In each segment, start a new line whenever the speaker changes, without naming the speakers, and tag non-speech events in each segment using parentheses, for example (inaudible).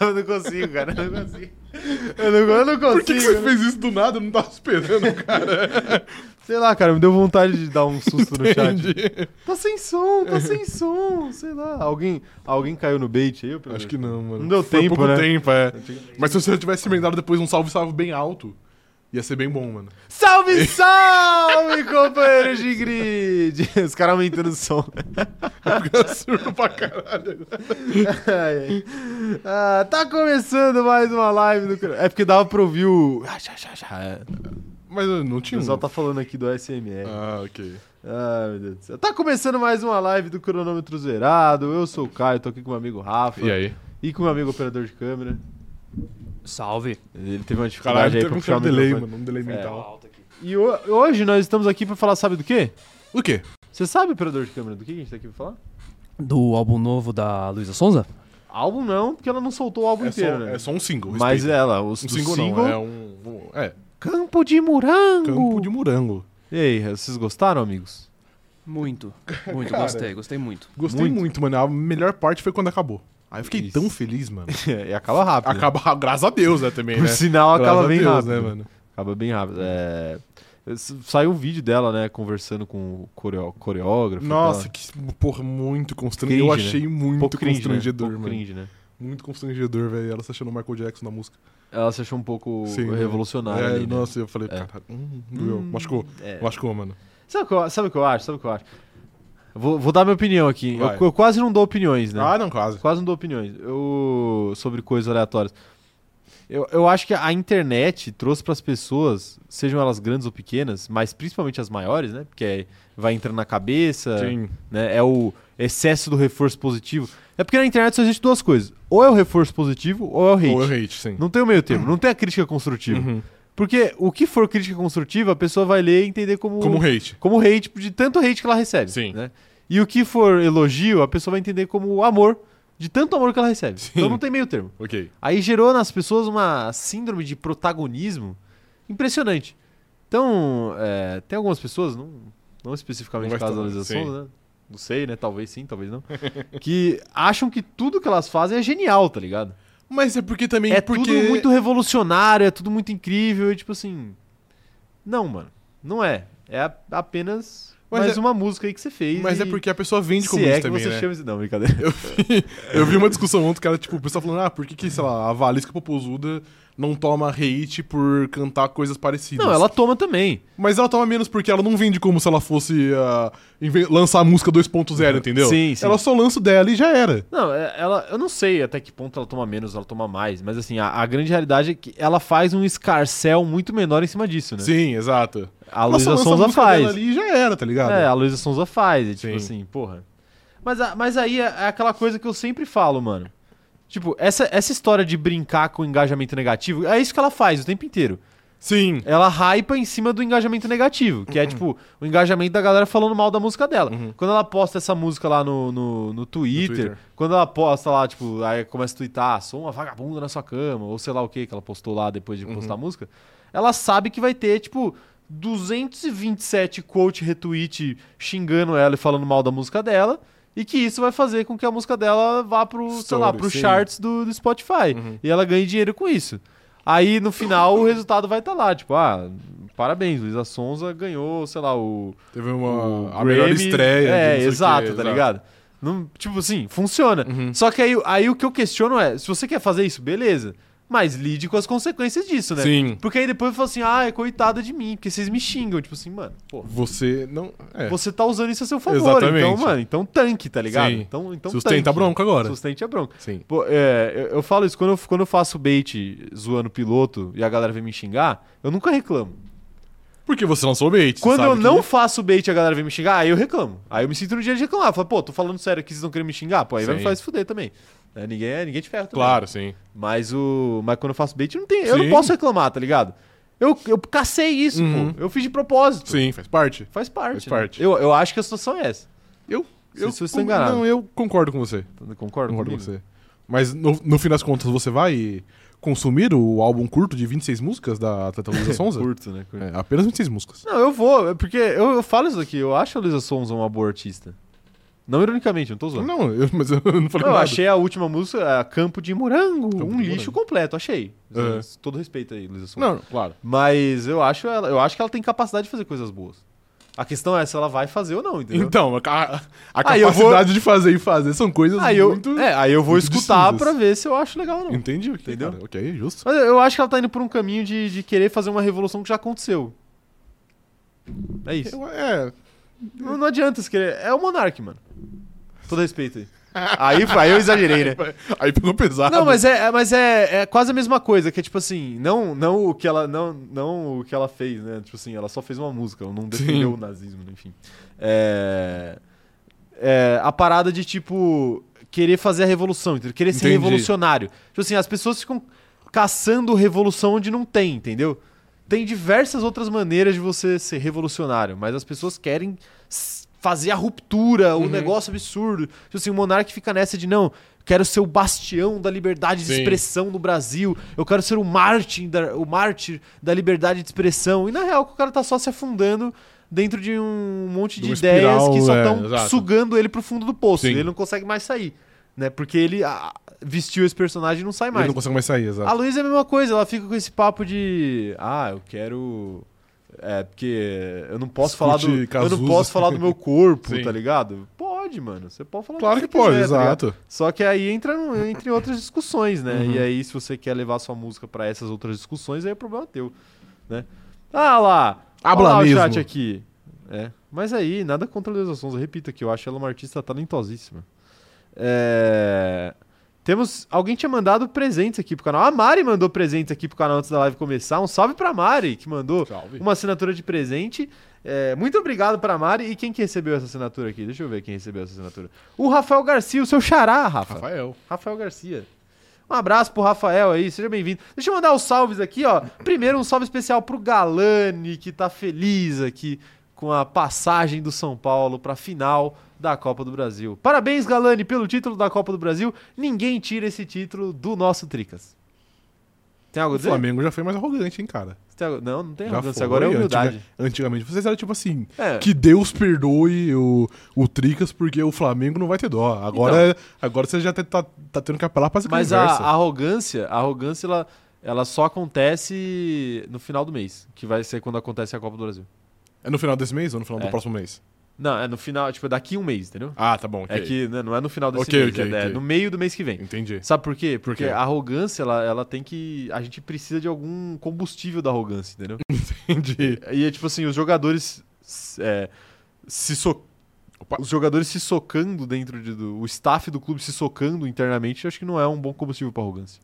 Eu não consigo, cara. Eu não consigo. Eu não, eu não consigo.
Por que, que você fez isso do nada? Eu não
(laughs)
tava esperando, cara.
Sei lá, cara, me deu vontade de dar um susto no chat.
Entendi.
Tá sem som, tá sem som, sei lá. Alguém, alguém caiu no bait aí, Pedro?
Acho que não, mano.
Não deu
Foi
tempo,
pouco
né?
tempo, é. Mas se você tivesse emendado depois um salve, salve bem alto, ia ser bem (laughs) bom, mano.
Salve, salve, companheiros de grid! (laughs) Os caras aumentando o som.
Fica surdo pra caralho.
Ai, ai. Ah, tá começando mais uma live do... Cro- É porque dava pra ouvir o... Ah, já, já, já.
Mas eu não
O
tinha um.
pessoal tá falando aqui do SMR.
Ah, ok.
Ah, meu Deus do céu. Tá começando mais uma live do Cronômetro Zerado. Eu sou o Caio, tô aqui com meu amigo Rafa.
E aí?
E com meu amigo operador de câmera.
Salve.
Ele teve uma dificuldade
Caralho,
aí
teve
pra
um
puxar
certo
o
delay,
microfone.
mano. Um delay
É.
mental.
Alto aqui.
E ho- hoje nós estamos aqui pra falar, sabe do quê?
O quê?
Você sabe, operador de câmera, do que a gente tá aqui pra falar?
Do álbum novo da Luísa Sonza?
Álbum não, porque ela não soltou o álbum
É só,
inteiro, né?
é só um single.
Mas
respeita.
ela, os
Um
do
single, não, é um. É,
Campo de Morango.
campo de morango.
E aí, vocês gostaram, amigos? (laughs)
Muito. Muito,
Cara.
gostei, gostei muito.
Gostei
Muito.
muito. mano. A melhor parte foi quando acabou. Aí eu fiquei
Isso.
tão feliz, mano.
e acaba rápido.
Acaba, (laughs) graças a Deus, né, também,
Por
né?
sinal,
Graças
acaba
a
bem
Deus,
rápido.
né, mano?
Acaba bem
Hum.
rápido. É... s- Saiu um vídeo dela, né, conversando com o coreo- coreógrafo. e
Nossa,
tal.
que porra, muito constrangedor.
Cringe, né?
Eu achei muito
pouco cringe,
constrangedor,
né? Pouco
mano.
cringe, né?
Muito constrangedor, velho. Ela se achando o Michael Jackson na música.
Ela se achou um pouco
Sim, né?
revolucionária.
é,
ali, né?
nossa, eu falei,
É.
caralho, hum, doeu. machucou.
É.
Machucou, mano.
Sabe o que, eu- sabe o que eu acho? Sabe o que eu acho? Vou, vou dar minha opinião aqui. Eu,
Vai.
eu quase não dou opiniões, né?
Ah, não, quase.
Quase não dou opiniões. Eu. Sobre coisas aleatórias. Eu, eu acho que a internet trouxe para as pessoas, sejam elas grandes ou pequenas, mas principalmente as maiores, né? Porque é- vai entrando na cabeça,
Sim.
né? É o excesso do reforço positivo. É porque na internet só existe duas coisas. Ou é o reforço positivo, ou é o hate.
Ou eu hate, sim.
Não tem o meio termo, não tem a crítica construtiva.
Uhum.
Porque o que for crítica construtiva, a pessoa vai ler e entender como,
Como hate.
como hate, de tanto hate que ela recebe.
Sim.
né? E o que for elogio, a pessoa vai entender como amor, de tanto amor que ela recebe.
Sim.
Então não tem meio termo.
Ok.
Aí gerou nas pessoas uma síndrome de protagonismo impressionante. Então, é, tem algumas pessoas, não, não especificamente
Não vai
por causa da
estar- sim.
né? Não sei, né? Talvez sim, talvez não. (laughs) que acham que tudo que elas fazem é genial, tá ligado?
Mas é porque também.
é
porque...
tudo muito revolucionário, é tudo muito incrível, e tipo assim. Não, mano. Não é. É a- apenas
Mas
mais
é-
uma música aí que você fez.
Mas é
e
porque a pessoa vende como
se
isso
é que
também,
você
né?
chama isso. Não, brincadeira.
Eu vi, eu vi uma discussão ontem que era tipo, o pessoal falando, ah, por que, que sei lá, a Valesca Popozuda não toma hate por cantar coisas
(laughs)
parecidas?
Não, ela toma também.
Mas ela toma menos porque ela não vende como se ela fosse ah, inve- lançar a música 2.0, entendeu?
Sim, sim.
Ela só lança o dela e já era.
Não, é- ela, eu não sei até que ponto ela toma menos, ela toma mais, mas assim, a, a grande realidade é que ela faz um escarcel muito menor em cima disso, né?
Sim, exato.
A
Ela
Luísa
só lança
Sonza
música dela
faz.
ali e já era, tá ligado?
É, a Luísa Sonza faz, é tipo
Sim.
assim, porra. Mas, a- mas aí é, é aquela coisa que eu sempre falo, mano. Tipo, essa, essa história de brincar com engajamento negativo, é isso que ela faz o tempo inteiro.
Sim.
Ela hypa em cima do engajamento negativo, que é tipo o engajamento da galera falando mal da música dela.
Uhum.
Quando ela posta essa música lá no, no, no Twitter,
No Twitter.
quando ela posta lá, tipo, aí começa a twittar, sou uma vagabunda na sua cama, ou sei lá o que que ela postou lá depois de postar a
Uhum.
música, ela sabe que vai ter, tipo, 227 quote retweet xingando ela e falando mal da música dela. E que isso vai fazer com que a música dela vá pro, sei lá,
Story,
pro
sim. Uhum.
charts do, do Spotify. E ela ganha dinheiro com isso. Aí no final o resultado vai estar lá, tipo, ah, parabéns, Luísa Sonza ganhou, sei lá, o.
Teve uma
o
a melhor
Grammy.
estreia. de não
É,
sei o
exato,
quê,
tá ligado? Não, tipo assim, funciona.
Uhum.
Só que aí, aí o que eu questiono é: se você quer fazer isso, beleza. Mas lide com as consequências disso, né?
Sim.
Porque aí depois eu falo assim, ah, é coitada de mim, porque vocês me xingam. Tipo assim, mano, pô,
Você não. É.
você tá usando isso a seu favor.
Exatamente.
Então, mano, então tanque, tá ligado?
Sim.
Então, então
Sustenta a
tanque.
bronca agora.
Sustente a bronca.
Sim.
Pô, é, eu, eu falo isso, quando eu, quando eu faço bait zoando piloto e a galera vem me xingar, eu nunca reclamo.
Porque você lançou o bait. você
Quando
sabe
eu
que- é?
não faço bait e a galera vem me xingar, aí eu reclamo. Aí eu me sinto no dia de reclamar. Eu falo, pô, tô falando sério aqui, vocês não querem me xingar? Pô, aí vai
Sim.
me fazer se fuder também. É, ninguém, ninguém te ferra também.
Claro, sim.
Mas o. Mas quando eu faço bait, eu não, tenho, eu não
Sim.
posso reclamar, tá ligado? Eu, eu cacei isso,
Uhum.
pô. Eu fiz de propósito.
Sim, faz parte.
Faz parte.
Faz parte.
né? Eu, eu acho que a situação é essa.
Eu.
Se
eu
você está
con-
enganado.
Não, eu concordo com você.
Concordo,
Concordo com
comigo?
você. Mas no, no fim das contas, você vai consumir o álbum curto de 26 músicas da
(laughs)
Atleta Luísa Sonza?
Curto, né? Curto.
É, apenas 26 músicas.
Não, eu vou, é porque eu, eu falo isso aqui, eu acho a Luísa Sonza uma boa artista. Não ironicamente, não tô zoando.
Não, eu- (laughs) mas eu não falei
eu
nada.
achei a última música, a Campo de Morango,
Campo
um
de
lixo
Morango.
completo, achei.
É.
Todo respeito aí, Luiz Assunção.
Não, não, claro.
Mas eu acho, ela, eu acho que ela tem capacidade de fazer coisas boas. A questão é se ela vai fazer ou não, entendeu?
Então, a, ca- a
Aí eu
capacidade de fazer e fazer são coisas
aí, eu,
Então, muito...
é, aí eu vou
muito Então.
escutar
distintas.
pra ver se eu acho legal ou não.
Entendi, ok,
Entendeu?
cara. Ok, justo.
Mas eu acho que ela tá indo por um caminho de, de querer fazer uma revolução que já aconteceu. É isso.
Eu- é,
Não, não adianta se querer. É o Monark, mano. Todo respeito aí. Aí, aí eu exagerei, né?
aí pegou pesado.
Não, mas é, é- mas é, é quase a mesma coisa, que é tipo assim, não, não o que ela não, não o que ela fez, né? Tipo assim, ela só fez uma música, ela não defendeu o nazismo, né? enfim. É, é, a parada de tipo querer fazer a revolução, entendeu? Querer ser
Entendi.
revolucionário. Tipo assim, as pessoas ficam caçando revolução onde não tem, entendeu? Tem diversas outras maneiras de você ser revolucionário, mas as pessoas querem s- fazer a ruptura,
Uhum.
um negócio absurdo. Tipo assim, o monarca fica nessa de não, quero ser o bastião da liberdade de
Sim.
expressão no Brasil, eu quero ser o mártir da, o mártir da liberdade de expressão. E na real, o cara tá só se afundando dentro de um monte
De
de
uma
ideias que
espiral,
só
é,
estão
exato.
sugando ele pro fundo do poço.
Sim.
Ele não consegue mais sair, né? Porque ele ah, vestiu esse personagem e não sai
Ele
mais.
não consegue mais sair, exato.
A Luísa é a mesma coisa, ela fica com esse papo de. Ah, eu quero. É, porque eu não posso falar do.
Discute
Eu não
Cazuza.
posso falar do meu corpo,
(laughs) Sim.
tá ligado? Pode, mano. Você pode falar do
Claro
você
que pode,
quiser, tá ligado?
exato. Uhum.
Só que aí entra no- entre outras discussões, né? E aí, se você quer levar sua música pra essas outras discussões, aí é problema teu, né? Ah lá!
Habla
olha lá
mesmo.
o chat aqui. É. Mas aí, nada contra a Luísa Sonza. Eu repito aqui, eu acho ela uma artista talentosíssima. É... Temos... Alguém tinha mandado presentes aqui pro canal. A Mari mandou presentes aqui pro canal antes da live começar. Um salve pra Mari, que mandou
Salve.
uma assinatura de presente. É, muito obrigado pra Mari. E quem que recebeu essa assinatura aqui? Deixa eu ver quem recebeu essa assinatura. O Rafael Garcia, o seu xará, Rafa.
Rafael.
Rafael Garcia. Um abraço pro Rafael aí, seja bem-vindo. Deixa eu mandar os salves aqui, ó. Primeiro, um salve especial pro Galani, que tá feliz aqui com a passagem do São Paulo pra final da Copa do Brasil. Parabéns, Galani, pelo título da Copa do Brasil. Ninguém tira esse título do nosso Tricas. Tem algo a
O
dizer?
Flamengo já foi mais arrogante, hein, cara.
Tem algo- Não, não tem
Já
arrogância.
foi,
Agora é
antiga-
humildade.
antigamente vocês eram tipo assim,
É.
que Deus perdoe o, o Tricas porque o Flamengo não vai ter dó. Agora, agora você já tá, tá- tá tendo que apelar pra essa
Então. Mas a,
conversa.
a arrogância, a arrogância, ela, ela só acontece no final do mês, que vai ser quando acontece a Copa do Brasil.
É no final desse mês ou no final
É.
do próximo mês?
Não, é no final, tipo, é daqui um mês, entendeu?
Ah, tá bom, ok.
É que né, não é no final desse
Ok,
mês,
ok,
é, é
ok.
no meio do mês que vem.
Entendi. (laughs)
Sabe por quê?
Por
Porque
quê?
a arrogância, ela, ela tem que. A gente precisa de algum combustível da arrogância,
(laughs)
entendeu?
Entendi.
e é tipo assim, os jogadores. s- é, se so...
Opa.
Os jogadores se socando dentro de, do. O staff do clube se socando internamente, eu acho que não é um bom combustível pra arrogância.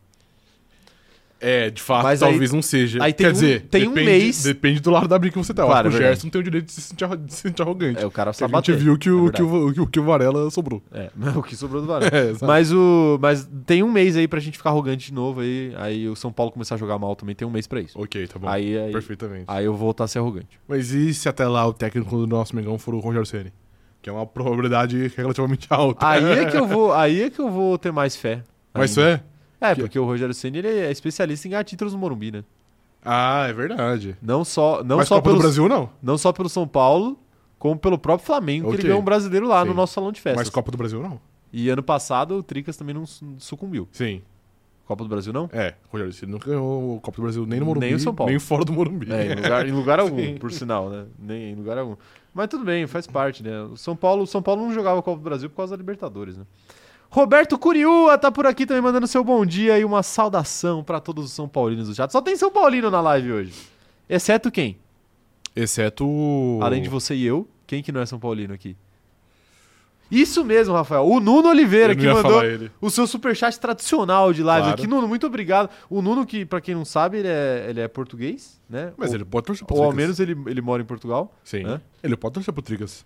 É, de fato,
Mas aí-
talvez não seja.
aí tem
Quer
um-
dizer,
tem um
depende,
mês-
Depende do lado da briga que você tá. Eu
Claro,
acho que
é
o
verdade.
Gerson tem o direito de se sentir, arro- de se sentir arrogante.
É, o cara
a gente
sabateia.
viu que o,
é
que, o, que, o, que o Varela sobrou. (laughs)
É, (laughs) mas o que sobrou do Varane.
É, exato.
mas, o, mas tem um mês aí pra gente ficar arrogante de novo. Aí, aí o São Paulo começar a jogar mal também tem um mês pra isso.
Ok, tá bom.
Aí, aí,
Perfeitamente.
aí eu vou voltar a ser arrogante.
Mas e se até lá o técnico do nosso Mengão for o Rogério Ceni? Que é uma probabilidade relativamente alta.
Aí é que eu vou, aí é que eu vou ter mais fé.
(laughs) Mas isso
ainda.
é?
É, porque o Rogério Ceni ele é especialista em ganhar títulos no Morumbi, né?
Ah, é verdade.
Não só, não
Mas
só
Copa
pelo
do Brasil não.
não só pelo São Paulo, como pelo próprio Flamengo, que ele
Ok.
ganhou um brasileiro lá no
Sim.
nosso salão de festas.
Mas Copa do Brasil não.
E ano passado o Tricas também não su- sucumbiu.
Sim.
Copa do Brasil não?
É, o Rogério Ceni nunca ganhou Copa do Brasil nem no
Nem
Morumbi,
o São Paulo.
nem fora do Morumbi.
É, em
(laughs)
lugar, em lugar algum,
Sim.
por sinal, né? Nem em lugar algum. Mas tudo bem, faz parte, né? O São Paulo, o São Paulo não jogava a Copa do Brasil por causa da Libertadores, né? Roberto Curiúa tá por aqui também mandando seu bom dia e uma saudação pra todos os São Paulinos do chat. Só tem São Paulino na live hoje. Exceto quem?
Exceto o-
Além de você e eu, quem que não é São Paulino aqui? Isso mesmo, Rafael. O Nuno Oliveira
Eu não
que
ia
mandou
falar ele.
o seu superchat tradicional de live
Claro.
aqui. Nuno, muito obrigado. O Nuno, que pra quem não sabe, ele é, ele é português, né?
Mas
ou,
ele pode torcer pro
ou ao
Tricas.
menos ele, ele mora em Portugal.
Sim.
Hã?
Ele pode torcer pro Tricas.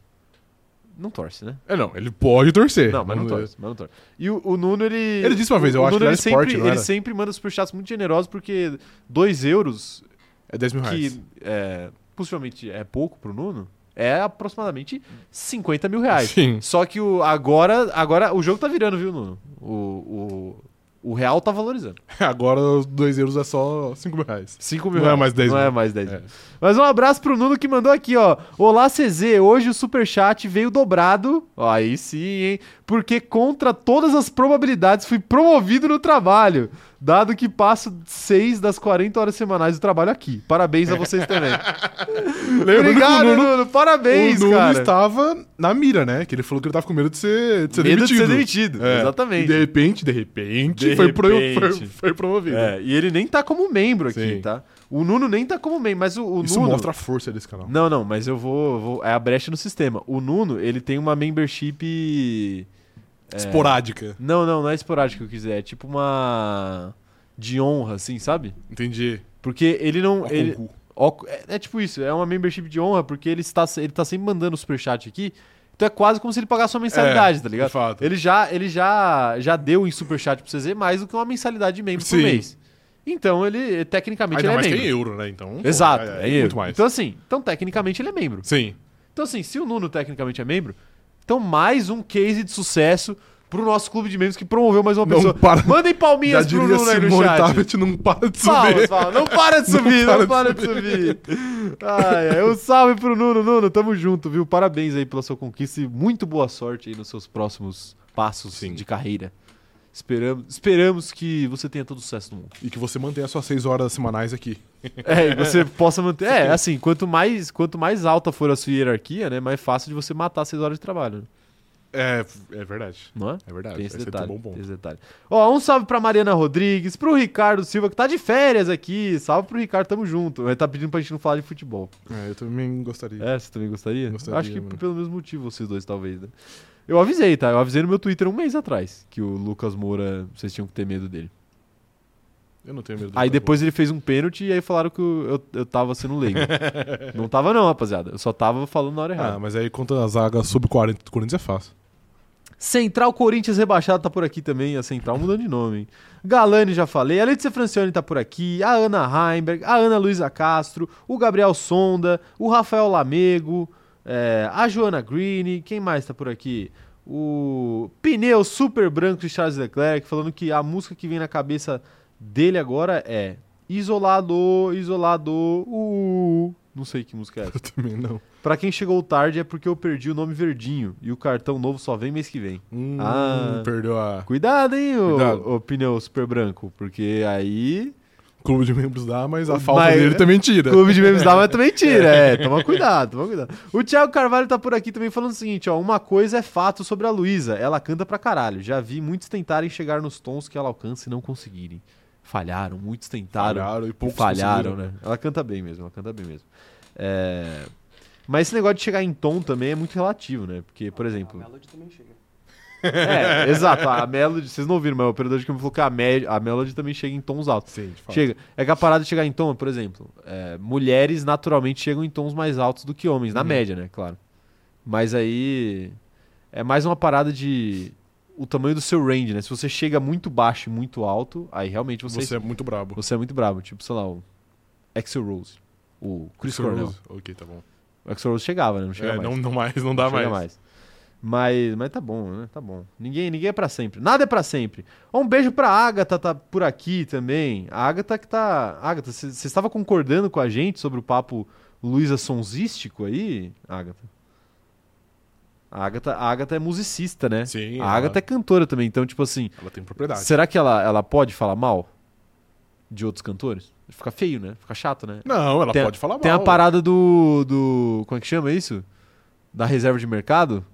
Não torce, né?
É, não, ele pode torcer.
Não, mas não
É, Vamos ver.
torce, mas não torce. E o, o Nuno, ele.
Ele disse uma vez, eu
o
acho que
Nuno,
era
ele sempre,
esporte, não
ele
era?
sempre manda superchats muito generosos, porque 2 euros,
É 10 mil reais. (laughs)
que é, possivelmente é pouco pro Nuno, é aproximadamente 50 mil reais.
Sim.
Só que o, agora, agora o jogo tá virando, viu, Nuno? O, o, O real tá valorizando.
Agora os 2 euros é só
(laughs)
5 reais.
5 mil
Não é
reais.
mais 10
Não
mil.
é mais 10 mil.
É.
Mas um abraço pro Nuno que mandou aqui, ó. Olá, CZ. Hoje o superchat veio dobrado. Ó, Aí sim, hein? Porque contra todas as probabilidades fui promovido no trabalho. Dado que passo 6 das 40 horas semanais do trabalho aqui. Parabéns a vocês
(laughs)
também.
Lembrando
Obrigado,
que o Nuno,
Nuno. Parabéns,
o Nuno
cara.
estava na mira, né? Que ele falou que ele tava com medo de ser, de ser
Medo de
demitido.
ser demitido.
É. E
Exatamente.
de repente, de repente,
De
foi, pro-
repente.
foi- foi promovido.
É, e ele nem tá como membro aqui,
Sim.
tá? O Nuno nem tá como membro, mas o, o
Isso
Nuno...
mostra a força desse canal.
Não, não, mas eu vou, eu vou- É a brecha no sistema. O Nuno, ele tem uma membership. É.
Esporádica.
Não, não, não é esporádica que eu quiser. É tipo uma. De honra, assim, sabe?
Entendi.
Porque ele não.
Ó,
ele-
concurso.
ó, é, é tipo isso, é uma membership de honra, porque ele está, se- ele está sempre mandando superchat aqui. Então é quase como se ele pagasse uma mensalidade,
É,
tá ligado?
de fato.
Ele já, ele já, já deu em superchat pra vocês ver mais do que uma mensalidade de membro por
Sim.
mês. Então ele, tecnicamente,
Ainda
ele é
mais
membro.
que é euro, né? Então.
Exato,
pô,
é, ele.
Muito mais.
Então assim, então tecnicamente ele é membro.
Sim.
Então, assim, se o Nuno tecnicamente é membro, então mais um case de sucesso pro nosso clube de membros que promoveu mais uma
Não
pessoa.
para-
Mandem
Já
palminhas pro
diria
Nuno aí né, no
Simone
chat.
Tabet não para de
Palmas, (laughs)
subir.
palmas.
(laughs)
Não para de subir, não, para de subir. Ai, ai, um salve pro Nuno. Nuno, tamo junto, viu? Parabéns aí pela sua conquista e muito boa sorte aí nos seus próximos passos
Sim.
de carreira. Esperamos, esperamos que você tenha todo o sucesso do mundo.
E que você mantenha as suas 6 horas semanais aqui.
É, e
(laughs)
você possa manter. É, assim, quanto mais, quanto mais alta for a sua hierarquia, né, mais fácil de você matar seis horas de trabalho, né?
É, é verdade.
não é?
É verdade.
Tem esse
Esse é
detalhe.
um bom ponto.
Tem esse detalhe. Ó, um salve pra Mariana Rodrigues, pro Ricardo Silva, que tá de férias aqui. Salve pro Ricardo, tamo junto. Ele tá pedindo pra gente não falar de futebol.
É, eu também gostaria.
É, você também gostaria?
Gostaria,
Acho que
mano.
pelo mesmo motivo, vocês dois, talvez, né? Eu avisei, tá? Eu avisei no meu Twitter um mês atrás que o Lucas Moura, vocês tinham que ter medo dele.
Eu não tenho medo. do
Aí
Botafogo.
depois ele fez um pênalti e aí falaram que eu, eu, eu tava sendo
(laughs)
leigo. não tava, não, rapaziada. Eu só tava falando na hora errada.
Ah, mas aí contra a zaga sub 40 do Corinthians é fácil. (laughs)
Central Corinthians rebaixado tá por aqui também. A Central mudando de nome, hein? Galani já falei. A Letícia Francione tá por aqui. A Ana Heimberg. A Ana Luísa Castro. O Gabriel Sonda. O Rafael Lamego. é, a Joana Green. Quem mais tá por aqui? O Pneu Super Branco de Charles Leclerc. Falando que a música que vem na cabeça dele agora é Isolado, Isolado. Uh, não sei que música é essa.
Eu também não.
Pra quem chegou tarde é porque eu perdi o nome Verdinho. E o cartão novo só vem mês que vem.
Hum,
Ah.
Perdeu a
Cuidado, hein, o,
Cuidado.
o pneu super branco, porque
(laughs)
aí.
clube de membros dá, mas a falta
Mas-
dele também tira.
Clube de memes dá, mas também tira. É, toma cuidado, toma cuidado. O Thiago Carvalho tá por aqui também falando o seguinte: ó, uma coisa é fato sobre a Luísa, ela canta pra caralho. Já vi muitos tentarem chegar nos tons que ela alcança e não conseguirem. Falharam, muitos tentaram.
Falharam e poucos
falharam,
conseguiram.
né? Ela canta bem mesmo, ela canta bem mesmo. É, Mas esse negócio de chegar em tom também é muito relativo, né? Porque, por exemplo.
(laughs) Melody também chega.
É, exato. A Melody, vocês não ouviram, mas o operador de câmbio falou que a, me- a Melody também chega em tons altos.
Sim, de fato.
Chega. É que a parada de chegar em tom, por exemplo, é, mulheres naturalmente chegam em tons mais altos do que homens,
Uhum.
na média, né? Claro. Mas aí é mais uma parada de o tamanho do seu range, né? Se você chega muito baixo e muito alto, aí realmente você,
Você
você,
é muito brabo.
é muito brabo. Tipo, sei lá, o Axel Rose, o Chris Cornell.
Curioso. Ok, tá bom.
O Axel Rose chegava, né? Não chega
É,
mais.
não, não mais, não dá
Chega
mais.
Mas, mas tá bom, né? Tá bom. Ninguém, ninguém é pra sempre. Nada é pra sempre. Ó, Um beijo pra Agatha, tá por aqui também. A Agatha que tá. Agatha, você estava concordando com a gente sobre o papo Luísa Sonzístico aí, Agatha? A Agatha, a Agatha é musicista, né?
Sim,
A
ela-
Agatha é cantora também, então, tipo assim,
Ela tem propriedade.
será que ela, ela pode falar mal de outros cantores? Fica feio, né? Fica chato, né?
Não, ela
Tem-
pode falar mal.
Tem a parada do, do. Como é que chama isso? Da reserva de mercado?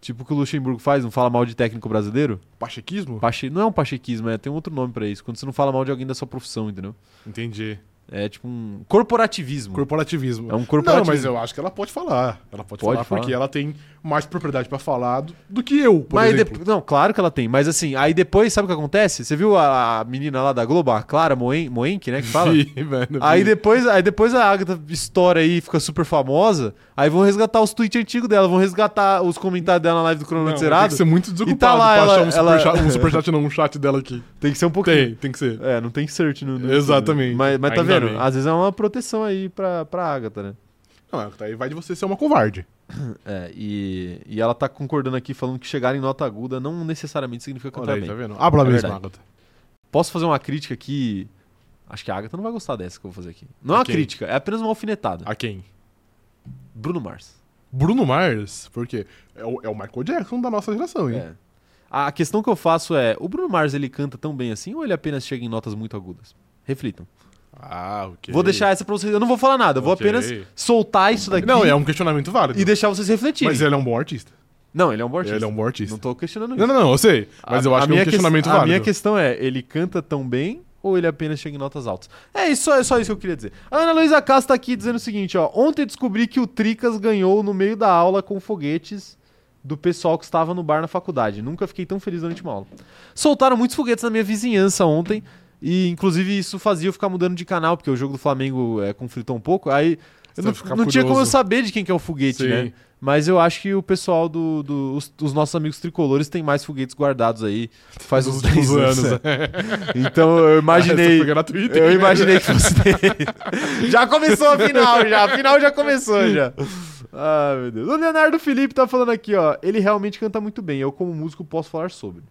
Tipo o que o Luxemburgo faz, não fala mal de técnico brasileiro?
Pachequismo?
Pache... Não é um pachequismo, é, tem um outro nome pra isso. Quando você não fala mal de alguém da sua profissão, entendeu?
Entendi.
É tipo um corporativismo.
Corporativismo.
É um corporativismo.
Não, mas eu acho que ela pode falar. Ela
Pode
pode, falar,
falar.
porque ela tem mais propriedade pra falar do, do que eu, por
Mas aí
exemplo.
depo- Não, claro que ela tem. Mas assim, aí depois, sabe o que acontece? Você viu a a menina lá da Globo, a Clara Moen... Moenck, né? Que fala?
Vi, (laughs) velho,
Aí
vi.
depois, aí depois a Agatha estoura aí e fica super famosa. Aí vão resgatar os tweets antigos dela, vão resgatar os comentários dela na live do
Não,
Cronômetro
tem
Zerado.
que ser muito desocupado
tá lá,
pra
ela-
achar um
ela-
superchat, um superchat não, um chat dela aqui.
Tem que ser um pouquinho.
Tem, tem que ser.
É, não tem search no. no
Exatamente.
YouTube. Mas, mas tá
Ainda
vendo?
bem.
Às vezes é uma proteção aí pra, pra Agatha, né?
tá Não, aí vai de você ser uma covarde.
É, e, e ela tá concordando aqui, falando que chegar em nota aguda não necessariamente significa
Olha
cantar
aí,
bem.
tá vendo? Abra
É
mesmo,
verdade.
Agatha.
Posso fazer uma crítica aqui? Acho que a Agatha não vai gostar dessa que eu vou fazer aqui. Não é uma
Ok.
crítica, é apenas uma alfinetada.
A quem?
Bruno Mars.
Bruno Mars, por quê? É o, é o Michael Jackson da nossa geração, hein?
É. A a questão que eu faço é: o Bruno Mars ele canta tão bem assim ou ele apenas chega em notas muito agudas? Reflitam.
Ah, ok.
Vou deixar essa pra vocês. Eu não vou falar nada, eu vou
Ok.
apenas soltar isso daqui
Não, é um questionamento válido.
e deixar vocês refletirem.
Mas ele é um bom artista.
Não, ele é um bom artista.
Ele é um bom artista.
Não tô questionando isso.
Não, não, não, eu sei. Mas eu
A-
acho
a
que é
minha
um
que-
questionamento
A
válido.
minha
(laughs)
questão é: ele canta tão bem ou ele apenas chega em notas altas? É isso, é só isso que eu queria dizer. A Ana Luísa Castro tá aqui dizendo o seguinte: ó. Ontem descobri que o Tricas ganhou no meio da aula com foguetes do pessoal que estava no bar na faculdade. Nunca fiquei tão feliz durante uma aula. Soltaram muitos foguetes na minha vizinhança ontem. E, inclusive, isso fazia eu ficar mudando de canal, porque o jogo do Flamengo é, conflitou um pouco. Aí
Você
eu não,
fica
não tinha como eu
curioso.
saber de quem que é o foguete,
Sim.
né? Mas eu acho que o pessoal do, do- os, os nossos amigos tricolores tem mais foguetes guardados aí faz
Nos
uns
últimos
10 anos.
anos,
né? (laughs) Então eu
Essa
imaginei.
foi gratuita,
Eu
hein?
imaginei que fosse dele. (laughs) Já começou a final, já. A final já começou, já. Ah, meu Deus. O Leonardo Felipe tá falando aqui, ó. Ele realmente canta muito bem. Eu, como músico, posso falar sobre.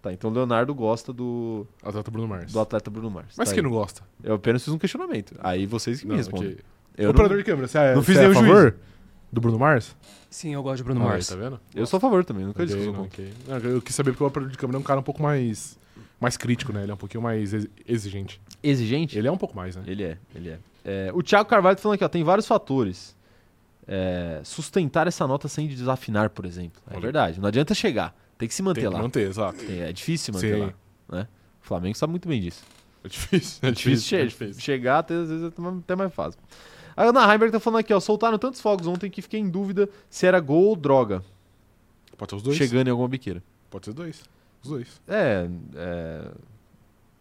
Tá, então o Leonardo gosta do,
Atleta Bruno Mars.
do atleta Bruno Mars.
Mas
tá
quem
aí.
não gosta?
Eu apenas fiz um questionamento. Aí vocês que me
Não,
respondem.
ok.
Eu, não-
Operador de câmera, você é,
Não fiz
você é a
nenhum
favor do Bruno Mars?
Sim, eu gosto de Bruno
Olha aí,
Mars.
tá vendo?
eu sou a favor também, nunca disse que eu sou
Ok, não,
contra.
ok. Não, Eu quis saber porque o operador de câmera é um cara um pouco mais, mais crítico, né? Ele é um pouquinho mais ex- exigente.
Exigente?
Ele é um pouco mais, né?
Ele é, ele é. É, O Thiago Carvalho tá falando aqui, ó, tem vários fatores. É, sustentar essa nota sem desafinar, por exemplo. É
Olha.
verdade. Não adianta chegar. Tem que se manter
Tem que
lá.
manter, exato.
Tem- é difícil manter
Sim.
lá. Né? O Flamengo sabe muito bem disso.
É difícil, é
É difícil,
difícil.
che- chegar, até, às vezes é até mais fácil. A Ana Heimberg tá falando aqui, ó. Soltaram tantos fogos ontem que fiquei em dúvida se era gol ou droga.
Pode ser os dois.
Chegando em alguma biqueira.
Pode ser os dois. Os dois.
É. é,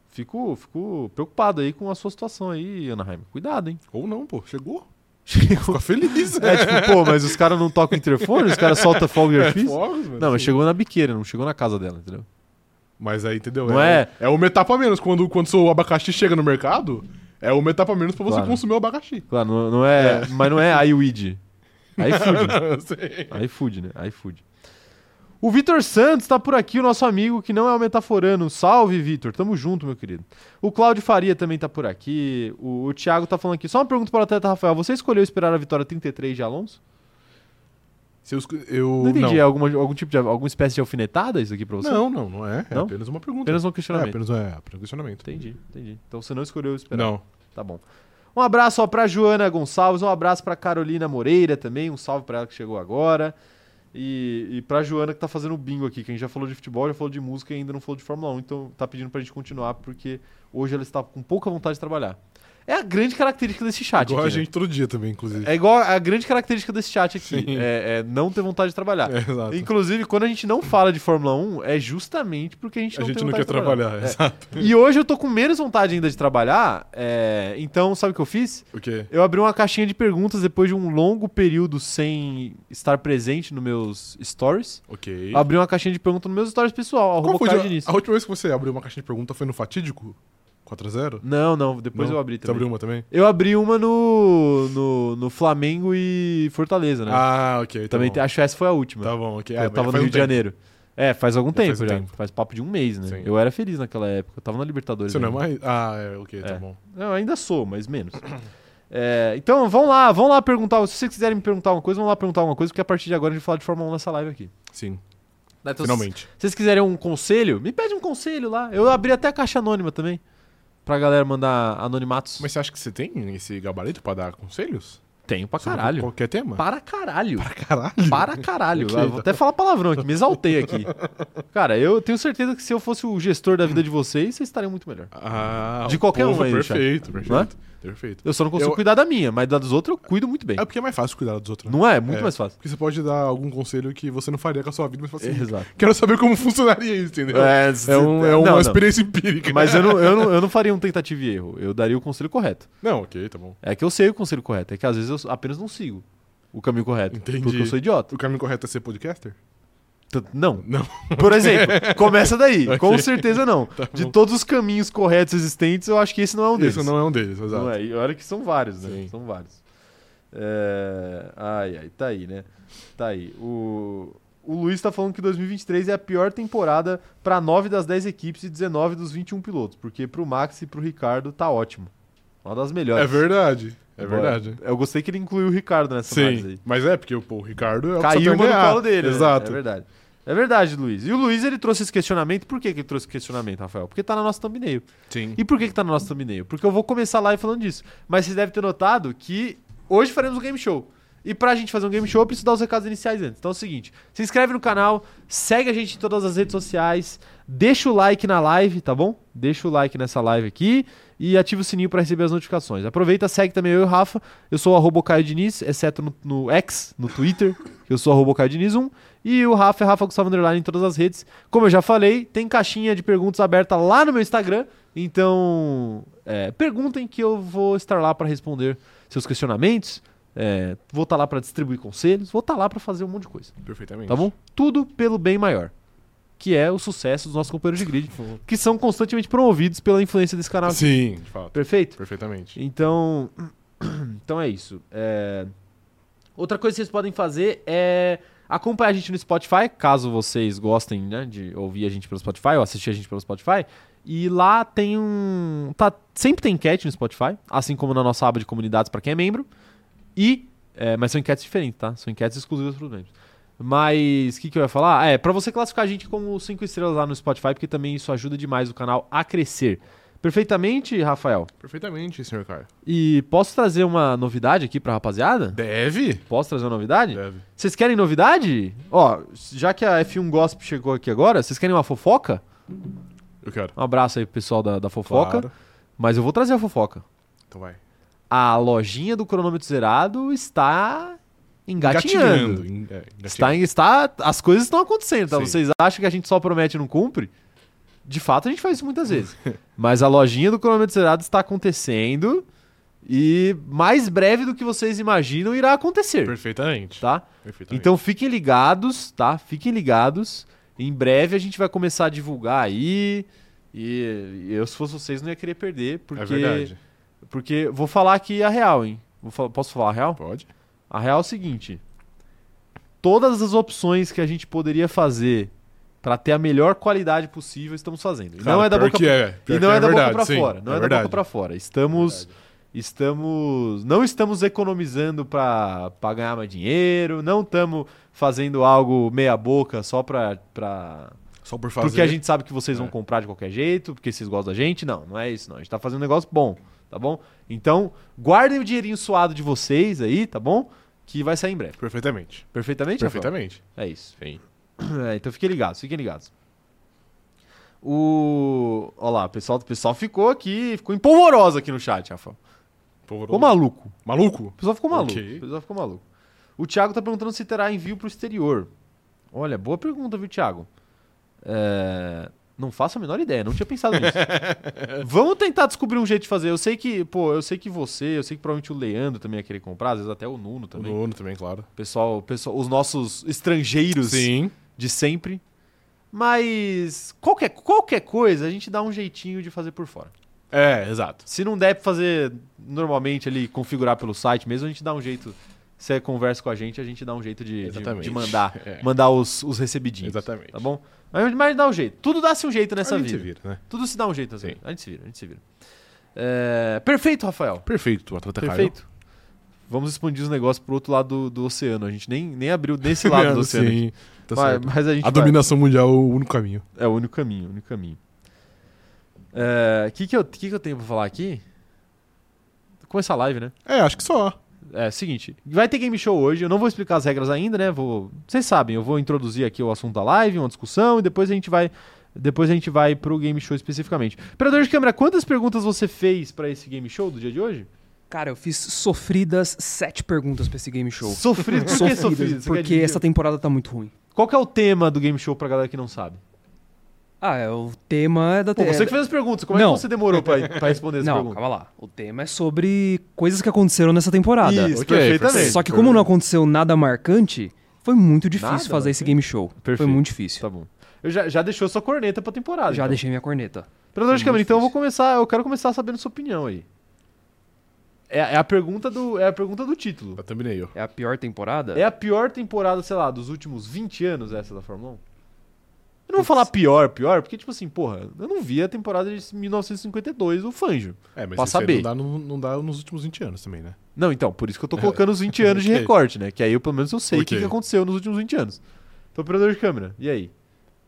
Fico, fico preocupado aí com a sua situação aí, Ana Heimberg. Cuidado,
(laughs)
hein?
Ou não, pô.
(laughs)
Chegou.
Chegou
Fica feliz.
É tipo, pô, mas os caras não tocam interfone, os caras soltam fogo de artifício.
fogos, mano.
Não, mas
É Sim.
chegou na biqueira, não chegou na casa dela, entendeu?
Mas aí, entendeu?
Não é?
É uma etapa a menos. Quando, quando seu abacaxi chega no mercado, é uma etapa a menos pra você
Claro.
consumir o abacaxi. (laughs)
Claro, não, não é, Mas não é iWid. iFood.
Eu sei.
iFood, né? iFood. O Vitor Santos tá por aqui, o nosso amigo que não é o metaforano. Salve, Vitor. Tamo junto, meu querido. O Cláudio Faria também tá por aqui. O, o Thiago tá falando aqui. Só uma pergunta para o atleta Rafael. Você escolheu esperar a vitória 33 de Alonso?
Se eu, escu- eu-
Não entendi. É
Não.
alguma, algum tipo de, alguma espécie de alfinetada isso aqui pra você?
não, não, não é. É
Não?
apenas uma pergunta.
Apenas um
é,
questionamento.
apenas, é, apenas um questionamento.
Entendi, entendi. Então você não escolheu esperar.
Não.
Tá bom. Um abraço ó, pra Joana Gonçalves, um abraço pra Carolina Moreira também, um salve pra ela que chegou agora. E, e pra Joana que tá fazendo o bingo aqui, que a gente já falou de futebol, já falou de música e ainda não falou de Fórmula 1, então tá pedindo pra gente continuar, porque hoje ela está com pouca vontade de trabalhar. É a grande característica desse chat
Igual
aqui,
a
né?
gente todo dia também, inclusive.
É igual a grande característica desse chat aqui,
Sim.
é, é não ter vontade de trabalhar.
(laughs) É, exato.
Inclusive, quando a gente não fala de Fórmula 1, é justamente porque a gente
a
não tá
gente
tem
não
vontade
quer
de trabalhar.
trabalhar, exato.
E hoje eu tô com menos vontade ainda de trabalhar, é, então sabe o que eu fiz?
O quê?
Eu abri uma caixinha de perguntas depois de um longo período sem estar presente nos meus stories.
Ok.
Abri uma caixinha de perguntas nos meus stories pessoal,
Qual
arroba
foi a-
Caio Diniz.
a última vez que você abriu uma caixinha de pergunta foi no fatídico? 4x0?
Não, não, depois
Não?
eu abri
Você
também.
abriu um. uma também?
Eu abri uma no, no, no Flamengo e Fortaleza, né?
Ah, ok. Tá
também
bom.
tem- acho que essa foi a última.
Tá bom, ok.
eu
mas
tava no
faz
Rio
um
de
tempo.
Janeiro. É, faz algum
Já
tempo
faz um
já.
tempo.
Faz papo de um mês, né?
Sim.
Eu era feliz naquela época. Eu tava na Libertadores.
Você não é
ainda.
mais? Ah, é, ok,
né? É.
tá bom.
Eu ainda sou, mas menos. (clears throat) É, então, vão lá, vão lá perguntar. Se vocês quiserem me perguntar uma coisa, vão lá perguntar uma coisa, porque a partir de agora a gente vai falar de Fórmula 1 nessa live aqui.
Sim,
Então,
finalmente.
Se vocês quiserem um conselho, me pede um conselho lá. Eu abri até a caixa anônima também. Pra galera mandar anonimatos.
Mas você acha que você tem esse gabarito pra dar conselhos?
tenho pra
Sobre
caralho.
Qualquer tema?
é? Para caralho.
caralho.
Para
(laughs)
caralho.
Ok,
Eu vou até falar palavrão aqui, me exaltei aqui. Cara, eu tenho certeza que se eu fosse o gestor da vida de vocês, vocês estariam muito melhor.
Ah,
De qualquer
porra,
um aí,
Perfeito,
Não é?
perfeito. Perfeito.
Eu só não consigo
Eu-
cuidar da minha, mas da dos outros eu cuido muito bem.
É porque é mais fácil cuidar dos outros. né?
Não é? Muito
É.
mais fácil.
Porque você pode dar algum conselho que você não faria com a sua vida, mas você fala assim,
Exato.
quero saber como (laughs) funcionaria isso, entendeu?
É,
É, um- é uma
não, não.
experiência
(laughs)
empírica.
Mas eu não, eu, não, eu não faria um tentativa e erro. Eu daria o conselho correto.
Não, ok, tá bom.
É que eu sei o conselho correto. É que às vezes eu apenas não sigo o caminho correto.
Entendi.
Porque eu sou idiota.
O caminho correto é ser podcaster?
T- Não.
Não.
Por
(laughs)
exemplo, começa daí.
Ok. Tá
Com certeza não. De
bom.
todos os caminhos corretos existentes, eu acho que esse não é um deles.
Isso não é um deles, exato.
Não é. E olha que são vários, né?
Sim.
São vários. É, Ai, ai, tá aí, né? Tá aí. O, o Luiz tá falando que 2023 é a pior temporada pra 9 das 10 equipes e 19 dos 21 pilotos, porque pro Max e pro Ricardo tá ótimo. Uma das melhores.
É verdade. É
Bora.
verdade.
Eu gostei que ele incluiu o Ricardo nessa análise aí.
Sim, mas é porque pô, o Ricardo é o que só
Caiu
tem
uma
a
no
ganhar.
colo dele. né?
Exato.
É verdade. É verdade, Luiz. E o Luiz, ele trouxe esse questionamento. Por que, que ele trouxe esse questionamento, Rafael? Porque tá na nossa thumbnail.
Sim.
E por que, que tá no nosso thumbnail? Porque eu vou começar lá falando disso. Mas vocês devem ter notado que hoje faremos um game show. E pra gente fazer um game show, eu preciso dar os recados iniciais antes. Então é o seguinte: se inscreve no canal, segue a gente em todas as redes sociais, deixa o like na live, tá bom? Deixa o like nessa live aqui e ativa o sininho pra receber as notificações. Aproveita, segue também eu e o Rafa. Eu sou o arroba Caio Diniz, exceto no, no X, no Twitter, (laughs) que eu sou arroba Caio Diniz 1. E o Rafa é Rafa Gustavo Underline em todas as redes. Como eu já falei, tem caixinha de perguntas aberta lá no meu Instagram. Então, é, perguntem que eu vou estar lá para responder seus questionamentos. é, vou estar lá para distribuir conselhos. Vou estar lá para fazer um monte de coisa.
Perfeitamente.
Tá bom? Tudo pelo bem maior. Que é o sucesso dos nossos companheiros de grid, que são constantemente promovidos pela influência desse canal.
Sim, de fato.
Tá. Perfeito?
Perfeitamente.
Então, (clears throat) então é isso. É, Outra coisa que vocês podem fazer é acompanhar a gente no Spotify, caso vocês gostem né, de ouvir a gente pelo Spotify ou assistir a gente pelo Spotify. E lá tem um. Tá, sempre tem enquete no Spotify, assim como na nossa aba de comunidades para quem é membro. E. é, mas são enquetes diferentes, tá? São enquetes exclusivas para os membros. Mas o que, que eu ia falar? Ah, É, para você classificar a gente como 5 estrelas lá no Spotify, porque também isso ajuda demais o canal a crescer. Perfeitamente, Rafael.
Perfeitamente, senhor Caio.
E posso trazer uma novidade aqui pra rapaziada?
Deve?
Posso trazer uma novidade?
Deve.
Vocês querem novidade? Ó, já que a F1 Gossip chegou aqui agora, vocês querem uma fofoca?
Eu quero.
Um abraço aí pro pessoal da, da fofoca.
Claro.
Mas eu vou trazer a fofoca.
Então vai.
A lojinha do cronômetro zerado está engatinhando.
Engatinhando. É,
Está, em- está, as coisas estão acontecendo, tá?
Sim.
Vocês acham que a gente só promete e não cumpre? De fato, a gente faz isso muitas
(laughs)
vezes. Mas a lojinha do cronômetro zerado está acontecendo e mais breve do que vocês imaginam irá acontecer,
Perfeitamente.
tá?
Perfeitamente.
Então fiquem ligados, tá? Fiquem ligados. Em breve a gente vai começar a divulgar aí. E eu, se fosse vocês, não ia querer perder, porque
É verdade.
porque vou falar aqui a real, hein? Vou fal- posso falar a real?
Pode?
A real é o seguinte: todas as opções que a gente poderia fazer pra ter a melhor qualidade possível, estamos fazendo. E não
Cara,
é da
pior
boca
que é. Pior
e
que
não é,
é
da
verdade,
boca pra
sim.
fora, não é, da
verdade. É
boca pra fora. Estamos estamos não estamos economizando pra pra ganhar mais dinheiro, não estamos fazendo algo meia boca só pra pra
Só por fazer.
porque a gente sabe que vocês vão
É.
comprar de qualquer jeito, porque vocês gostam da gente. Não, não é isso não. A gente tá fazendo um negócio bom, tá bom? Então, guardem o dinheirinho suado de vocês aí, tá bom? Que vai sair em breve.
Perfeitamente.
Perfeitamente, Rafael?
Perfeitamente.
É isso.
Sim.
(clears throat) É, então fiquem ligados, fiquem ligados. O. Olha lá, o pessoal, o pessoal ficou aqui, ficou empolvorosa aqui no chat, Rafa.
Polvoroso.
Ficou maluco.
Maluco?
O pessoal ficou maluco.
Ok.
O pessoal ficou maluco. O Thiago tá perguntando se terá envio pro exterior. Olha, boa pergunta, viu, Thiago? É, Não faço a menor ideia, não tinha pensado
(laughs)
nisso. Vamos tentar descobrir um jeito de fazer. Eu sei que, pô, eu sei que você, eu sei que provavelmente o Leandro também ia querer comprar, às vezes até o Nuno
O
também.
nono também, claro.
O pessoal, o pessoal, os nossos estrangeiros
Sim.
de sempre. Mas qualquer, qualquer coisa a gente dá um jeitinho de fazer por fora.
É, exato.
Se não der pra fazer normalmente ali, configurar pelo site mesmo, a gente dá um jeito. Você conversa com a gente, a gente dá um jeito de, de,
Exatamente.
de mandar,
(laughs) É.
mandar os, os recebidinhos.
Exatamente.
Tá bom? Mas, mas dá um jeito. Tudo dá-se um jeito nessa
a gente se
vida.
vira, né?
Tudo se dá um jeito nessa
Sim.
vida. A gente se vira, a gente se vira. É, Perfeito, Rafael.
Perfeito, atleta Caio.
Perfeito. Vamos expandir os negócios pro outro lado do, do oceano. A gente nem, nem abriu
(laughs)
desse lado do
Leandro,
oceano.
Sim. Tá
Mas-
certo.
mas a gente
A
vai.
dominação mundial é o único caminho.
É o único caminho, o único caminho. É, que que eu que, que eu tenho pra falar aqui? Com essa live, né?
É, acho que só.
É, seguinte, vai ter game show hoje, eu não vou explicar as regras ainda, né? Vou, vocês sabem, eu vou introduzir aqui o assunto da live, uma discussão e depois a gente vai depois a gente vai pro game show especificamente. Operador de câmera, quantas perguntas você fez pra esse game show do dia de hoje?
Cara, eu fiz sofridas sete perguntas pra esse game show. (laughs)
Sofrido, (laughs) por que sofrido? Você quer
porque
dividir?
essa temporada tá muito ruim.
Qual que é o tema do game show pra galera que não sabe?
Ah, é, o tema é da
Pô,
te-
você que fez as perguntas, como é
Não.
que você demorou pra, pra
(laughs)
responder as
Não,
perguntas?
calma lá. O tema é sobre coisas que aconteceram nessa temporada.
Isso,
Ok,
perfeitamente.
Só que como não aconteceu nada marcante, foi muito difícil
Nada
fazer esse
marcante?
game show. Foi
Perfeito.
muito difícil.
Tá bom. Eu já, já deixou sua corneta pra temporada.
Já
então.
deixei minha corneta.
Operador de
Foi
câmera,
muito
então eu
difícil.
vou começar, eu quero começar sabendo sua opinião aí. É, é a pergunta do, é a pergunta do título.
Eu terminei, ó.
É a pior temporada?
É a pior temporada, sei lá, dos últimos 20 anos essa da Fórmula 1? Eu não vou falar pior, pior, porque, tipo assim, porra, eu não vi a temporada de 1952 do Fanjo.
É, mas
Pra
isso aí
saber.
Não, dá, no- não dá nos últimos 20 anos também, né?
Não, então, por isso que eu tô colocando os 20 anos de
Ok.
recorte, né? Que aí eu, pelo menos eu sei o que,
Ok.
que aconteceu nos últimos 20 anos. Então, operador de câmera, e aí?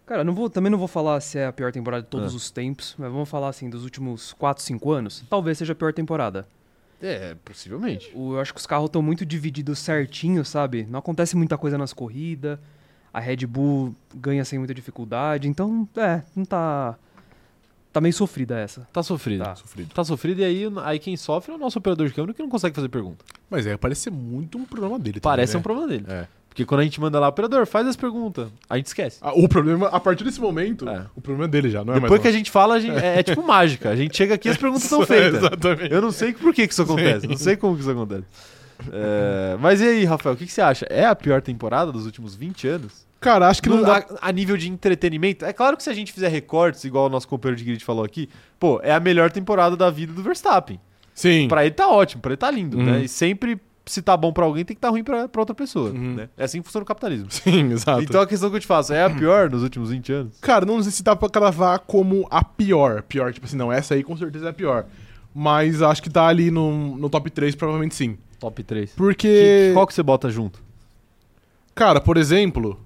Cara, eu não vou, também não vou falar se é a pior temporada de todos
Ah.
os tempos, mas vamos falar assim, dos últimos 4, 5 anos, talvez seja a pior temporada.
É, possivelmente.
O- eu acho que os carros estão muito divididos certinho, sabe? Não acontece muita coisa nas corridas, a Red Bull ganha sem muita dificuldade, então, é, não tá. Tá meio sofrida essa.
Tá sofrido.
Tá.
Tá,
Sofrido.
sofrido, e aí, aí quem sofre é o nosso operador de câmera que não consegue fazer pergunta.
Mas é, parece ser muito um problema dele.
Parece um
também,
problema dele.
né? É.
Porque quando a gente manda lá, operador, faz as perguntas, a gente esquece.
Ah, O problema, a partir desse momento,
É.
o problema é dele já, não é
Depois que a
mais
gente fala, a gente- é, é tipo mágica. A gente chega aqui e as perguntas
(laughs)
são feitas.
Exatamente.
Eu não sei por que, que isso acontece. Não sei como que isso acontece. É, mas e aí, Rafael, o que, que você acha? É a pior temporada dos últimos 20 anos?
Cara, acho que não,
No-
dá.
a, a nível de entretenimento? É claro que se a gente fizer recortes, igual o nosso companheiro de grid falou aqui, pô, é a melhor temporada da vida do Verstappen.
Sim.
Pra ele tá ótimo, pra ele tá lindo,
Uhum.
né? E sempre, se tá bom pra alguém, tem que tá ruim pra, pra outra pessoa.
Uhum.
né? É assim que funciona o capitalismo.
(laughs) Sim, exato.
Então a questão que eu te faço, é a pior nos últimos 20 anos?
Cara, não sei se dá pra cravar como a pior. Pior, tipo assim, não, essa aí com certeza é a pior. Mas acho que tá ali no, no top 3, provavelmente sim.
Top 3.
Porque.
qual que você bota junto?
Cara, por exemplo,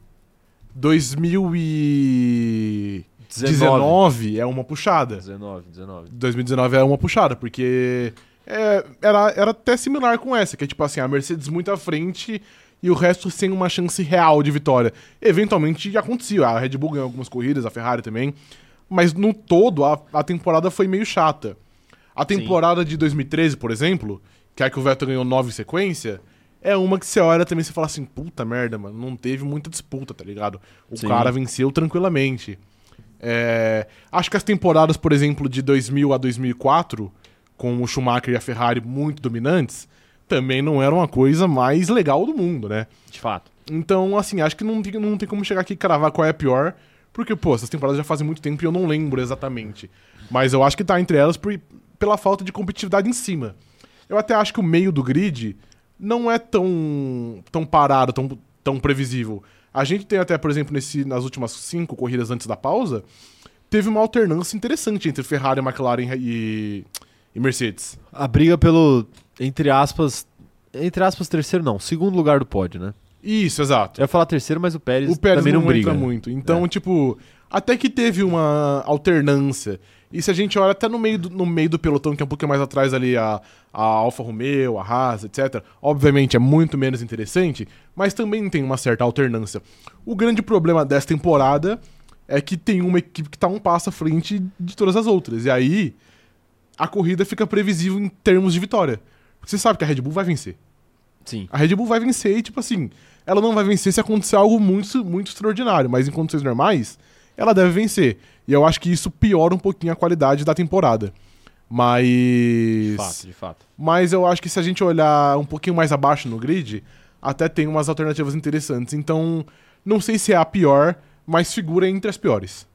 2019 é uma puxada.
19, 19.
2019 era é uma puxada, porque é, era, era até similar com essa, que é tipo assim, a Mercedes muito à frente e o resto sem uma chance real de vitória. Eventualmente já acontecia, a Red Bull ganhou algumas corridas, a Ferrari também, mas no todo a, a temporada foi meio chata. A temporada de 2013, por exemplo, que é a que o Vettel ganhou nove em sequência, é uma que você olha também e você fala assim, puta merda, mano, não teve muita disputa, tá ligado? O
Sim.
cara venceu tranquilamente. É, acho que as temporadas, por exemplo, de 2000 a 2004, com o Schumacher e a Ferrari muito dominantes, também não eram a coisa mais legal do mundo, né?
De fato.
Então, assim, acho que não tem, não tem como chegar aqui e cravar qual é a pior, porque, pô, essas temporadas já fazem muito tempo e eu não lembro exatamente. Mas eu acho que tá entre elas por- pela falta de competitividade em cima. Eu até acho que o meio do grid não é tão, tão parado, tão, tão previsível. A gente tem até, por exemplo, nesse, nas últimas cinco corridas antes da pausa, teve uma alternância interessante entre Ferrari, McLaren e, e Mercedes.
A briga pelo, entre aspas, entre aspas, terceiro não, segundo lugar do pódio, né?
Isso, exato.
Eu ia falar terceiro, mas o Pérez,
O Pérez
também não,
não,
briga. É.
entra muito. Então, tipo, até que teve uma alternância. E se a gente olha até no meio do, no meio do pelotão, que é um pouquinho mais atrás ali, a, a Alfa Romeo, a Haas, etc. Obviamente é muito menos interessante, mas também tem uma certa alternância. O grande problema dessa temporada é que tem uma equipe que tá um passo à frente de todas as outras. E aí, a corrida fica previsível em termos de vitória. Porque você sabe que a Red Bull vai vencer.
Sim.
A Red Bull vai vencer e, tipo assim, ela não vai vencer se acontecer algo muito, muito extraordinário, mas em condições normais, ela deve vencer. E eu acho que isso piora um pouquinho a qualidade da temporada.
De
Mas.
fato, de fato.
Mas eu acho que se a gente olhar um pouquinho mais abaixo no grid, até tem umas alternativas interessantes. Então, não sei se é a pior, mas figura entre as piores.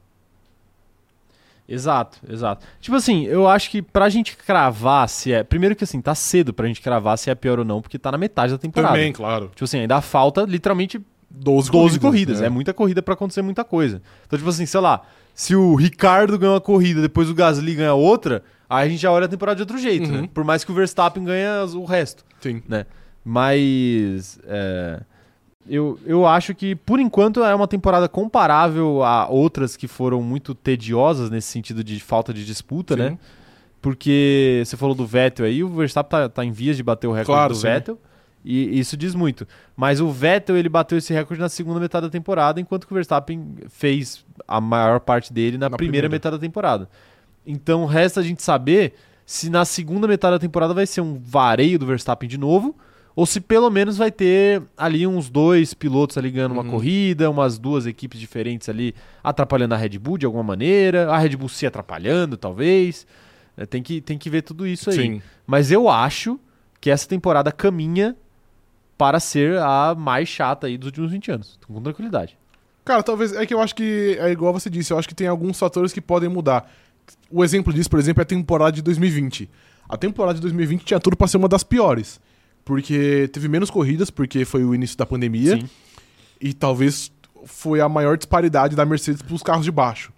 Exato, exato. Tipo assim, eu acho que pra gente cravar se é. Primeiro que assim, tá cedo pra gente cravar se é pior ou não, porque tá na metade da temporada.
claro.
Tipo assim, ainda falta literalmente
12,
12 corridas.
né?
É muita corrida pra acontecer muita coisa. Então, tipo assim, sei lá, se o Ricardo ganha uma corrida, depois o Gasly ganha outra, aí a gente já olha a temporada de outro jeito,
Uhum.
né? Por mais que o Verstappen ganhe as- o resto,
Sim.
né? Mas é, eu, eu acho que, por enquanto, é uma temporada comparável a outras que foram muito tediosas nesse sentido de falta de disputa,
Sim.
né? Porque você falou do Vettel aí, o Verstappen tá, tá em vias de bater o recorde
Claro,
do
sim.
Vettel. E isso diz muito. Mas o Vettel, ele bateu esse recorde na segunda metade da temporada, enquanto que o Verstappen fez a maior parte dele na,
Na
primeira
primeira.
metade da temporada. Então resta a gente saber se na segunda metade da temporada vai ser um vareio do Verstappen de novo, ou se pelo menos vai ter ali uns dois pilotos ali ganhando uma
Uhum.
corrida, umas duas equipes diferentes ali atrapalhando a Red Bull de alguma maneira, a Red Bull se atrapalhando, talvez. É, Tem que, tem que ver tudo isso aí.
Sim.
Mas eu acho que essa temporada caminha para ser a mais chata aí dos últimos 20 anos, com tranquilidade.
Cara, talvez. É que eu acho que. É igual você disse, eu acho que tem alguns fatores que podem mudar. O exemplo disso, por exemplo, é a temporada de 2020. a temporada de 2020 tinha tudo pra ser uma das piores. Porque teve menos corridas, porque foi o início da pandemia.
Sim.
E talvez foi a maior disparidade da Mercedes pros carros de baixo.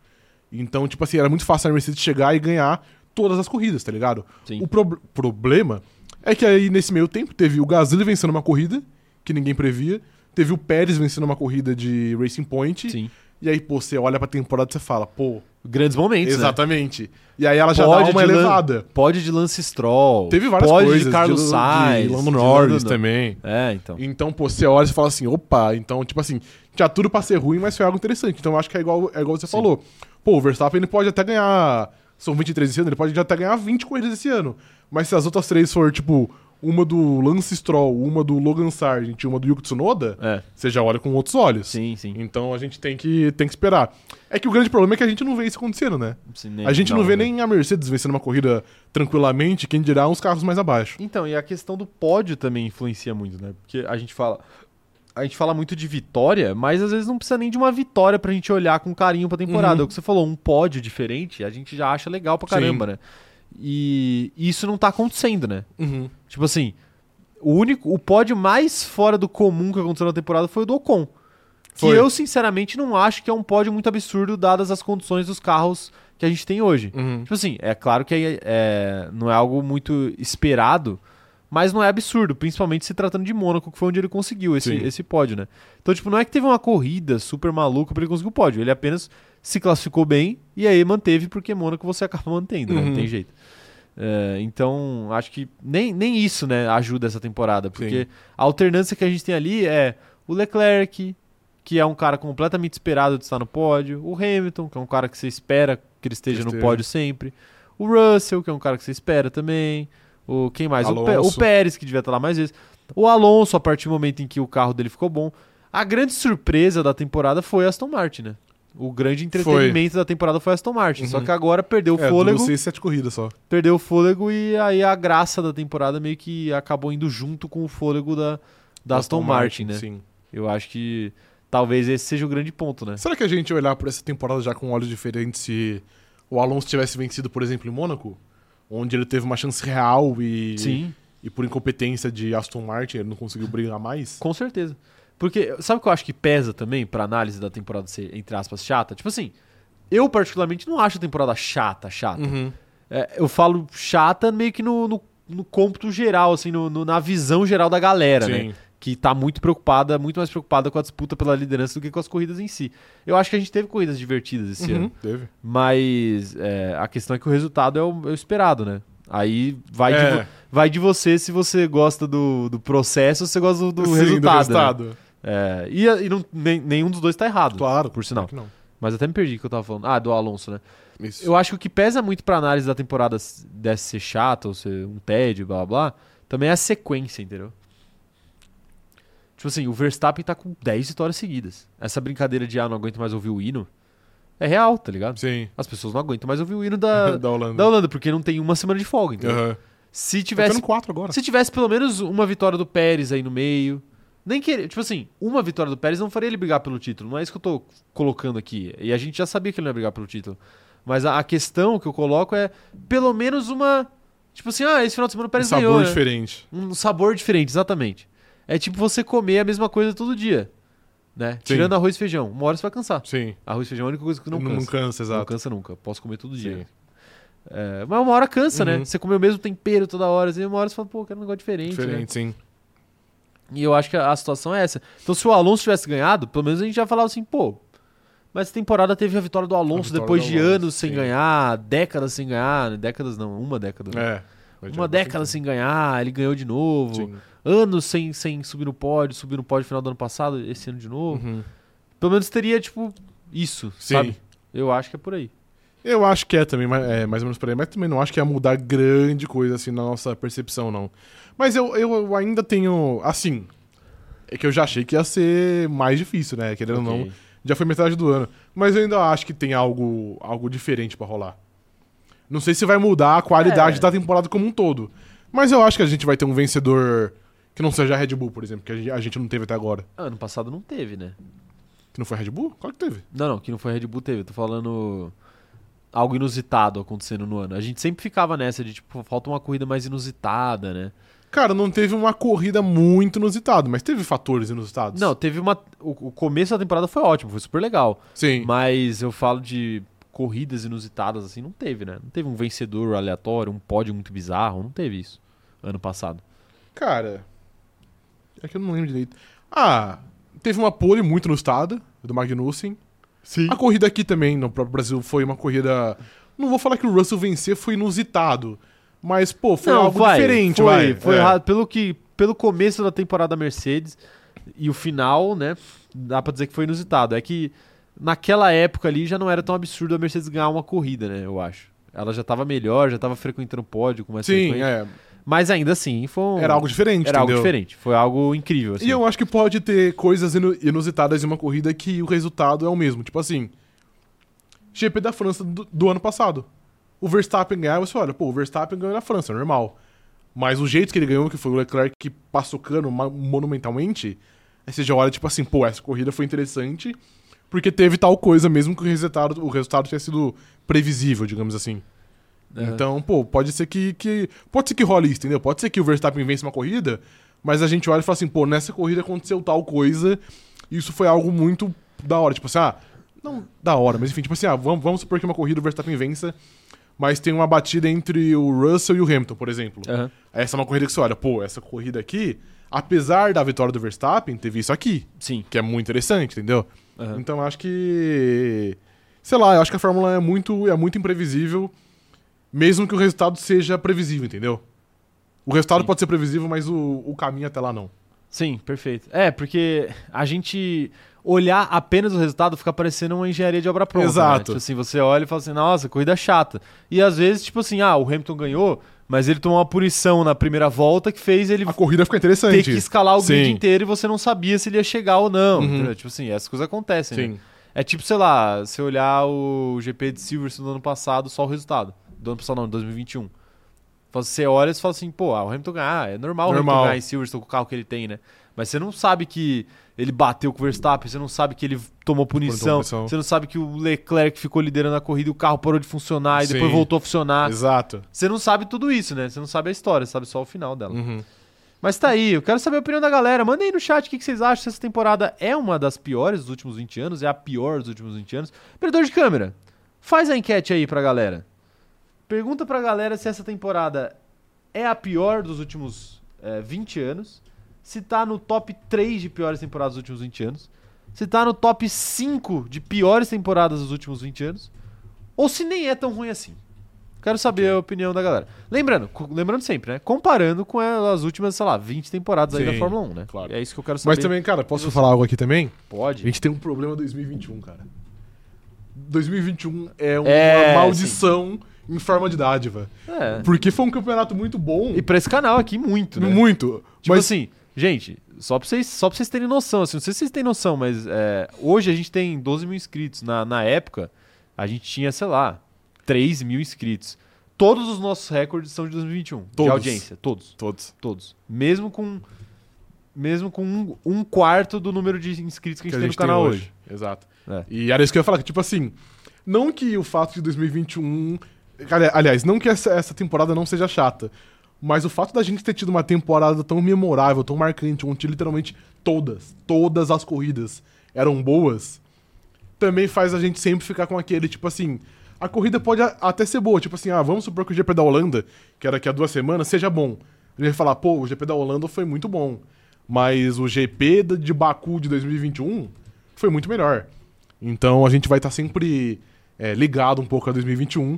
Então, tipo assim, era muito fácil a Mercedes chegar e ganhar todas as corridas, tá ligado?
Sim.
O prob- problema é que aí, nesse meio tempo, teve o Gasly vencendo uma corrida, que ninguém previa. Teve o Pérez vencendo uma corrida de Racing Point.
Sim.
E aí, pô, você olha pra temporada e você fala, pô,
Grandes momentos, né?
exatamente. E aí ela já
Pode
dá uma
de lan-
elevada.
Pode de Lance Stroll.
Teve várias
pode
coisas.
de Carlos
de-
Sainz.
de Lando
de
Norris
Lando-
também.
É, então.
Então, pô, você olha e fala assim, opa, então, tipo assim, tinha tudo pra ser ruim, mas foi algo interessante. Então, eu acho que é igual, é igual você falou. Pô, o Verstappen, ele pode até ganhar, são 23 esse ano, ele pode já até ganhar 20 corridas esse ano. Mas se as outras três for, tipo, uma do Lance Stroll, uma do Logan Sargent e uma do Yuki Tsunoda,
É,
você já olha com outros olhos.
sim, sim.
Então, a gente tem que, tem que esperar. É que o grande problema é que a gente não vê isso acontecendo, né?
Sim, nem-
A gente não, vê
né?
nem a Mercedes vencendo uma corrida tranquilamente, quem dirá uns carros mais abaixo.
Então, e a questão do pódio também influencia muito, né? Porque a gente fala. A gente fala muito de vitória, mas às vezes não precisa nem de uma vitória pra gente olhar com carinho pra temporada.
Uhum.
É o que você falou, um pódio diferente, a gente já acha legal pra
Sim.
caramba, né? E isso não tá acontecendo, né? Tipo assim, o único, o pódio mais fora do comum que aconteceu na temporada foi o do Ocon.
Foi.
Que eu, sinceramente, não acho que é um pódio muito absurdo, dadas as condições dos carros que a gente tem hoje.
Uhum.
Tipo assim, é claro que é- é- não é algo muito esperado, mas não é absurdo, principalmente se tratando de Mônaco, que foi onde ele conseguiu esse,
Sim.
esse pódio, né? Então, tipo, não é que teve uma corrida super maluca pra ele conseguir o pódio. Ele apenas se classificou bem e aí manteve, porque Mônaco você acaba mantendo, né? Não
Uhum.
tem jeito. É, então, acho que nem, nem isso, né, ajuda essa temporada, porque
Sim.
a alternância que a gente tem ali é o Leclerc, que é um cara completamente esperado de estar no pódio, o Hamilton, que é um cara que você espera que ele esteja no
esteja.
pódio sempre, o Russell, que é um cara que você espera também, o quem mais? O, Pe- o
Alonso.
Pérez, que devia estar lá mais vezes, o Alonso, a partir do momento em que o carro dele ficou bom. A grande surpresa da temporada foi a Aston Martin, né? O grande entretenimento da temporada foi a Aston Martin, só
Uhum.
que agora perdeu o
é,
fôlego
durou seis, sete corridas só.
perdeu o fôlego e aí a graça da temporada meio que acabou indo junto com o fôlego da, da Aston Martin, né?
Sim.
Eu acho que talvez esse seja o grande ponto, né?
Será que a gente ia olhar por essa temporada já com olhos diferentes se o Alonso tivesse vencido, por exemplo, em Mônaco? Onde ele teve uma chance real e, e por incompetência de Aston Martin ele não conseguiu brigar mais?
Com certeza. Porque sabe o que eu acho que pesa também pra análise da temporada ser, entre aspas, chata? Tipo assim, eu particularmente não acho a temporada chata, chata.
Uhum.
É, eu falo chata meio que no, no, no cômputo geral, assim, no- no- na visão geral da galera, né? que tá muito preocupada, muito mais preocupada com a disputa pela liderança do que com as corridas em si. Eu acho que a gente teve corridas divertidas esse
Uhum.
ano,
Teve.
mas é, a questão é que o resultado é o, é o esperado, né? Aí vai, de,
É.
vo- vai de você se você gosta do, do processo ou se você gosta do, do
Sim,
resultado. né?
resultado.
É, e a- e não- nem- nenhum dos dois tá errado,
Claro.
por sinal.
claro que não.
Mas até me perdi o que eu tava falando. Ah, do Alonso, né?
Isso.
Eu acho que o que pesa muito pra análise da temporada s- dessa ser chata ou ser um tédio, blá blá, blá, também é a sequência, entendeu? Tipo assim, o Verstappen tá com 10 vitórias seguidas. Essa brincadeira de ah, não aguento mais ouvir o hino é real, tá ligado?
Sim.
As pessoas não aguentam mais ouvir o hino Ah, da,
(laughs) da Holanda.
da Holanda, porque não tem uma semana de folga, entendeu?
Aham.
Se
Tá
tivesse
tendo quatro agora.
se tivesse pelo menos uma vitória do Pérez aí no meio. Nem que. Tipo assim, uma vitória do Pérez não faria ele brigar pelo título. Não é isso que eu tô colocando aqui. E a gente já sabia que ele não ia brigar pelo título. Mas a, a questão que eu coloco é pelo menos uma. Tipo assim, ah, esse final de semana o
Um
Pérez
sabor
ganhou. né?
diferente.
Um sabor diferente, exatamente. É tipo você comer a mesma coisa todo dia. Né? Tirando arroz e feijão. Uma hora você vai cansar.
Sim.
Arroz e feijão é a única coisa que não, cansa. Não
exato.
cansa nunca. Posso comer todo
Sim.
dia. É, mas uma hora cansa, né?
Uhum.
Você comeu o mesmo tempero toda hora. E uma hora você fala, pô, quero um negócio diferente. Né?
Diferente, sim.
E eu acho que a a situação é essa. Então, se o Alonso tivesse ganhado, pelo menos a gente já falava assim, pô. Mas essa temporada teve a vitória do Alonso
vitória
depois
do
de
Alonso,
anos sem
sim.
ganhar, décadas sem ganhar, né? décadas não, uma década. né?
É.
Uma década sem ganhar, ele ganhou de novo.
Sim.
Anos sem, sem subir no pódio, subir no pódio no final do ano passado, esse ano de novo.
Uhum.
Pelo menos teria, tipo, isso,
Sim.
sabe? Eu acho que é por aí.
Eu acho que é também, mas- é, mais ou menos por aí, mas também não acho que ia mudar grande coisa assim na nossa percepção, não. Mas eu, eu, eu ainda tenho. Assim. É que eu já achei que ia ser mais difícil, né? Querendo ou não,
Ok.
já foi metade do ano. Mas eu ainda acho que tem algo, algo diferente pra rolar. Não sei se vai mudar a qualidade
É.
da temporada como um todo. Mas eu acho que a gente vai ter um vencedor que não seja a Red Bull, por exemplo, que a gente, a gente não teve até agora.
ah, Ano passado não teve, né?
Que não foi a Red Bull? Qual que teve?
Não, não, que não foi Red Bull teve. Eu tô falando. algo inusitado acontecendo no ano. A gente sempre ficava nessa de, tipo, falta uma corrida mais inusitada, né?
Cara, não teve uma corrida muito inusitada, mas teve fatores inusitados.
Não, teve uma. O, o começo da temporada foi ótimo, foi super legal.
Sim.
Mas eu falo de corridas inusitadas, assim, não teve, né? Não teve um vencedor aleatório, um pódio muito bizarro, não teve isso ano passado.
Cara. É que eu não lembro direito. Ah, teve uma pole muito inusitada, do Magnussen.
Sim.
A corrida aqui também, no próprio Brasil, foi uma corrida. Não vou falar que o Russell vencer foi inusitado. Mas, pô, foi algo diferente,
foi,
vai.
Foi
É.
errado. Pelo, que, pelo começo da temporada Mercedes e o final, né? Dá pra dizer que foi inusitado. É que naquela época ali já não era tão absurdo a Mercedes ganhar uma corrida, né? Eu acho. Ela já tava melhor, já tava frequentando o pódio com mais
Sim,
frequência.
é.
Mas ainda assim, foi um-
Era algo diferente,
Era algo
entendeu?
diferente. Foi algo incrível, assim.
E eu acho que pode ter coisas inu- inusitadas em uma corrida que o resultado é o mesmo. Tipo assim, GP da França do, do ano passado. O Verstappen ganhava, você olha, pô, o Verstappen ganhou na França, normal. Mas o jeito que ele ganhou, que foi o Leclerc que passou cano ma- monumentalmente, aí você já olha, tipo assim, pô, essa corrida foi interessante, porque teve tal coisa mesmo que o resultado, o resultado tenha sido previsível, digamos assim.
É.
Então, pô, pode ser que, que. Pode ser que role isso, entendeu? Pode ser que o Verstappen vence uma corrida, mas a gente olha e fala assim, pô, nessa corrida aconteceu tal coisa, e isso foi algo muito da hora. Tipo assim, ah, não da hora, mas enfim, tipo assim, ah, vamos, vamos supor que uma corrida o Verstappen vença, mas tem uma batida entre o Russell e o Hamilton, por exemplo.
Aham.
Essa é uma corrida que você olha, pô, essa corrida aqui, apesar da vitória do Verstappen, teve isso aqui,
Sim.
que é muito interessante, entendeu?
Aham.
Então eu acho que. Sei lá, eu acho que a Fórmula é muito, é muito imprevisível, mesmo que o resultado seja previsível, entendeu? O resultado
Sim.
pode ser previsível, mas o, o caminho até lá não.
Sim, perfeito. É, porque a gente olhar apenas o resultado fica parecendo uma engenharia de obra pronta. né?
Exato.
Tipo assim, você olha e fala assim, nossa, corrida chata. E às vezes, tipo assim, ah, o Hamilton ganhou, mas ele tomou uma punição na primeira volta que fez ele
A corrida fica
ter
interessante.
que escalar o grid
Sim.
inteiro e você não sabia se ele ia chegar ou não.
Uhum.
entendeu? Tipo assim, essas coisas acontecem, né?
Sim.
É tipo, sei lá, se olhar o GP de Silverstone do ano passado, só o resultado. Do ano passado não, de 2021. Fala- Você olha e você fala assim, pô, ah, o Hamilton ganhar, é normal, o
Normal.
Hamilton ganhar em Silverstone com o carro que ele tem, né? Mas você não sabe que ele bateu com o Verstappen, você não sabe que ele tomou punição,
punição.
você não sabe que o Leclerc ficou liderando a corrida e o carro parou de funcionar e
Sim.
depois voltou a funcionar.
Exato.
Você não sabe tudo isso, né? Você não sabe a história, você sabe só o final dela.
Uhum.
Mas tá aí, eu quero saber a opinião da galera. Manda aí no chat o que que vocês acham se essa temporada é uma das piores dos últimos 20 anos, é a pior dos últimos 20 anos. Operador de câmera, faz a enquete aí pra galera. Pergunta pra galera se essa temporada é a pior dos últimos eh, 20 anos, se tá no top 3 de piores temporadas dos últimos 20 anos, se tá no top 5 de piores temporadas dos últimos 20 anos, ou se nem é tão ruim assim. Quero saber a opinião da galera. Lembrando, co- lembrando sempre, né? Comparando com as últimas, sei lá, 20 temporadas aí
Sim,
da Fórmula 1, né?
claro.
É isso que eu quero saber.
Mas também, cara, posso falar algo aqui também? A (laughs)
pode.
gente tem um problema 2021, cara. 2021 é uma
É,
maldição em forma de dádiva.
É.
Porque foi um campeonato muito bom.
E pra esse canal aqui, muito, né?
Muito.
Tipo
mas
assim, gente, só pra, vocês, só pra vocês terem noção, assim, não sei se vocês têm noção, mas é, hoje a gente tem 12 mil inscritos. Na, na época, a gente tinha, sei lá, 3 mil inscritos. Todos os nossos recordes são de 2021, de
Todos.
audiência, todos,
todos.
todos. Mesmo com, mesmo com um, um quarto do número de inscritos que a gente, tem no canal hoje.
Exato.
É.
E era isso que eu ia falar, que tipo assim, não que o fato de 2021. ali- Aliás, não que essa, essa temporada não seja chata. Mas o fato da gente ter tido uma temporada tão memorável, tão marcante, onde literalmente todas, todas as corridas eram boas, também faz a gente sempre ficar com aquele, tipo assim, a corrida pode a- até ser boa, tipo assim, ah, vamos supor que o GP da Holanda, que era daqui a duas semanas, seja bom. A gente vai falar, pô, o GP da Holanda foi muito bom, mas o GP da- de Baku de 2021 foi muito melhor. Então a gente vai estar sempre é, ligado um pouco a 2021,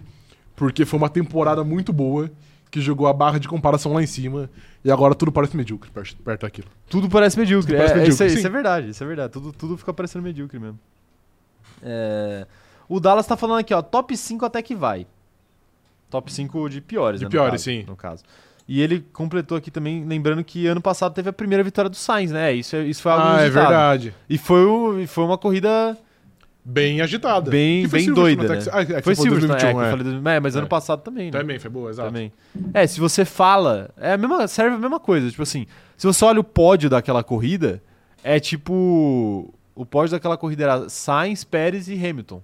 porque foi uma temporada muito boa que jogou a barra de comparação lá em cima e agora tudo parece medíocre perto, perto daquilo.
Tudo parece medíocre.
Tudo parece
é, é
medíocre,
isso, aí,
sim.
isso é verdade, isso é verdade. Tudo, tudo fica parecendo medíocre mesmo. É, O Dallas tá falando aqui, ó, top 5 até que vai. Top 5 de piores,
De
né, no
piores,
caso-
sim.
No caso. E ele completou aqui também, lembrando que ano passado teve a primeira vitória do Sainz, né? Isso, é- isso foi algo
Ah, é
inusitado.
verdade.
E foi, o- e foi uma corrida
Bem agitada.
bem,
Que foi
bem
Silverstone
doida,
até
né?
que você- Ah, é
foi
que você falou
Silverstone,
2021,
é, que
é.
eu falei 2000, é, mas ano
É.
passado também, né?
Também foi boa, exato.
Também. É, se você fala, é a mesma, serve a mesma coisa. Tipo assim, se você olha o pódio daquela corrida, é tipo. O pódio daquela corrida era Sainz, Pérez e Hamilton.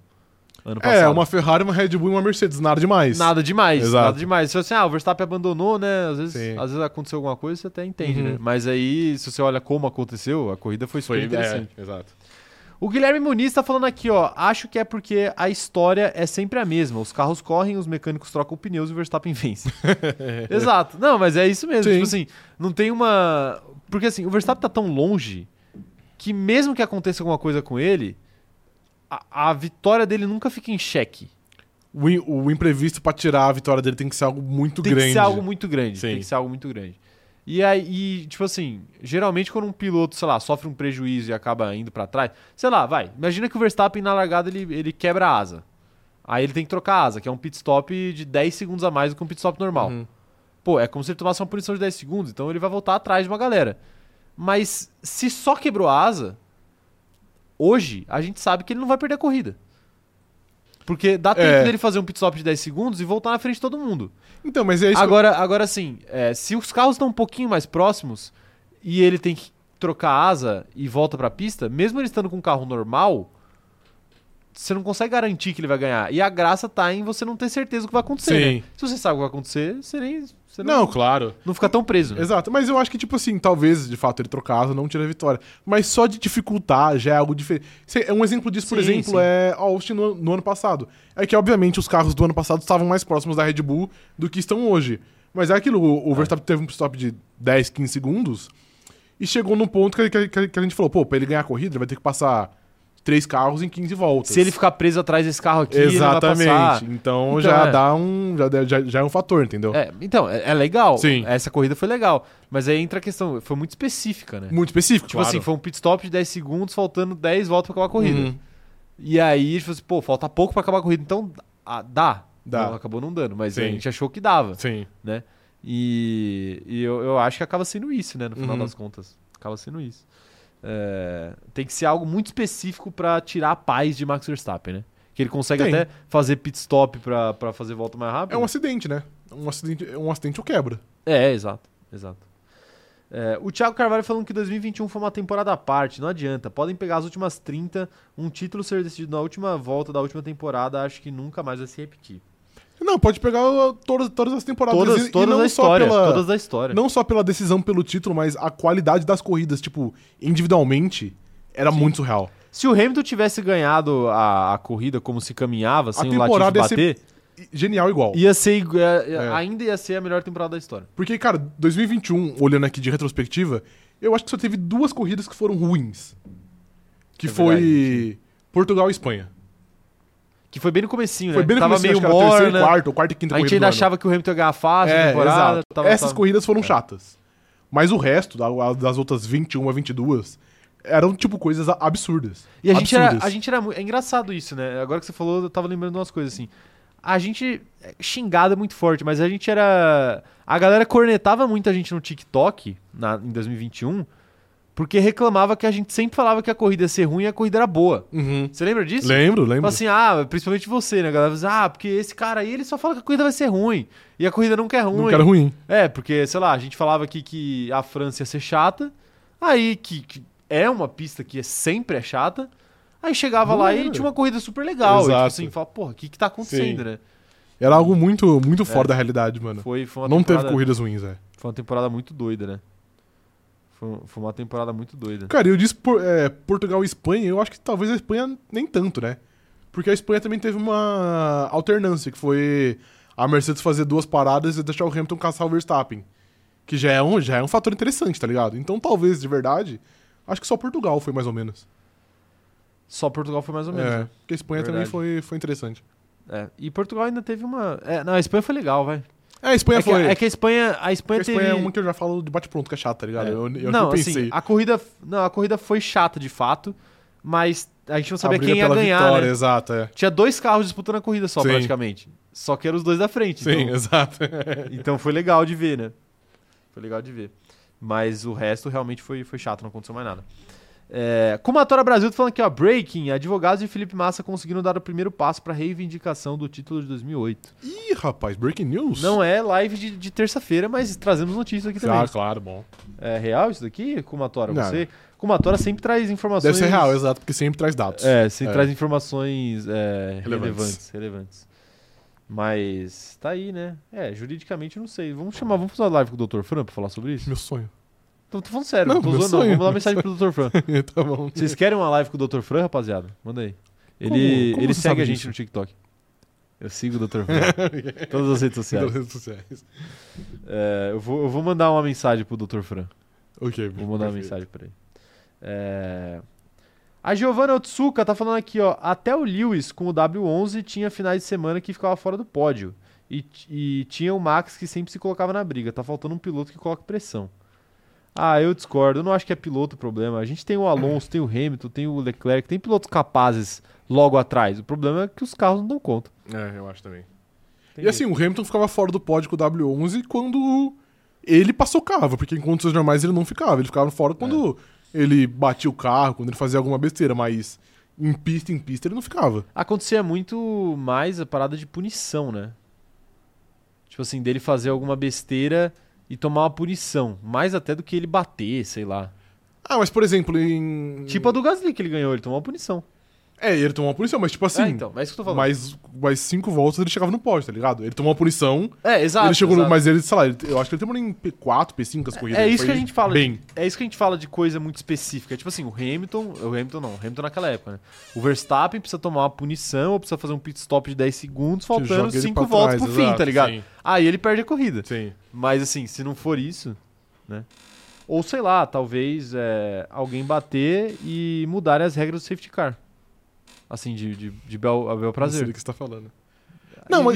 ano passado.
É, uma Ferrari, uma Red Bull e uma Mercedes, nada demais.
Nada demais,
Exato.
nada demais. Se assim, ah, o Verstappen abandonou, né? Às vezes,
Sim.
às vezes aconteceu alguma coisa, você até entende,
Uhum.
né? Mas aí, se você olha como aconteceu, a corrida foi é, super
Foi é.
interessante.
interessante. exato.
O Guilherme Muniz tá falando aqui, ó. Acho que é porque a história é sempre a mesma. Os carros correm, os mecânicos trocam pneus e o Verstappen vence. Exato. Não, mas é isso mesmo.
Sim.
Tipo assim, não tem uma. Porque assim, o Verstappen tá tão longe que mesmo que aconteça alguma coisa com ele, a, a vitória dele nunca fica em xeque.
O, im- o imprevisto pra tirar a vitória dele tem que ser algo muito
tem
grande.
que ser algo muito grande.
Sim.
Tem que ser algo muito grande. E aí, e, tipo assim, geralmente quando um piloto, sei lá, sofre um prejuízo e acaba indo pra trás, sei lá, vai. Imagina que o Verstappen na largada ele, ele quebra a asa. Aí ele tem que trocar a asa, que é um pit stop de 10 segundos a mais do que um pit stop normal.
Uhum.
Pô, é como se ele tomasse uma punição de 10 segundos, então ele vai voltar atrás de uma galera. Mas se só quebrou a asa, hoje a gente sabe que ele não vai perder a corrida. Porque dá
É.
tempo dele fazer um pit stop de 10 segundos e voltar na frente de todo mundo.
Então, mas é isso. que eu-
Agora, agora sim, é, se os carros estão um pouquinho mais próximos e ele tem que trocar a asa e volta pra pista, mesmo ele estando com um carro normal, você não consegue garantir que ele vai ganhar. E a graça tá em você não ter certeza do que vai acontecer.
Sim.
né? Se você sabe o que vai acontecer, você, nem, você não,
Não, claro.
não fica tão preso. né?
Exato, mas eu acho que, tipo assim, talvez, de fato, ele trocar asa não tira a vitória. Mas só de dificultar já é algo diferente. Cê- Um exemplo disso, por
Sim,
exemplo,
sim.
é a Austin no, no ano passado. É que, obviamente, os carros do ano passado estavam mais próximos da Red Bull do que estão hoje. Mas é aquilo, o, o Verstappen teve um pit stop de 10, 15 segundos e chegou num ponto que, que- que- que a gente falou, pô, pra ele ganhar a corrida, ele vai ter que passar três carros em 15 voltas.
Se ele ficar preso atrás desse carro aqui,
Exatamente.
ele vai passar.
Então,
Então,
já
é.
dá um. Já, dá- já, já é um fator, entendeu?
É, então, é, é legal.
Sim.
Essa corrida foi legal. Mas aí entra a questão, foi muito específica, né?
Muito específico,
Tipo assim, foi um pit stop de 10 segundos, faltando 10 voltas pra acabar a corrida.
Uhum.
E aí, tipo assim, pô, falta pouco pra acabar a corrida, então ah, dá.
Dá.
Não, acabou não dando, mas
Sim.
a gente achou que dava,
Sim.
né? E, e eu, eu acho que acaba sendo isso, né? No final
Uhum.
das contas. Acaba sendo isso. É, tem que ser algo muito específico pra tirar a paz de Max Verstappen, né? Que ele consegue
Tem.
até fazer pit stop pra, pra fazer volta mais rápido.
É um acidente, né? Um acidente, um acidente ou quebra.
É, exato, exato. É, o Thiago Carvalho falando que 2021 foi uma temporada à parte, não adianta. Podem pegar as últimas 30, um título ser decidido na última volta da última temporada, acho que nunca mais vai se repetir.
Não, pode pegar uh, todas, todas as temporadas
Todas,
e, e
todas
não
da
só
história,
pela
todas da história.
não só pela decisão pelo título, mas a qualidade das corridas, tipo, individualmente, era muito surreal.
Se o Hamilton tivesse ganhado a, a corrida como se caminhava, sem o Latifi
temporada ia ser-
bater,
E Genial igual.
ia ser, igu- é, é,
É.
ainda ia ser a melhor temporada da história.
Porque, cara, 2021, olhando aqui de retrospectiva, eu acho que só teve duas corridas que foram ruins. Que
É
foi
verdade,
Portugal e Espanha.
Que foi bem no comecinho,
Foi
né?
bem no
Tava
comecinho,
meio
acho que era terceira e
morna.
quarta, ou quarta e quinta
a gente
corrida
ainda
do ano.
achava que o Hamilton ia ganhar fácil na
É,
temporada.
exato.
tava- É.
Essas
tava-
corridas foram chatas. Mas o resto, da- a- das outras 21 a 22, eram, tipo, coisas a- absurdas.
E a gente, era,
Absurdas.
a gente era muito. É engraçado isso, né? Agora que você falou, eu tava lembrando de umas coisas assim. A gente. Xingada muito forte, mas a gente era. A galera cornetava muito a gente no TikTok na, em 2021, porque reclamava que a gente sempre falava que a corrida ia ser ruim e a corrida era boa.
Uhum.
Você lembra disso?
Lembro, lembro.
Fala assim, ah, principalmente você, né? A galera diz, ah, porque esse cara aí, ele só fala que a corrida vai ser ruim. E a corrida nunca é ruim.
Nunca era ruim.
É, porque, sei lá, a gente falava aqui que a França ia ser chata, aí que, que é uma pista que é- sempre é chata, aí chegava
Não
lá e
era.
tinha uma corrida super legal. E, tipo
Exato.
assim, fala, porra, o que que tá acontecendo,
Sim.
né?
Era algo muito, muito fora da realidade, mano.
Foi, foi uma
Não teve
É. temporada,
corridas ruins, é.
Foi uma temporada muito doida, né? Foi, foi uma temporada muito doida.
Cara, eu disse por- é, Portugal e Espanha, eu acho que talvez a Espanha nem tanto, né? Porque a Espanha também teve uma alternância, que foi a Mercedes fazer duas paradas e deixar o Hamilton caçar o Verstappen. Que já é um, já é um fator interessante, tá ligado? Então talvez, de verdade, acho que só Portugal foi mais ou menos.
Só Portugal foi mais ou menos,
É,
né?
porque a Espanha
Verdade.
também foi, foi interessante.
É, E Portugal ainda teve uma. é, não, a Espanha foi legal, vai.
É, a Espanha
É que,
foi.
é que a Espanha. A
a
Espanha,
Espanha
teve.
é uma que eu já falo de bate-pronto, que é chata, tá ligado?
É.
Eu, eu
não,
não pensei.
assim, a corrida, não, a corrida foi chata de fato, mas a gente não
A
sabia
briga
quem ia
pela
ganhar,
vitória,
né?
exato, é.
Tinha dois carros disputando a corrida só,
Sim.
praticamente. Só que eram os dois da frente.
Sim, (laughs)
Então,
exato.
então foi legal de ver, né? Foi legal de ver. Mas o resto realmente foi, foi chato, não aconteceu mais nada. É, Kumatora Brasil tá falando aqui, ó. Breaking, advogados de Felipe Massa conseguiram dar o primeiro passo pra reivindicação do título de 2008.
Ih, rapaz, breaking news? Ah,
Não é live de, de terça-feira, mas trazemos notícias aqui também.
Ah, claro, bom.
É real isso daqui, Kumatora?
Não.
Você. Kumatora sempre traz informações.
Deve ser real, exato, porque sempre traz dados.
É, sempre
É.
traz informações é, relevantes.
Relevantes.
relevantes. Mas tá aí, né? É, juridicamente eu não sei. Vamos chamar, vamos fazer uma live com o Dr. Fran pra falar sobre isso?
(laughs) Meu sonho. (laughs)
Tô, tô falando sério,
Não,
não, tô
meu
zoando,
sonho,
não. Vamos dar mensagem
meu
pro Dr.
(laughs)
Fran.
tá bom.
Vocês querem uma live com o Dr. Fran, rapaziada? Manda aí. Ele,
como
ele segue
você sabe
a gente
disso?
no TikTok. Eu sigo o Dr. Fran. (laughs) Todas as redes
(laughs) Das
sociais.
redes sociais.
É, eu, vou, eu vou mandar uma mensagem pro Dr. Fran.
Ok.
Vou mandar uma
perfeito.
mensagem pra ele. É... A Giovanna Otsuka tá falando aqui, ó. Até o Lewis com o W11 tinha finais de semana que ficava fora do pódio. E, t- e tinha o Max que sempre se colocava na briga. Tá faltando um piloto que coloque pressão. Ah, eu discordo. Eu não acho que é piloto o problema. A gente tem o Alonso, tem o Hamilton, tem o Leclerc, tem pilotos capazes logo atrás. O problema é que os carros não dão conta.
É, eu acho também.
Tem
e assim, o Hamilton ficava fora do pódio com o W11 quando ele passou o carro, porque em condições normais ele não ficava. Ele ficava fora quando
É.
ele batia o carro, quando ele fazia alguma besteira, mas em pista, em pista, ele não ficava.
Acontecia muito mais a parada de punição, né? Tipo assim, dele fazer alguma besteira e tomar uma punição. Mais até do que ele bater, sei lá.
Ah, mas por exemplo, em.
Tipo a do Gasly que ele ganhou, ele tomou uma punição.
É, ele tomou uma punição, mas tipo assim.
é, então, é isso que eu tô falando.
Mais, mais cinco voltas ele chegava no pódio, tá ligado? Ele tomou uma punição,
É, exato.
ele chegou
exato.
no. Mas ele, sei lá, ele- eu acho que ele terminou em P4, P5 as corridas.
É
ele
isso que
foi
a gente fala.
Bem.
É isso que a gente fala de coisa muito específica. Tipo assim, o Hamilton. O Hamilton não, o Hamilton naquela época, né? O Verstappen precisa tomar uma punição ou precisa fazer um pit stop de 10 segundos, faltando
joga ele
5
pra
voltas
trás,
pro fim,
exato,
tá ligado?
sim.
Aí ele perde a corrida.
Sim.
Mas assim, se não for isso, né? Ou sei lá, talvez é, alguém bater e mudar as regras do safety car. Assim, de, de, de bel, a bel
Não sei do
prazer.
que você tá falando.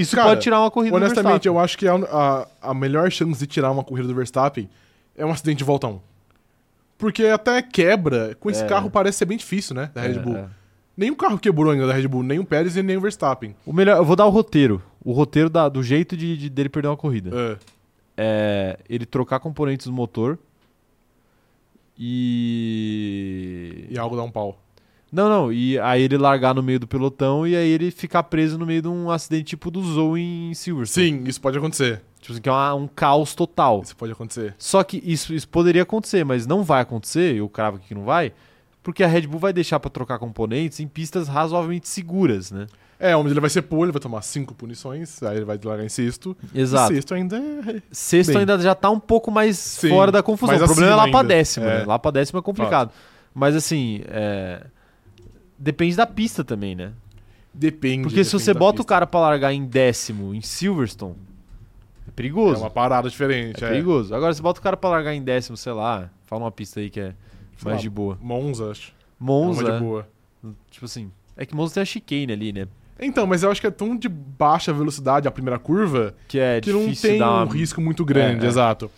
isso
cara,
pode tirar uma corrida
Honestamente,
do Verstappen.
eu acho que a, a, a melhor chance de tirar uma corrida do Verstappen é um acidente de volta 1. Porque até quebra, com esse
É.
carro parece ser bem difícil, né? Da Red
É,
Bull.
é.
Nenhum carro quebrou ainda da Red Bull, nem o Pérez e nem o Verstappen.
O melhor, eu vou dar o roteiro. O roteiro da- do jeito de, de- dele perder uma corrida.
É.
É ele trocar componentes do motor. E.
E algo dá um pau.
Não, não. E aí ele largar no meio do pelotão e aí ele ficar preso no meio de um acidente tipo do Zou em Silverstone.
Sim, isso pode acontecer.
Tipo assim, que é uma- um caos total.
Isso pode acontecer.
Só que isso, isso poderia acontecer, mas não vai acontecer, eu cravo aqui que não vai, porque a Red Bull vai deixar pra trocar componentes em pistas razoavelmente seguras, né?
É, onde ele vai ser pole, ele vai tomar cinco punições, aí ele vai largar em sexto. E sexto ainda é.
Sexto
Bem.
ainda já tá um pouco mais
Sim,
fora da confusão.
mas
O problema é
acima
lá pra
ainda.
décima,
É.
né? Lá pra décima é complicado. Mas assim, é, depende da pista também, né?
Depende. tá
Porque se
depende
você
da
bota o
pista.
cara pra largar em décimo em Silverstone, é perigoso.
É uma parada diferente.
É perigoso. Agora, se bota o cara pra largar em décimo, sei lá, fala uma pista aí que é
Sei
mais
lá,
de boa.
Monza, acho.
Monza.
É uma de boa.
Tipo assim, é que Monza tem a chicane ali, né?
Então, mas eu acho que é tão de baixa velocidade a primeira curva
Que é
que não
difícil
tem
dar uma...
um risco muito grande,
É, é.
exato.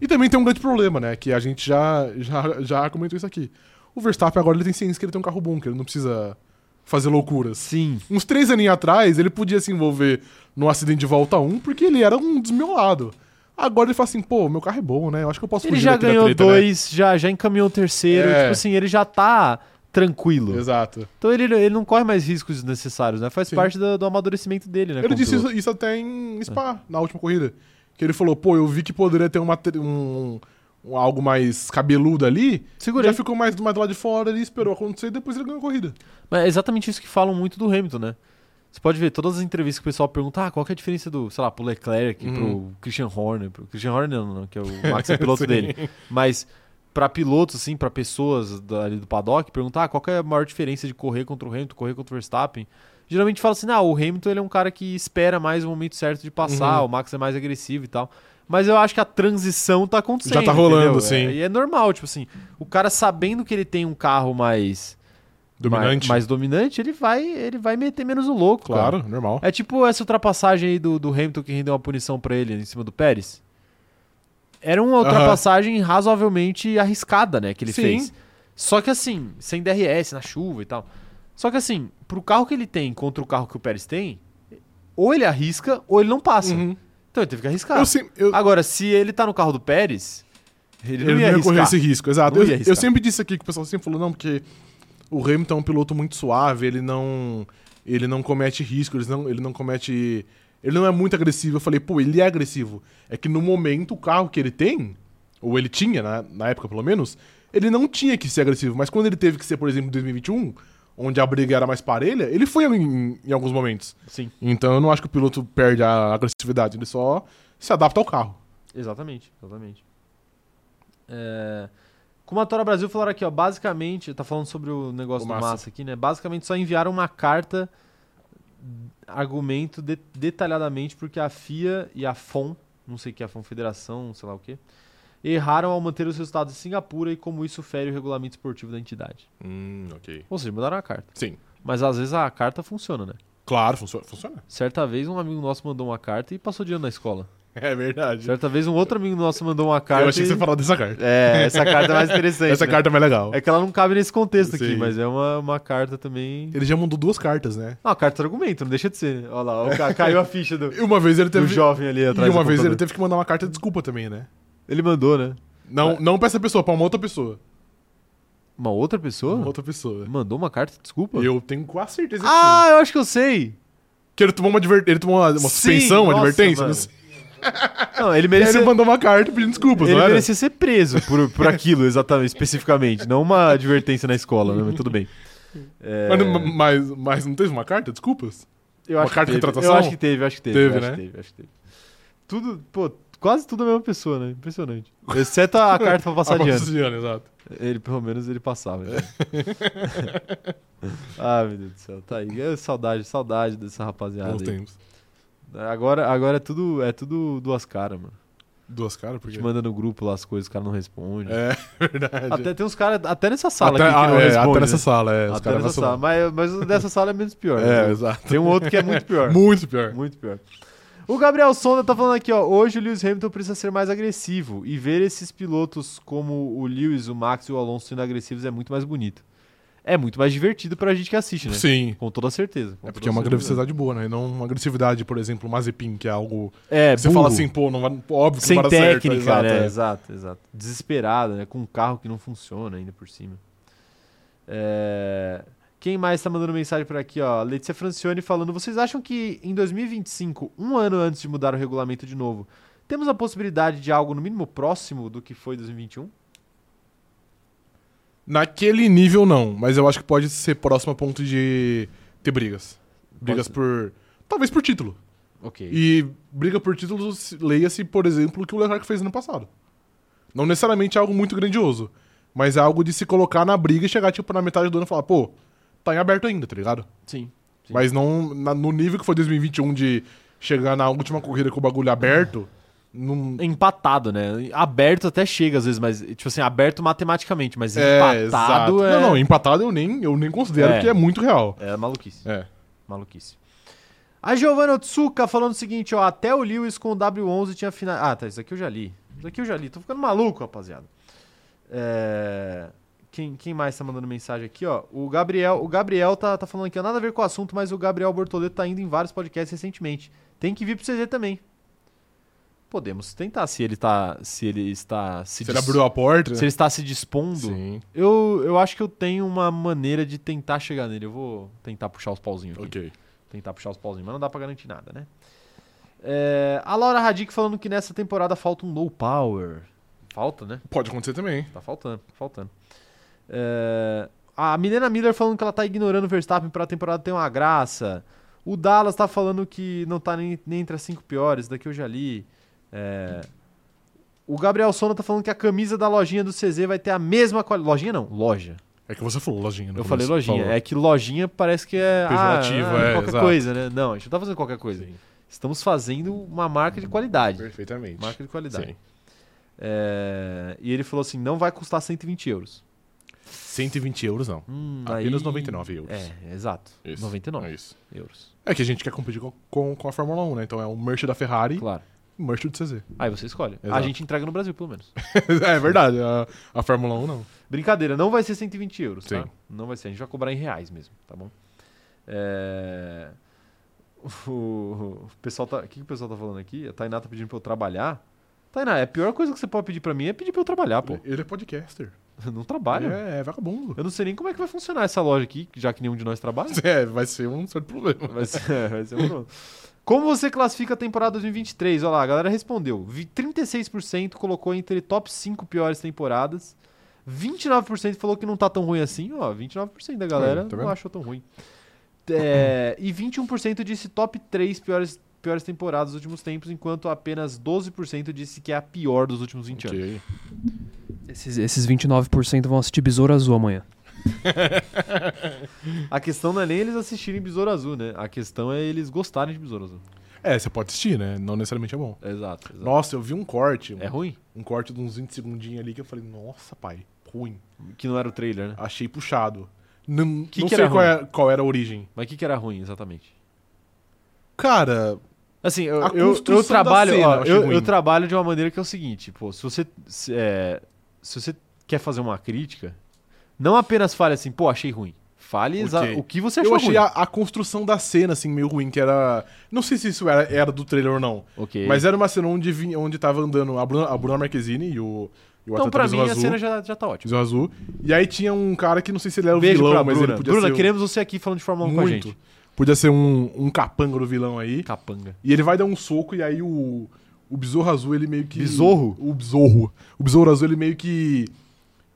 E também tem um grande problema, né? Que a gente já, já, já comentou isso aqui. O Verstappen agora ele tem ciência que ele tem um carro bom, que ele não precisa fazer loucuras.
Sim.
Uns três aninhos atrás, ele podia se envolver num acidente de volta um, porque ele era um desmiolado. Agora ele fala assim, pô, meu carro é bom, né? Eu acho que eu posso
Ele
fugir
já
daqui da
ganhou
treta, né?"
dois, já, já encaminhou o terceiro.
É.
Tipo assim, ele já tá tranquilo.
Exato.
Então ele, ele não corre mais riscos desnecessários, né? Faz
Sim.
parte do, do amadurecimento dele, né?
Ele
como
disse
piloto.
isso, isso até em Spa, na última corrida. Que ele falou, pô, eu vi que poderia ter uma, tre- um, um- algo mais cabeludo ali.
Segurei.
Já ficou mais, mais do lado de fora, ele esperou acontecer e depois ele ganhou a corrida.
Mas é exatamente isso que falam muito do Hamilton, né? Você pode ver todas as entrevistas que o pessoal pergunta, ah, qual que é a diferença do, sei lá, pro Leclerc,
Uhum.
pro Christian Horner, pro Christian Horner não, não, que é
(laughs)
o Max é piloto dele. Mas pra pilotos, assim, pra pessoas da- ali do paddock, perguntar ah, qual que é a maior diferença de correr contra o Hamilton, correr contra o Verstappen. Geralmente fala assim, ah, o Hamilton ele é um cara que espera mais o momento certo de
Uhum.
passar, o Max é mais agressivo e tal. Mas eu acho que a transição tá acontecendo.
Já tá rolando,
entendeu?
sim.
É, e é normal, tipo assim, o cara sabendo que ele tem um carro mais mais,
Dominante.
mais dominante, ele vai, ele vai meter menos o louco,
claro,
cara.
normal.
É tipo essa ultrapassagem aí do, do Hamilton que rendeu uma punição pra ele em cima do Pérez. Era uma ultrapassagem razoavelmente arriscada, né, que ele
Sim.
fez. Só que assim, sem DRS, na chuva e tal. Só que assim, pro carro que ele tem contra o carro que o Pérez tem, ou ele arrisca ou ele não passa.
Uhum.
Então ele teve que arriscar.
Eu, sim, eu,
Agora, se ele tá no carro do Pérez, ele,
ele
não ia arriscar.
correr esse risco, exato.
Não
Eu,
ia
eu
arriscar.
sempre disse aqui que o pessoal sempre falou, não, porque o Hamilton é um piloto muito suave, ele não, ele não comete risco, ele não, ele não comete... Ele não é muito agressivo. Eu falei, pô, ele é agressivo. É que no momento o carro que ele tem, ou ele tinha, né, na, na época pelo menos, ele não tinha que ser agressivo, mas quando ele teve que ser, por exemplo, em 2021, onde a briga era mais parelha, ele foi em, em alguns momentos.
Sim,
Então eu não acho que o piloto perde a agressividade, ele só se adapta ao carro.
exatamente, exatamente. É... Kumatora Brasil falaram aqui, ó, basicamente, tá falando sobre o negócio
O
do
Massa.
Massa aqui, né? Basicamente só enviaram uma carta argumento de- detalhadamente porque a FIA e a FOM, não sei o que é a FOM Federação, sei lá o que, erraram ao manter os resultados em Singapura e como isso fere o regulamento esportivo da entidade.
Hum, ok.
Ou seja, mandaram a carta.
Sim.
Mas às vezes a carta funciona, né?
Claro, funciona. funciona. (laughs) Certo.
Certa vez um amigo nosso mandou uma carta e passou de ano na escola.
É verdade.
Certa vez um outro amigo nosso mandou uma carta.
Eu achei que você
e-
falou dessa carta.
É, essa carta é mais interessante.
Essa
né?
carta é mais legal.
É que ela não cabe nesse contexto aqui,
Sim.
mas é uma, uma carta também.
Ele já mandou duas cartas, né?
Ah, carta de argumento, não deixa de ser. né? Olha lá, o ca- caiu a ficha do,
E uma vez ele
do
(laughs) teve.
jovem ali atrás.
E uma
do
vez ele
computador.
teve que mandar uma carta de desculpa também, né?
Ele mandou, né?
Não, não pra essa pessoa, pra uma outra pessoa.
Uma outra pessoa?
Uma outra pessoa.
Mandou uma carta, de desculpa?
E eu assim. tenho quase certeza que
Ah, eu acho que eu sei.
sim. Que ele tomou uma, adver... ele tomou uma, uma
Sim,
suspensão, uma
nossa,
advertência.
mano.
Não sei.
(laughs) Não, ele
E aí
merecia,
ele mandou uma carta pedindo desculpas,
ele
não era?
merecia ser preso por, por aquilo, exatamente, especificamente. Não uma advertência na escola, né? Mas tudo bem. É,
Mas, não- mas, mas não teve uma carta? Desculpas?
eu
uma
acho que
carta de
teve.
retratação?
Eu acho que teve, eu acho que teve.
Teve,
eu acho
né?
que teve, eu acho que teve. Tudo, pô, quase tudo a mesma pessoa, né? Impressionante. Exceto
(laughs)
a carta pra passar
Ah,
de ano.
passagiano, exato.
Ele, pelo menos, ele passava.
(laughs)
então. ah, meu Deus do céu, tá aí. É saudade, saudade dessa rapaziada.
Bons
aí.
tempos.
Agora, agora é tudo, é tudo duas caras, mano.
Duas caras,
A
porque.
gente manda no grupo lá as coisas, os caras não respondem.
É, (laughs) verdade.
Até tem uns caras, até nessa sala aqui que
ah,
não
é,
responde.
até nessa
né?
sala, é. os
Até
caras
nessa
vacilam.
sala. Mas, mas o dessa sala é menos pior.
É,
né?
exato.
Tem um outro que é muito
(laughs)
pior.
Muito pior.
Muito pior. O Gabriel Sonda tá falando aqui, ó. Hoje o Lewis Hamilton precisa ser mais agressivo. E ver esses pilotos como o Lewis, o Max e o Alonso sendo agressivos é muito mais bonito. É muito mais divertido pra gente que assiste, né?
Sim.
Com toda certeza. com toda
É porque é uma
certeza.
agressividade boa, né? E não uma agressividade, por exemplo, Mazepin, que é algo.
É,
que você
burro,
fala assim, pô, não vai, pô, óbvio que
sem
não vai dar certo,
técnica,
exato,
né?
é.
Exato, exato. Desesperada, né? Com um carro que não funciona ainda por cima. É, Quem mais tá mandando mensagem por aqui, ó? Letícia Francione falando: vocês acham que em 2025, um ano antes de mudar o regulamento de novo, temos a possibilidade de algo no mínimo próximo do que foi 2021?
Naquele nível, não. Mas eu acho que pode ser próximo a ponto de ter brigas. Brigas
Pode-
por. Talvez por título.
Ok.
E briga por título, se- leia-se, por exemplo, o que o Leclerc fez ano passado. Não necessariamente algo muito grandioso, mas é algo de se colocar na briga e chegar, tipo, na metade do ano e falar, pô, tá em aberto ainda, tá ligado?
Sim. Sim.
Mas não na- no nível que foi 2021 de chegar na última corrida com o bagulho aberto, não.
Empatado, né? Aberto até chega às vezes, mas, tipo assim, aberto matematicamente, mas
exato.
empatado é.
Não, não, empatado eu nem, eu nem considero
É.
porque é muito real.
É maluquice.
É.
Maluquice. A Giovanna Otsuka falando o seguinte, ó. Até o Lewis com o W11 tinha final. Ah, tá. Isso aqui eu já li. Isso aqui eu já li. Tô ficando maluco, rapaziada. É, Quem, quem mais tá mandando mensagem aqui, ó? O Gabriel, o Gabriel tá, tá falando aqui, ó, nada a ver com o assunto, mas o Gabriel Bortoleto tá indo em vários podcasts recentemente. Tem que vir pro CZ também. Podemos tentar se ele tá. Se ele está se,
Se ele
dis-
abriu a porta.
se ele está se dispondo.
né? Sim,
Eu, eu acho que eu tenho uma maneira de tentar chegar nele. Eu vou tentar puxar os pauzinhos aqui
ok.
tentar puxar os pauzinhos, mas não dá pra garantir nada, né? É, a Laura Radic falando que nessa temporada falta um low power. Falta, né?
Pode acontecer também.
Tá faltando, tá faltando. É, a Milena Miller falando que ela tá ignorando o Verstappen pra temporada ter uma graça. O Dallas tá falando que não tá nem, nem entre as cinco piores, daqui eu já li. É, o Gabriel Sona tá falando que a camisa da lojinha do CZ vai ter a mesma qualidade. Lojinha não, loja.
É que você falou lojinha. no
Eu
começo,
falei lojinha.
falou.
É que lojinha parece que é.
Pejorativo,
ah, ah,
é,
Qualquer
exato.
coisa, né? Não, a gente não tá fazendo qualquer coisa.
Sim,
Estamos fazendo uma marca de qualidade.
perfeitamente.
Marca de qualidade.
Sim.
É, E ele falou assim: não vai custar 120 euros.
120 euros não.
Hum,
Apenas
aí-
99 euros.
É, exato.
Isso.
99
É isso.
euros.
É que a gente quer competir com, com, com a Fórmula 1, né? Então é um merch da Ferrari
Claro.
e um merch do CZ.
Aí você escolhe. A
Exato.
gente entrega no Brasil, pelo menos.
(laughs) é verdade, a, a Fórmula 1 não.
Brincadeira, não vai ser 120 euros, tá?
Sim.
Não vai ser. A gente vai cobrar em reais mesmo, tá bom? É, (laughs) O, o pessoal tá. O que, que o pessoal tá falando aqui? A Tainá tá pedindo pra eu trabalhar. Tainá, é a pior coisa que você pode pedir pra mim é pedir pra eu trabalhar, pô.
Ele é podcaster.
Eu não trabalho.
É, é vagabundo. (laughs)
Eu não sei nem como é que vai funcionar essa loja aqui, já que nenhum de nós trabalha.
É, vai ser um certo problema.
Vai ser, (laughs) é, vai ser um problema. Como você classifica a temporada 2023? Olha lá, a galera respondeu. Vi- 36% colocou entre top 5 piores temporadas. 29% falou que não tá tão ruim assim, ó. 29% da galera
Aí, tá
não
vendo?
achou tão ruim. É, e 21% disse top 3 piores, piores temporadas dos últimos tempos, enquanto apenas 12% disse que é a pior dos últimos 20 anos.
Ok.
Esses, esses 29% vão assistir Besouro Azul amanhã.
A questão não é nem eles assistirem Besouro Azul, né? A questão é eles gostarem de Besouro Azul.
É, você pode assistir, né? Não necessariamente é bom.
Exato. exato.
Nossa, eu vi um corte.
É
Um,
ruim?
um corte de uns 20 segundinhos ali que eu falei, nossa, pai, ruim.
Que não era o trailer, né?
Achei puxado. Não,
Que
não
que
sei
era
qual,
ruim?
é- qual era a origem.
Mas o que, que era ruim, exatamente?
Cara,
Assim, eu,
A
eu,
construção
eu trabalho,
da cena,
ó,
eu achei
eu,
ruim.
eu trabalho de uma maneira que é o seguinte, pô, se você se, é, se você quer fazer uma crítica, não apenas fale assim, pô, achei ruim. Fale exa-
Ok.
o que você achou
eu achei
ruim.
a, a construção da cena, assim, meio ruim, que era. Não sei se isso era, era do trailer ou não.
Ok.
Mas era uma cena onde, vinha, onde tava andando a Bruna, a Bruna Marquezine e o. E o
então,
atleta
pra
Visão
mim, a
azul,
cena já, já tá ótima.
Visão azul. E aí tinha um cara que não sei se ele era o
Beijo
vilão,
pra
mas
Bruna.
ele podia
Bruna,
ser. um-
queremos você aqui falando de Fórmula 1 com a
muito.
gente.
Podia ser um, um capanga do vilão aí.
Capanga.
E ele vai dar um soco e aí o, o Besouro Azul, ele meio que...
Besouro?
O Besouro. O Besouro Azul, ele meio que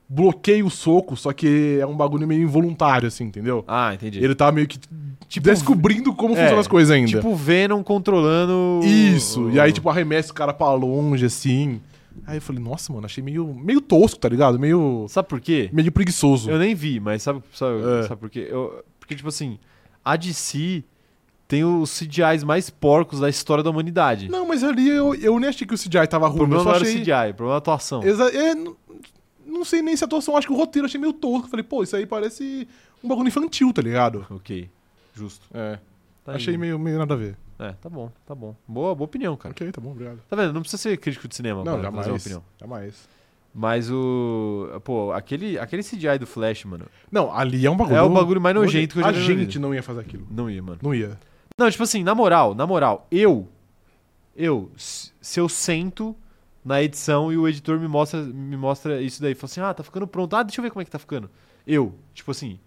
bloqueia o soco, só que é um bagulho meio involuntário, assim, entendeu?
Ah, entendi.
Ele tá meio que
Tipo-
descobrindo como
É,
funcionam as coisas ainda.
tipo o Venom controlando... o-
Isso. E aí, tipo, arremessa o cara pra longe, assim. Aí eu falei, nossa, mano, achei meio, meio tosco, tá ligado? Meio,
Sabe por quê?
meio preguiçoso.
Eu nem vi, mas sabe, sabe,
É.
sabe por quê? Eu- porque, tipo assim, a DC tem os CGIs mais porcos da história da humanidade.
Não, mas ali eu, eu nem achei que o CGI tava
o
ruim.
problema
eu só
não era
achei...
o CGI, o problema é a atuação.
Exa- é, n- não sei nem se a atuação, acho que o roteiro eu achei meio tosco. Falei, pô, isso aí parece um bagulho infantil, tá ligado?
Ok, justo.
É.
Tá
achei
aí.
meio, meio nada a ver.
É, tá bom, tá bom. Boa, boa opinião, cara.
Ok, tá bom, obrigado.
Tá vendo? Não precisa ser crítico de cinema
Não,
pra fazer uma
jamais.
opinião.
Jamais.
Mas o... Pô, aquele, aquele CGI do Flash, mano,
Não, ali é um bagulho.
É o bagulho mais nojento que eu já
A
vi na
gente
vida.
não ia fazer aquilo.
não ia, mano.
Não ia.
Não, tipo assim, na moral, na moral, eu. Eu, se se eu sento na edição e o editor me mostra, me mostra isso daí, fala assim, ah, tá ficando pronto, ah, deixa eu ver como é que tá ficando. Eu, tipo assim,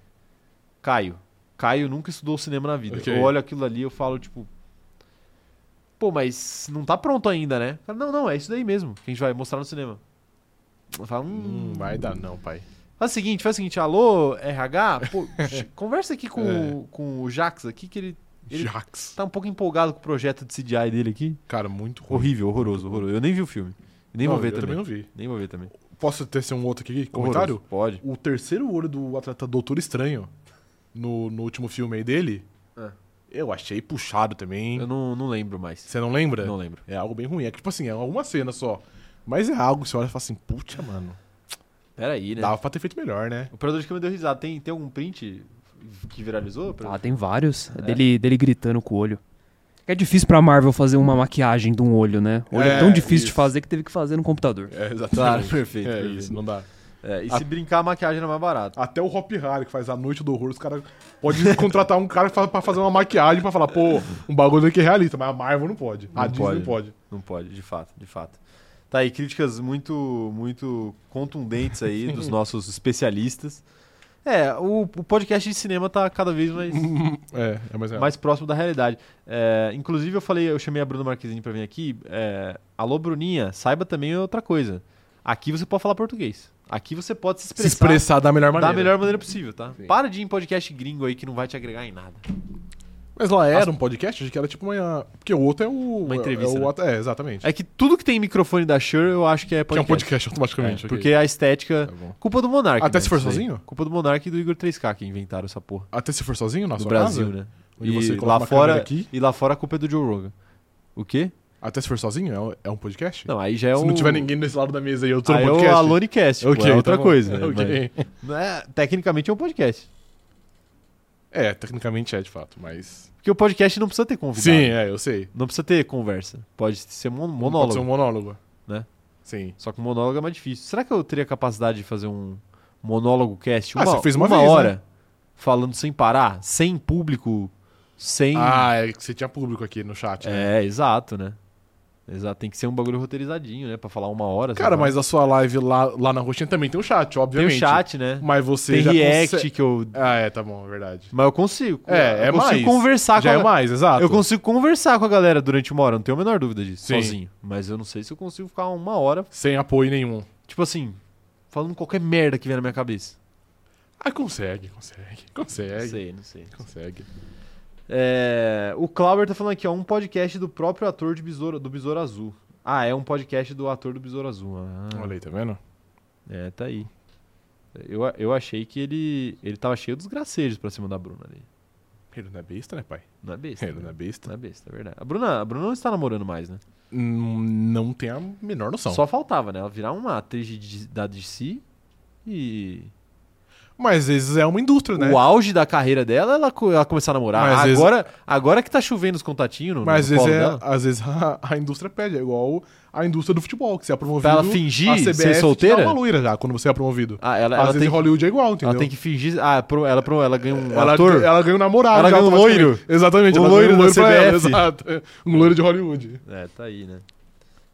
Caio. Caio nunca estudou cinema na vida.
Ok.
Eu olho aquilo ali eu falo, tipo. Pô, mas não tá pronto ainda, né? Cara, não, não, é isso daí mesmo que a gente vai mostrar no cinema. Eu falo, hum,
Não vai dar, não, pai.
Faz o seguinte, faz o seguinte, alô, RH, pô, conversa aqui com, o- com o Jax aqui, que ele Ele-
Jax.
tá um pouco empolgado com o projeto de CGI dele aqui.
Cara, muito ruim.
Horrível, horroroso, horroroso. Eu nem vi o filme. Nem
Não,
vou ver
eu
também.
também não vi.
Nem vou ver também.
Posso ter ser um outro aqui?
Horroroso.
Comentário?
Pode.
O terceiro olho do atleta Doutor Estranho, no, no último filme aí dele,
É.
eu achei puxado também.
Eu não, não lembro mais.
Você não lembra?
Não lembro.
É algo bem ruim. É que, tipo assim, é alguma cena só. Mas é algo que você olha e fala assim, puta, mano,
Pera aí, né?
dava pra ter feito melhor, né?
O operador de câmera deu risada. Tem, tem algum print que viralizou? operador?
Ah, tem vários. É Dele, dele gritando com o olho. É difícil pra Marvel fazer uma maquiagem de um olho, né? O olho é,
É,
tão difícil de
isso.
fazer que teve que fazer no computador.
É, exatamente.
Claro, (laughs)
(laughs)
perfeito,
É
perfeito.
isso, Ah. não dá.
É, e se brincar, a maquiagem era mais barata.
Até o Hop Harry, que faz a noite do horror, os caras podem (laughs) contratar um cara fa- pra fazer uma maquiagem pra falar, pô, um bagulho aqui é realista, mas a Marvel não pode. a
Não
Disney não pode.
Não pode, de fato, de fato. Tá aí, críticas muito, muito contundentes
(laughs)
aí dos nossos especialistas. É, o, o podcast de cinema tá cada vez mais
É, é mais real.
mais próximo da realidade. É, inclusive, eu falei, eu chamei a Bruna Marquezine pra vir aqui. É, Alô, Bruninha, saiba também outra coisa. Aqui você pode falar português. Aqui você pode se
se
expressar,
expressar da melhor maneira.
da melhor maneira possível, tá?
Sim.
Para de ir em podcast gringo aí que não vai te agregar em nada.
Mas lá era um podcast, achei que era tipo uma. Porque o outro é o.
Uma entrevista,
É,
né?
o outro- é, exatamente.
É que tudo que tem microfone da Shure eu acho que é
Que é um
podcast.
podcast automaticamente.
É,
ok.
Porque a estética.
Tá bom.
Culpa do Monark.
Até
né,
se for
isso daí.
sozinho?
Culpa do Monark e do Igor 3K que inventaram essa porra.
Até se for sozinho na
do
sua
Brasil,
casa?
né?
Onde
E
você coloca
lá
uma
fora,
câmera aqui?
E lá fora a culpa é do Joe Rogan. O quê?
Até se for sozinho? É um, é um podcast?
Não, aí já é
se
um.
não tiver ninguém desse lado da mesa e eu tô no
Aí é
podcast.
o Alonecast, tipo,
Ok,
é outra
tá bom.
coisa. né? Mas-
(laughs) Ok.
não é- tecnicamente é um podcast.
É, tecnicamente é de fato, mas.
Porque o podcast não precisa ter convidado.
Sim, é, eu sei.
Não precisa ter conversa. Pode ser mon-
Pode ser
monólogo.
um monólogo.
Né?
Sim.
Só que o monólogo é mais difícil. Será que eu teria capacidade de fazer um monólogo cast?
Ah,
Uma,
você fez uma vez,
hora falando sem parar, sem público, sem.
Ah, é que você tinha público aqui no chat. né?
é, exato, né? Exato. Tem que ser um bagulho roteirizadinho, né? Pra falar uma hora.
Cara,
sei lá.
mas a sua live lá, lá na roxinha também tem um chat,
Tem o
obviamente.
chat, né?
Mas você
Tem
já
react
consegue-
que eu.
Ah, é, tá bom, é verdade.
Mas eu consigo.
É, é
eu consigo
mais.
conversar
Já
Tá com a
é mais, exato.
Eu consigo conversar com a galera durante uma hora, não tenho a menor dúvida disso,
Sim.
sozinho. Mas eu não sei se eu consigo ficar uma hora.
Sem apoio nenhum.
Tipo assim, falando qualquer merda que vier na minha cabeça.
Ah, consegue, consegue,
Não
consegue.
sei, não sei.
Consegue.
É, o Clauber tá falando aqui, ó, um podcast do próprio ator de Besouro, do Besouro Azul. Ah, é um podcast do ator do Besouro Azul. Ah,
Olha aí, tá vendo?
É, tá aí. Eu, eu achei que ele, ele tava cheio dos gracejos pra cima da Bruna ali.
Ele não é besta, né, pai?
Não é besta.
Ele não
né?
é besta.
Não é besta, é verdade. A Bruna, a Bruna não está namorando mais, né?
Hum, Não tem a menor noção.
Só faltava, né? Ela virar uma atriz de- de- da DC e.
Mas às vezes é uma indústria, né?
O auge da carreira dela, ela, co- ela começar a namorar.
Mas às vezes-
agora, agora que tá chovendo os contatinhos no,
Mas às
no
vezes,
colo
é-
dela.
às vezes (laughs) a, a indústria pede, é igual a indústria do futebol, que você é promovido.
Pra ela fingir
a CBF
ser
te
solteira?
dá uma loira já quando você é promovido.
Ah, ela,
tá às
ela,
vezes
tem,
em Hollywood é igual, entendeu?
ela tem que fingir. Ah, pro- ela, pro- ela ganha um
Ela,
ator.
ela ganha um namorado.
Ela
já
ganha um
automaticamente.
loiro.
Exatamente,
Um
ela
loiro
ganha um
da
pra ela,
CBF.
exato. Um loiro de Hollywood.
É, tá aí, né?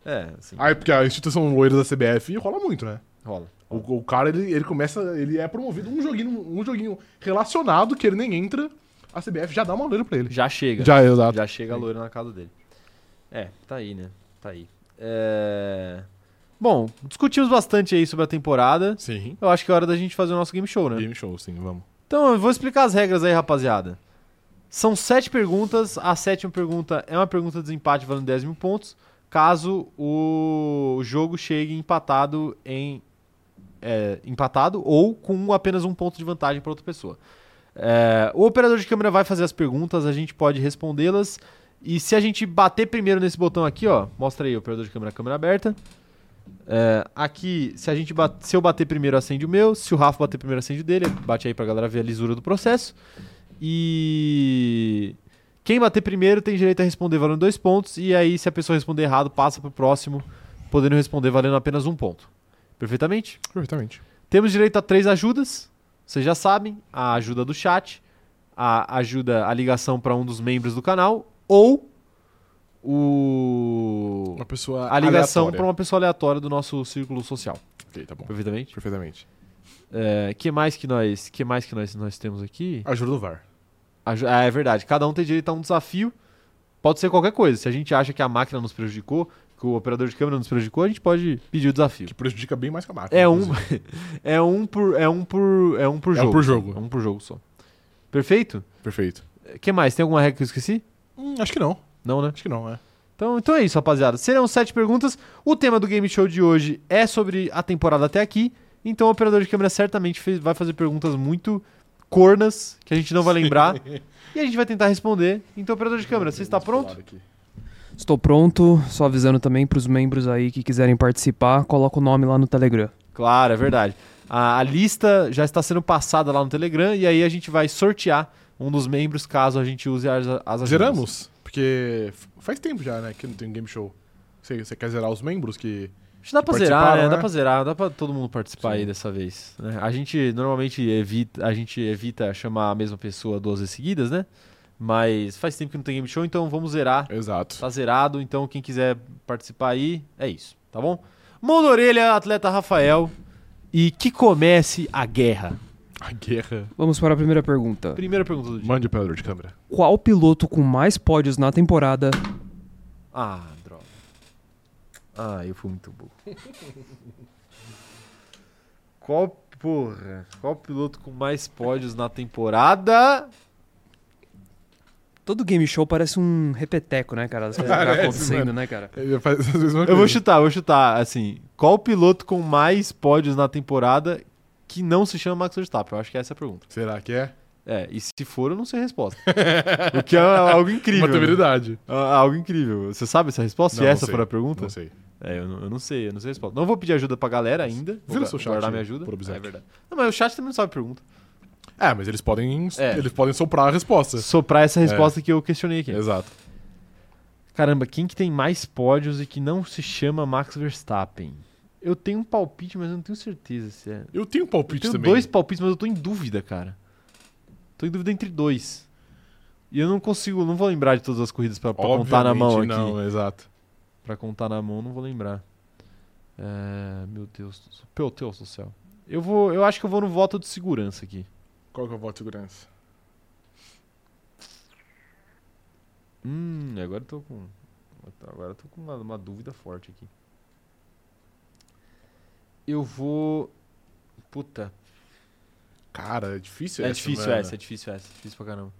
É, assim,
Aí, porque a instituição loira da CBF rola muito, né?
rola.
O, o cara, ele, ele começa, ele é promovido um joguinho, um joguinho relacionado que ele nem entra, a CBF já dá uma loira pra ele.
Já chega.
Já, exato.
Já chega a loira na casa dele. É, tá aí, né? Tá aí. É... Bom, discutimos bastante aí sobre a temporada.
Sim.
Eu acho que é hora da gente fazer o nosso game show, né?
Game show, sim, vamos.
Então, eu vou explicar as regras aí, rapaziada. São sete perguntas. A sétima pergunta é uma pergunta de desempate valendo 10 mil pontos. Caso o jogo chegue empatado em. é, empatado ou com apenas um ponto de vantagem para outra pessoa. É, o operador de câmera vai fazer as perguntas, a gente pode respondê-las. E se a gente bater primeiro nesse botão aqui, ó, mostra aí, operador de câmera, câmera aberta. É, aqui, se, a gente bat- se eu bater primeiro, acende o meu. Se o Rafa bater primeiro, acende o dele. Bate aí pra galera ver a lisura do processo. E. Quem bater primeiro tem direito a responder valendo dois pontos. E aí, se a pessoa responder errado, passa pro próximo, podendo responder valendo apenas um ponto. Perfeitamente?
Perfeitamente.
Temos direito a três ajudas. Vocês já sabem: a ajuda do chat, a ajuda, a ligação para um dos membros do canal, ou o
Uma pessoa
a ligação
aleatória.
para uma pessoa aleatória do nosso círculo social,
Ok, tá bom.
perfeitamente.
Perfeitamente.
É, que mais que nós, que mais que nós, nós temos aqui?
Ajuda do VAR.
Aju- Ah, é verdade. Cada um tem direito a um desafio. Pode ser qualquer coisa. Se a gente acha que a máquina nos prejudicou, que o operador de câmera nos prejudicou, a gente pode pedir o desafio.
Que prejudica bem mais que a máquina.
É um, (laughs)
inclusive.
é um por, é um por, é um por
É
jogo.
um por jogo.
É um por jogo só. Perfeito.
Perfeito.
É, Que mais? Tem alguma regra que eu esqueci?
Hum, acho que não.
Não, né?
Acho que não, é.
Então, então é isso, rapaziada. Serão sete perguntas. O tema do game show de hoje é sobre a temporada até aqui. Então o operador de câmera certamente fez- vai fazer perguntas muito cornas, que a gente não vai lembrar. E a gente vai tentar responder. Então, operador de câmera, você está pronto?
Estou pronto, só avisando também pros membros aí que quiserem participar, coloca o nome lá no Telegram.
Claro, é verdade. A, a lista já está sendo passada lá no Telegram e aí a gente vai sortear um dos membros caso a gente use as, as agendas.
Zeramos? Porque f- faz tempo já, né, que não tem um game show. Você, você quer zerar os membros que...
Acho que dá pra
Que
zerar,
participaram,
né? Dá
né?
pra zerar, dá pra todo mundo participar
Sim.
aí dessa vez. né? A gente normalmente evita, a gente evita chamar a mesma pessoa duas vezes seguidas, né? Mas faz tempo que não tem game show, então vamos zerar.
Exato.
Tá zerado, então quem quiser participar aí, é isso, tá bom? Mão na orelha, atleta Rafael. E que comece a guerra.
A guerra.
Vamos para a primeira pergunta.
Primeira pergunta do dia.
Mande o operador de câmera.
Qual piloto com mais pódios na temporada?
Ah, droga. Ah, eu fui muito
(laughs)
burro. Qual, porra, qual piloto com mais pódios na temporada?
Todo game show parece um repeteco, né, cara? As coisas que tá
Parece,
acontecendo,
mano.
né, cara?
Ele (laughs) faz as mesmas
Eu vou
coisas.
chutar, vou chutar, assim, qual piloto com mais pódios na temporada que não se chama Max Verstappen? Eu acho que essa é a pergunta.
Será que é?
É, e se for, eu não sei a
(laughs)
resposta. o que é algo incrível.
Uma
né?
temeridade.
Ah, Algo incrível. Você sabe essa resposta?
Não,
se
não
essa
sei.
for a pergunta?
Não sei.
É, eu não, eu não sei, eu não sei a resposta. Não vou pedir ajuda pra galera ainda. Vou
Vira
gua-
seu chat
guardar
aí,
minha ajuda.
por obséquio.
É verdade. Não, mas o chat também não sabe a pergunta.
É, mas eles podem,
É.
eles podem soprar a resposta.
Soprar
É.
essa resposta que eu questionei aqui.
Exato.
Caramba, quem que tem mais pódios e que não se chama Max Verstappen? Eu tenho um palpite, mas eu não tenho certeza se é.
Eu tenho um
Eu
palpite
tenho
também.
dois palpites, mas eu tô em dúvida, cara. Tô em dúvida entre dois. E eu não consigo, não vou lembrar de todas as corridas pra, pra contar na mão
Obviamente
aqui.
não, exato.
Pra contar na mão, não vou lembrar. É, meu Deus, do céu. meu Deus do céu. Eu vou, eu acho que eu vou no voto de segurança aqui.
Qual que é o voto de segurança?
Hum, agora eu tô com. Agora eu tô com uma, uma dúvida forte aqui. Eu vou. Puta.
Cara, é difícil
É
essa,
difícil
velho.
essa, é difícil essa. é Difícil pra caramba.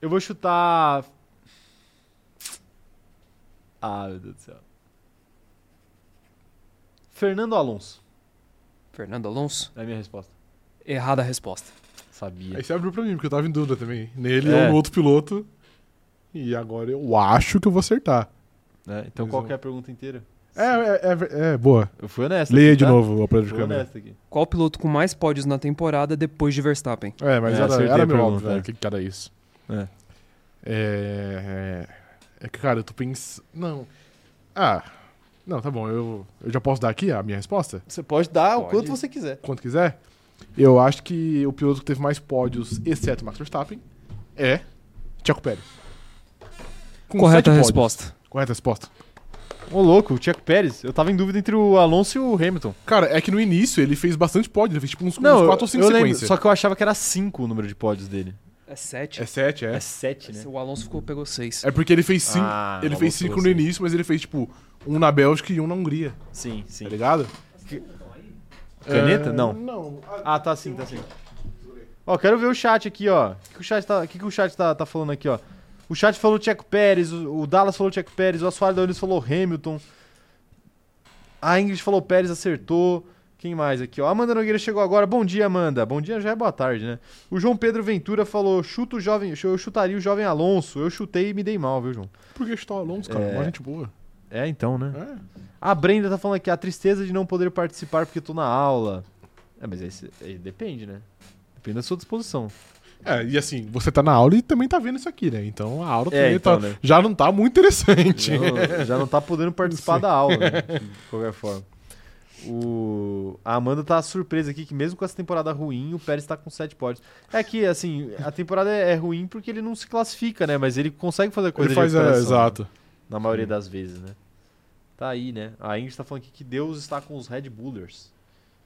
Eu vou chutar. Ah, meu Deus do céu. Fernando Alonso
Fernando Alonso?
é a minha resposta.
Errada a resposta.
Sabia.
Aí você abriu pra mim, porque eu tava em dúvida também. Nele
É.
ou no outro piloto. E agora eu acho que eu vou acertar.
né? Então
Mas
qual
eu-
que é a pergunta inteira?
É, é, é, é, boa.
Eu fui honesto.
Leia
aqui,
de
tá?
novo o aparelho de
Fui
câmera.
honesto aqui.
Qual piloto com mais pódios na temporada depois de Verstappen?
É, mas
É,
era,
acertei
era
a
meu
pergunta,
óbvio, velho,
é.
que, que era isso.
É.
É, é. é que, cara, eu tô pensando. Não. Ah. Não, tá bom. Eu, eu já posso dar aqui a minha resposta?
Você pode dar o
Pode.
quanto você quiser.
Quanto quiser. Eu acho que o piloto que teve mais pódios, exceto Max Verstappen, é Tcheco Pérez. Com sete
Correta a
pódios.
resposta.
Correta a resposta.
Ô, louco, o Tcheco Pérez. Eu tava em dúvida entre o Alonso e o Hamilton.
Cara, é que no início ele fez bastante pódio, ele fez tipo uns, uns 4 ou 5
eu lembro,
sequências.
só que eu achava que era 5 o número de pódios dele.
É 7.
É 7, é.
É 7, né?
O Alonso ficou, pegou 6.
É porque ele fez 5
Ah,
ele
uma
fez
boa
cinco no
solução.
início, mas ele fez tipo um na Bélgica e um na Hungria,
Sim, sim.
tá ligado?
Caneta?
É,
Não.
Não.
Ah, tá sim, tá sim. Ó, quero ver o chat aqui, ó. O que, que o chat, tá, o que que o chat tá, tá falando aqui, ó? O chat falou Tcheco Pérez, o, o Dallas falou Tcheco Pérez, o Assoalho da Unis falou Hamilton. A Ingrid falou Pérez, acertou. Quem mais aqui, ó? Amanda Nogueira chegou agora. Bom dia, Amanda. Bom dia já é boa tarde, né? O João Pedro Ventura falou: chuta o jovem. Eu chutaria o jovem Alonso. Eu chutei e me dei mal, viu, João?
Por que chutar o Alonso, cara?
É.
Uma gente boa.
É, então, né?
É.
A Brenda tá falando aqui, a tristeza de não poder participar porque tô na aula. É, mas aí, cê- aí depende, né? Depende da sua disposição.
É, e assim, você tá na aula e também tá vendo isso aqui, né? Então a aula
É,
também
então,
tá,
né?
já não tá muito interessante.
Já não, já não tá podendo
(laughs)
participar da aula, né? De qualquer forma. O... A Amanda tá surpresa aqui que mesmo com essa temporada ruim, o Pérez tá com sete pódios. É que, assim, a temporada é é ruim porque ele não se classifica, né? Mas ele consegue fazer coisa
ele faz,
de
é,
recuperação, né?
exato.
Na maioria das vezes, né? Tá aí, né? A Ingrid tá falando aqui que Deus está com os Red Bullers.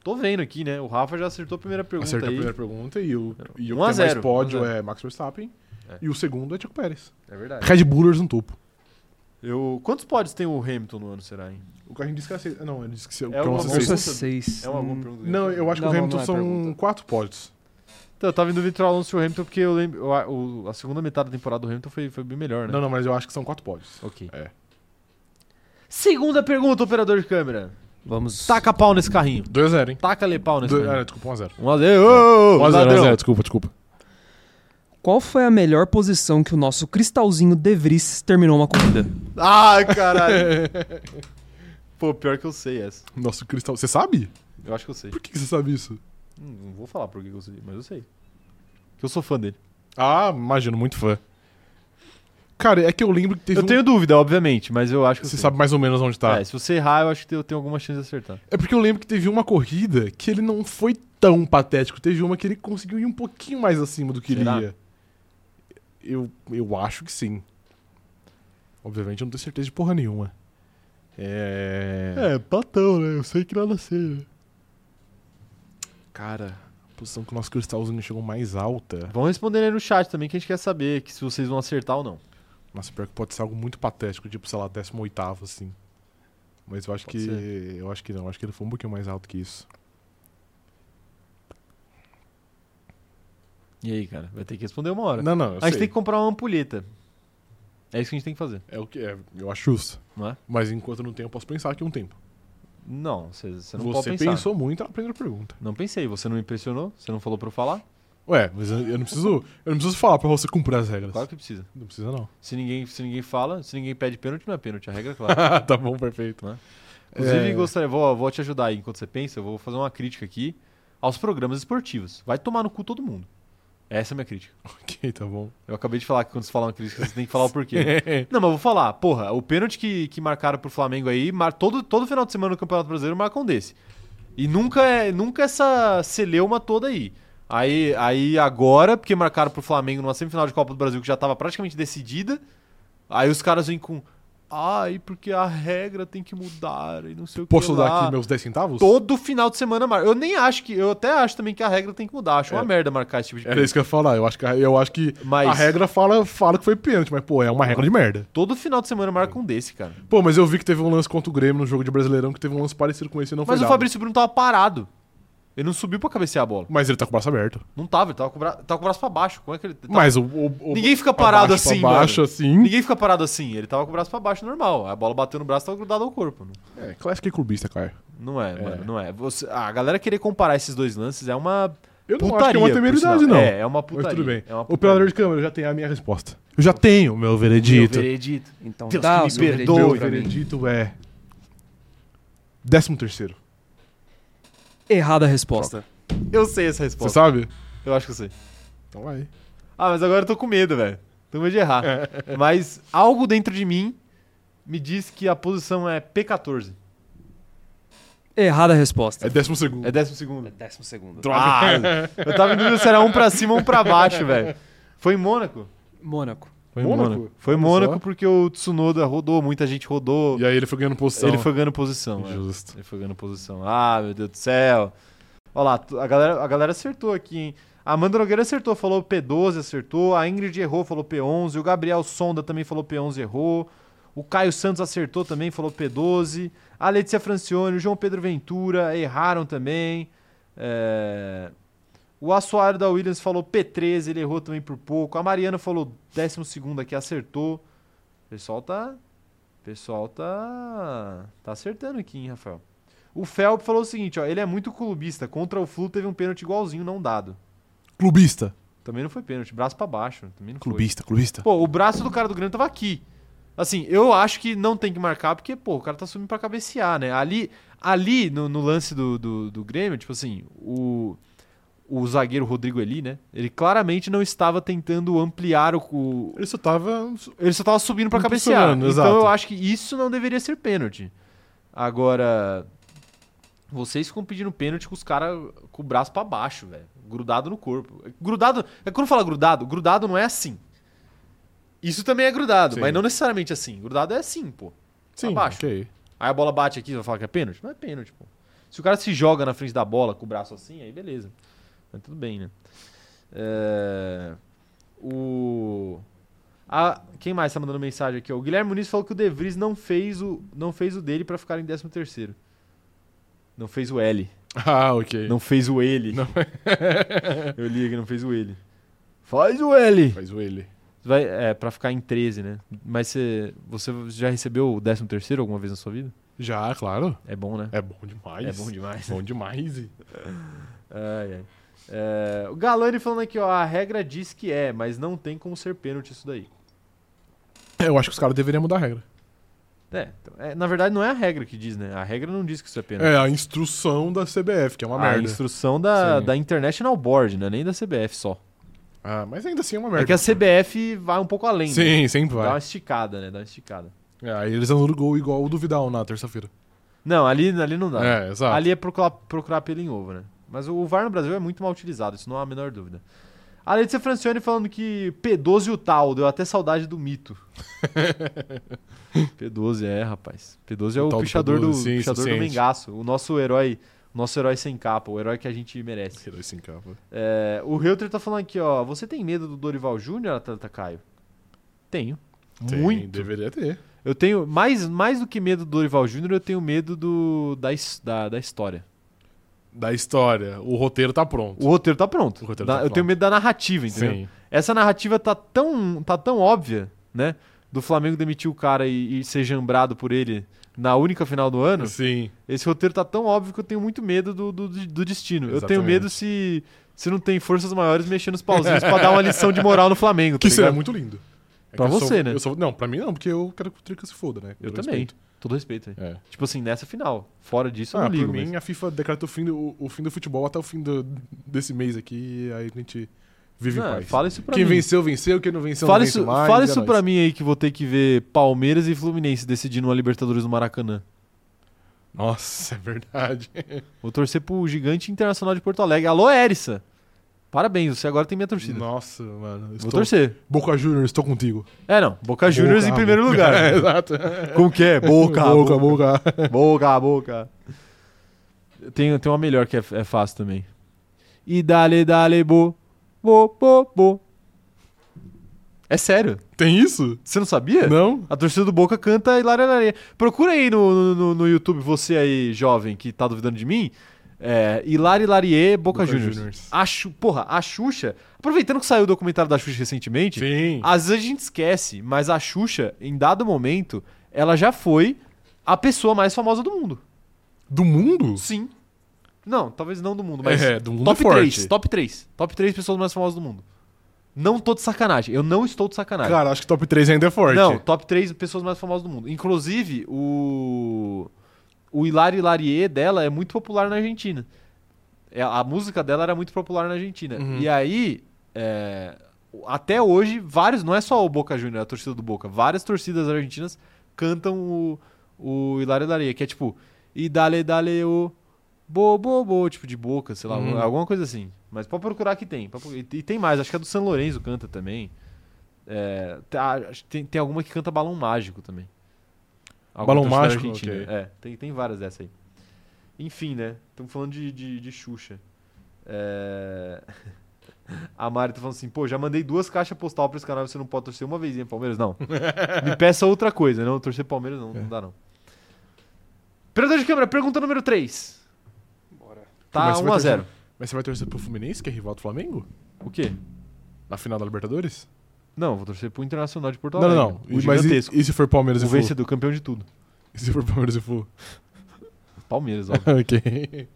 Tô vendo aqui, né? O Rafa já acertou a primeira pergunta
Acerta a
aí.
primeira pergunta e o, e o
Um a
que tem mais
zero, um
pódio
a zero.
é Max Verstappen
É.
e o segundo É. é Tico Pérez.
É verdade.
Red Bullers no topo.
Eu... Quantos pódios tem o Hamilton no ano, será, hein?
O que a gente disse que era seis- Não, ele disse que se- que
É
era
uma
uma
pergunta.
Alonso é
seis.
Pergunta?
6.
É uma boa pergunta.
Hum, Não, eu acho
Não,
que o
não,
Hamilton
não é
são
pergunta.
quatro pódios.
Então, eu tava indo entre o Alonso e o Hamilton porque eu lembro. o- a- o- a segunda metade da temporada do Hamilton foi, foi bem melhor, né?
Não, não, mas eu acho que são quatro pódios.
Ok.
É.
Segunda pergunta, operador de câmera.
Vamos.
Taca pau nesse carrinho.
2x0, hein?
Taca-lhe pau nesse
Do...
carrinho.
Ah, desculpa, 1x0.
Um a zero. Ô, ô, ô,
1x0,
ladrão.
1x0, desculpa, desculpa.
Qual foi a melhor posição que o nosso cristalzinho De Vries terminou uma corrida?
Ai,
(laughs)
caralho. Pô, pior que eu sei essa.
Nossa, o Cristal. Você sabe?
Eu acho que eu sei.
Por que que você sabe isso?
Hum, Não vou falar por que que eu sei, mas eu sei. Que eu sou fã dele.
Ah, imagino, muito fã. Cara, é que eu lembro que teve.
Eu
um-
tenho dúvida, obviamente, mas eu acho que eu
Você
sei.
sabe mais ou menos onde tá.
É, se você errar, eu acho que eu tenho alguma chance de acertar.
É porque eu lembro que teve uma corrida que ele não foi tão patético. Teve uma que ele conseguiu ir um pouquinho mais acima do que ele
Será?
ia. Eu, eu acho que sim. Obviamente eu não tenho certeza de porra nenhuma. É.
patão, né? Eu sei que nada seja.
Cara, a posição que o nosso cristalzinho chegou mais alta.
Vão respondendo aí no chat também, que a gente quer saber que se vocês vão acertar ou não.
Nossa, pior que pode ser algo muito patético, tipo, sei lá, 18 assim. Mas eu acho
Pode
que.
ser.
Eu acho que não, eu acho que ele foi um pouquinho mais alto que isso.
E aí, cara? Vai ter que responder uma hora.
Não, não, eu
a gente
sei.
tem que comprar uma ampulheta. É isso que a gente tem que fazer,
É o que é, eu acho justo.
não é?
Mas enquanto eu não tenho, eu posso pensar aqui um tempo.
Não, você você não pode
Você
pensar.
pensou muito na primeira pergunta.
Não pensei, você não me impressionou, você não falou pra eu falar?
Ué, mas eu, eu não preciso. Eu não preciso falar pra você cumprir as regras.
Claro que precisa.
Não
(laughs)
precisa, não. (laughs)
Se ninguém, se ninguém fala, se ninguém pede pênalti, não é pênalti, a regra é (laughs) clara.
tá bom, perfeito.
Inclusive,
É.
gostaria, vou, vou te ajudar aí enquanto você pensa, eu vou fazer uma crítica aqui aos programas esportivos. Vai tomar no cu todo mundo. Essa é a minha crítica.
Ok, tá bom.
Eu acabei de falar que quando você fala uma crítica, você tem que falar o (laughs) porquê. Não, mas eu vou falar. Porra, o pênalti que, que marcaram pro Flamengo aí, mar- todo, todo final de semana no Campeonato Brasileiro marcam desse. E nunca, é, nunca essa celeuma toda aí. aí. Aí agora, porque marcaram pro Flamengo numa semifinal de Copa do Brasil que já tava praticamente decidida, aí os caras vêm com. Ai, porque a regra tem que mudar e não sei o que.
(laughs) Posso dar
lá.
aqui meus 10 centavos?
Todo final de semana marca. Eu nem acho que. Eu até acho também que a regra tem que mudar. Acho uma
É.
merda marcar esse tipo de
Era
pênalti.
isso que eu ia falar. Eu acho que a, eu acho que
Mas-
a regra fala, fala que foi pênalti, mas, pô, é uma regra de merda.
Todo final de semana marca um desse, cara.
Pô, mas eu vi que teve um lance contra o Grêmio no jogo de Brasileirão que teve um lance parecido com esse e não foi
Mas o
dado.
Fabrício Bruno tava parado. Ele não subiu pra cabecear a bola.
Mas ele tá com o braço aberto.
Não tava, ele tava com o, bra... tava com o braço pra baixo. Como é que ele. tava-
Mas o, o- o-
Ninguém fica parado
abaixo pra
assim,
baixo,
mano.
assim.
Ninguém fica parado assim. Ele tava com o braço pra baixo, normal. A bola bateu no braço e tava grudada ao corpo. Não,
É, clássico e clubista, cara.
não é, mano, não é. Você- A galera querer comparar esses dois lances é uma.
Eu não
putaria,
acho que é uma
por
temeridade,
sinal.
não.
É, é uma putaria.
Mas tudo bem.
É uma
o operador de câmera já tem a minha resposta. Eu já tenho o meu veredito.
Meu veredito.
Então
Deus
dá
que
o
me
seu veredito
perdoe,
pra mim.
veredito é... Décimo terceiro.
Errada a resposta.
Eu sei essa
Você
resposta.
sabe?
Eu acho que eu sei.
Então vai.
Ah, mas agora eu tô com medo, velho. Tô com medo de errar.
É.
mas algo dentro de mim me diz que a posição é P14.
Errada a resposta.
É décimo segundo.
É décimo segundo.
décimo segundo.
Ah, eu tava em dúvida se era um pra cima ou um pra baixo, velho. Foi em Mônaco?
Mônaco.
Foi
em Mônaco?
Foi em
Olha
Mônaco
só.
porque o Tsunoda rodou, muita gente rodou.
E aí ele foi ganhando posição.
Ele foi ganhando posição. é.
Justo.
Ele foi ganhando posição. Ah, meu Deus do céu. Olha lá, tu- a galera, a galera acertou aqui, hein? A Amanda Nogueira acertou, falou P12, acertou. A Ingrid errou, falou P11. O Gabriel Sonda também falou P11, errou. O Caio Santos acertou também, falou P12. A Letícia Francione, o João Pedro Ventura erraram também. É, O Assoalho da Williams falou P13, ele errou também por pouco. A Mariana falou 12 aqui, acertou. O pessoal tá. O pessoal tá. Tá acertando aqui, hein, Rafael. O Felp falou o seguinte, ó. Ele é muito clubista. Contra o Flu teve um pênalti igualzinho, não dado.
Clubista.
Também não foi pênalti. Braço pra baixo. Também não foi.
Clubista, clubista.
Pô, o braço do cara do Grêmio tava aqui. Assim, eu acho que não tem que marcar, porque, pô, o cara tá subindo pra cabecear, né? Ali, ali no, no lance do, do, do Grêmio, tipo assim, o, o zagueiro Rodrigo Eli, né? Ele claramente não estava tentando ampliar o- o,
Ele só tava...
ele só tava subindo pra
Não
cabecear.
funcionando,
Então
exato.
eu acho que isso não deveria ser pênalti. Agora, vocês ficam pedindo pênalti com os caras com o braço pra baixo, velho. Grudado no corpo. Grudado. é, Quando fala grudado, grudado não é assim. Isso também é grudado,
Sim.
mas não necessariamente assim. Grudado é assim, pô.
Sim,
Abaixo.
ok.
Aí a bola bate aqui, você vai falar que é pênalti? Não é pênalti, pô. Se o cara se joga na frente da bola com o braço assim, aí beleza. Mas tudo bem, né? É... O. a- Quem mais tá mandando mensagem aqui? ó? O Guilherme Muniz falou que o De Vries não fez o, não fez o dele pra ficar em 13o. Não fez o L.
Ah, ok.
Não fez o ele. (laughs) Eu li aqui, não fez o ele. Faz o L!
Faz o ele.
Vai, é, pra ficar em 13, né? Mas você, você já recebeu o 13o alguma vez na sua vida?
Já, claro.
É bom, né?
É bom demais.
É bom demais.
Bom demais.
Ai, ai. É, o Galani falando aqui, ó, a regra diz que é, mas não tem como ser pênalti isso daí.
Eu acho que os caras deveriam mudar a regra.
É, então, é, na verdade não é a regra que diz, né? A regra não diz que isso é pênalti.
É a instrução da CBF, que é uma
a
merda.
instrução da,
Sim.
da International Board, né? Nem da CBF só.
Ah, mas ainda assim é uma
É que
merda.
a CBF vai um pouco além. né?
Sim, sempre
Dá uma
vai.
esticada, né? Dá uma esticada.
É, aí eles andam no gol igual o do Vidal na terça-feira.
Não, ali, ali não dá.
É, exato.
Ali é procurar, procurar pelo em ovo, né? Mas o VAR no Brasil é muito mal utilizado, isso não há a menor dúvida. A Letícia Francione falando que P12 e o tal, deu até saudade do
(laughs)
mito. P12 é, rapaz. P12 é
O
o,
tal do
pichador, do,
P12, sim,
pichador do
suficiente.
Mengaço, o nosso herói, o nosso herói sem capa, o herói que a gente merece.
Herói sem capa.
É, o Reuter tá falando aqui, ó, você tem medo do Dorival Júnior, atleta Caio? Tenho.
Tem,
Muito.
Deveria ter.
Eu tenho, mais, mais do que medo do Dorival Júnior, eu tenho medo do, da, his- da, da história.
Da história. O roteiro tá pronto.
O né? roteiro tá pronto.
O roteiro
Da-
tá
Eu
pronto.
tenho medo da narrativa, entendeu?
Sim.
Essa narrativa tá tão, tá tão óbvia, né? Do Flamengo demitir o cara e, e ser jambrado por ele na única final do ano.
Sim.
Esse roteiro tá tão óbvio que eu tenho muito medo do, do, do destino. Eu tenho
Exatamente.
medo se, se não tem forças maiores mexendo os pauzinhos pra dar uma lição de moral no Flamengo.
(laughs)
tá
Que seria
ligado?
muito lindo. É
Pra
que eu sou-
você, né?
eu sou- não, pra mim não, porque eu quero que o Trica se foda, né?
Eu
Com
também.
respeito.
Todo respeito. Aí.
É.
Tipo assim, nessa final. Fora disso, eu
Ah,
não ligo.
por mim,
mas-
a FIFA decreta o fim, do, o fim do futebol até o fim do- desse mês aqui, e aí a gente vive
Não,
em paz.
fala isso pra
quem
mim.
venceu, venceu, quem não venceu,
Fala
não vence
isso,
mais.
fala
é
isso
nóis.
pra mim aí que vou ter que ver Palmeiras e Fluminense decidindo uma Libertadores no Maracanã.
Nossa, é verdade.
Vou torcer pro gigante internacional de Porto Alegre. Alô, Erissa! Parabéns, você agora tem minha torcida.
Nossa, mano.
é Vou
Estou...
torcer.
Boca Juniors, estou contigo.
É, não. Boca Juniors em
Boca,
primeiro
boca.
lugar.
(laughs) É, exato.
Como que é? Boca, boca,
boca, boca.
boca. boca. Tem, tem uma melhor que é, é fácil também. E dale, dale, bo, bo, bo, bo. É sério?
Tem isso?
Você não sabia?
Não?
A torcida do Boca canta Hilariaria. Procura aí no, no, no YouTube, você aí, jovem, que tá duvidando de mim. É, Hilari Larie, Boca,
Boca
Juniors.
Juniors.
A Xu- porra, a Xuxa. Aproveitando que saiu o documentário da Xuxa recentemente,
Sim.
às vezes a gente esquece, mas a Xuxa, em dado momento, ela já foi a pessoa mais famosa do mundo.
Do mundo?
Sim. Não, talvez não do mundo, mas.
É, do mundo
top
forte.
3, top 3. Top 3 pessoas mais famosas do mundo. Não tô de sacanagem. Eu não estou de sacanagem.
Cara, acho que top 3 ainda é forte.
Não, top 3 pessoas mais famosas do mundo. Inclusive, o. O Hilari Larier dela é muito popular na Argentina. É, A música dela era muito popular na Argentina.
Uhum.
E aí, é, até hoje, vários, não é só o Boca Juniors, a torcida do Boca, várias torcidas argentinas cantam o, o Hilari Larier, que é tipo, e dale dale o bo bo bo, tipo de boca, sei lá,
Uhum.
alguma coisa assim. Mas pode procurar que tem. pode procurar. E e tem mais, acho que a do San Lorenzo canta também. É, tá, acho que tem, tem alguma que canta balão mágico também.
Balão
torcida
Mágico?
argentina.
Ok.
É, tem, tem várias dessa aí. Enfim, né? Estamos falando de, de, de Xuxa. É... (laughs) A Mari tá falando assim, pô, já mandei duas caixas postal pra esse canal, você não pode torcer uma vezinha Palmeiras?
(laughs)
Não. Me peça outra coisa, não torcer Palmeiras
É.
não, não dá não. Operador de câmera, pergunta número 3.
Bora.
Tá
Mas você vai
1x0.
Mas você vai torcer pro Fluminense, que é rival do Flamengo?
O quê?
Na final da Libertadores?
Não, vou torcer pro Internacional de Porto
Não,
Alegre.
não, não.
O
E- Mas e,
é um gigantesco.
e se for Palmeiras
o
e Flu?
vencedor, campeão de tudo.
E se for Palmeiras e
(laughs)
Flu?
Palmeiras, óbvio.
ok.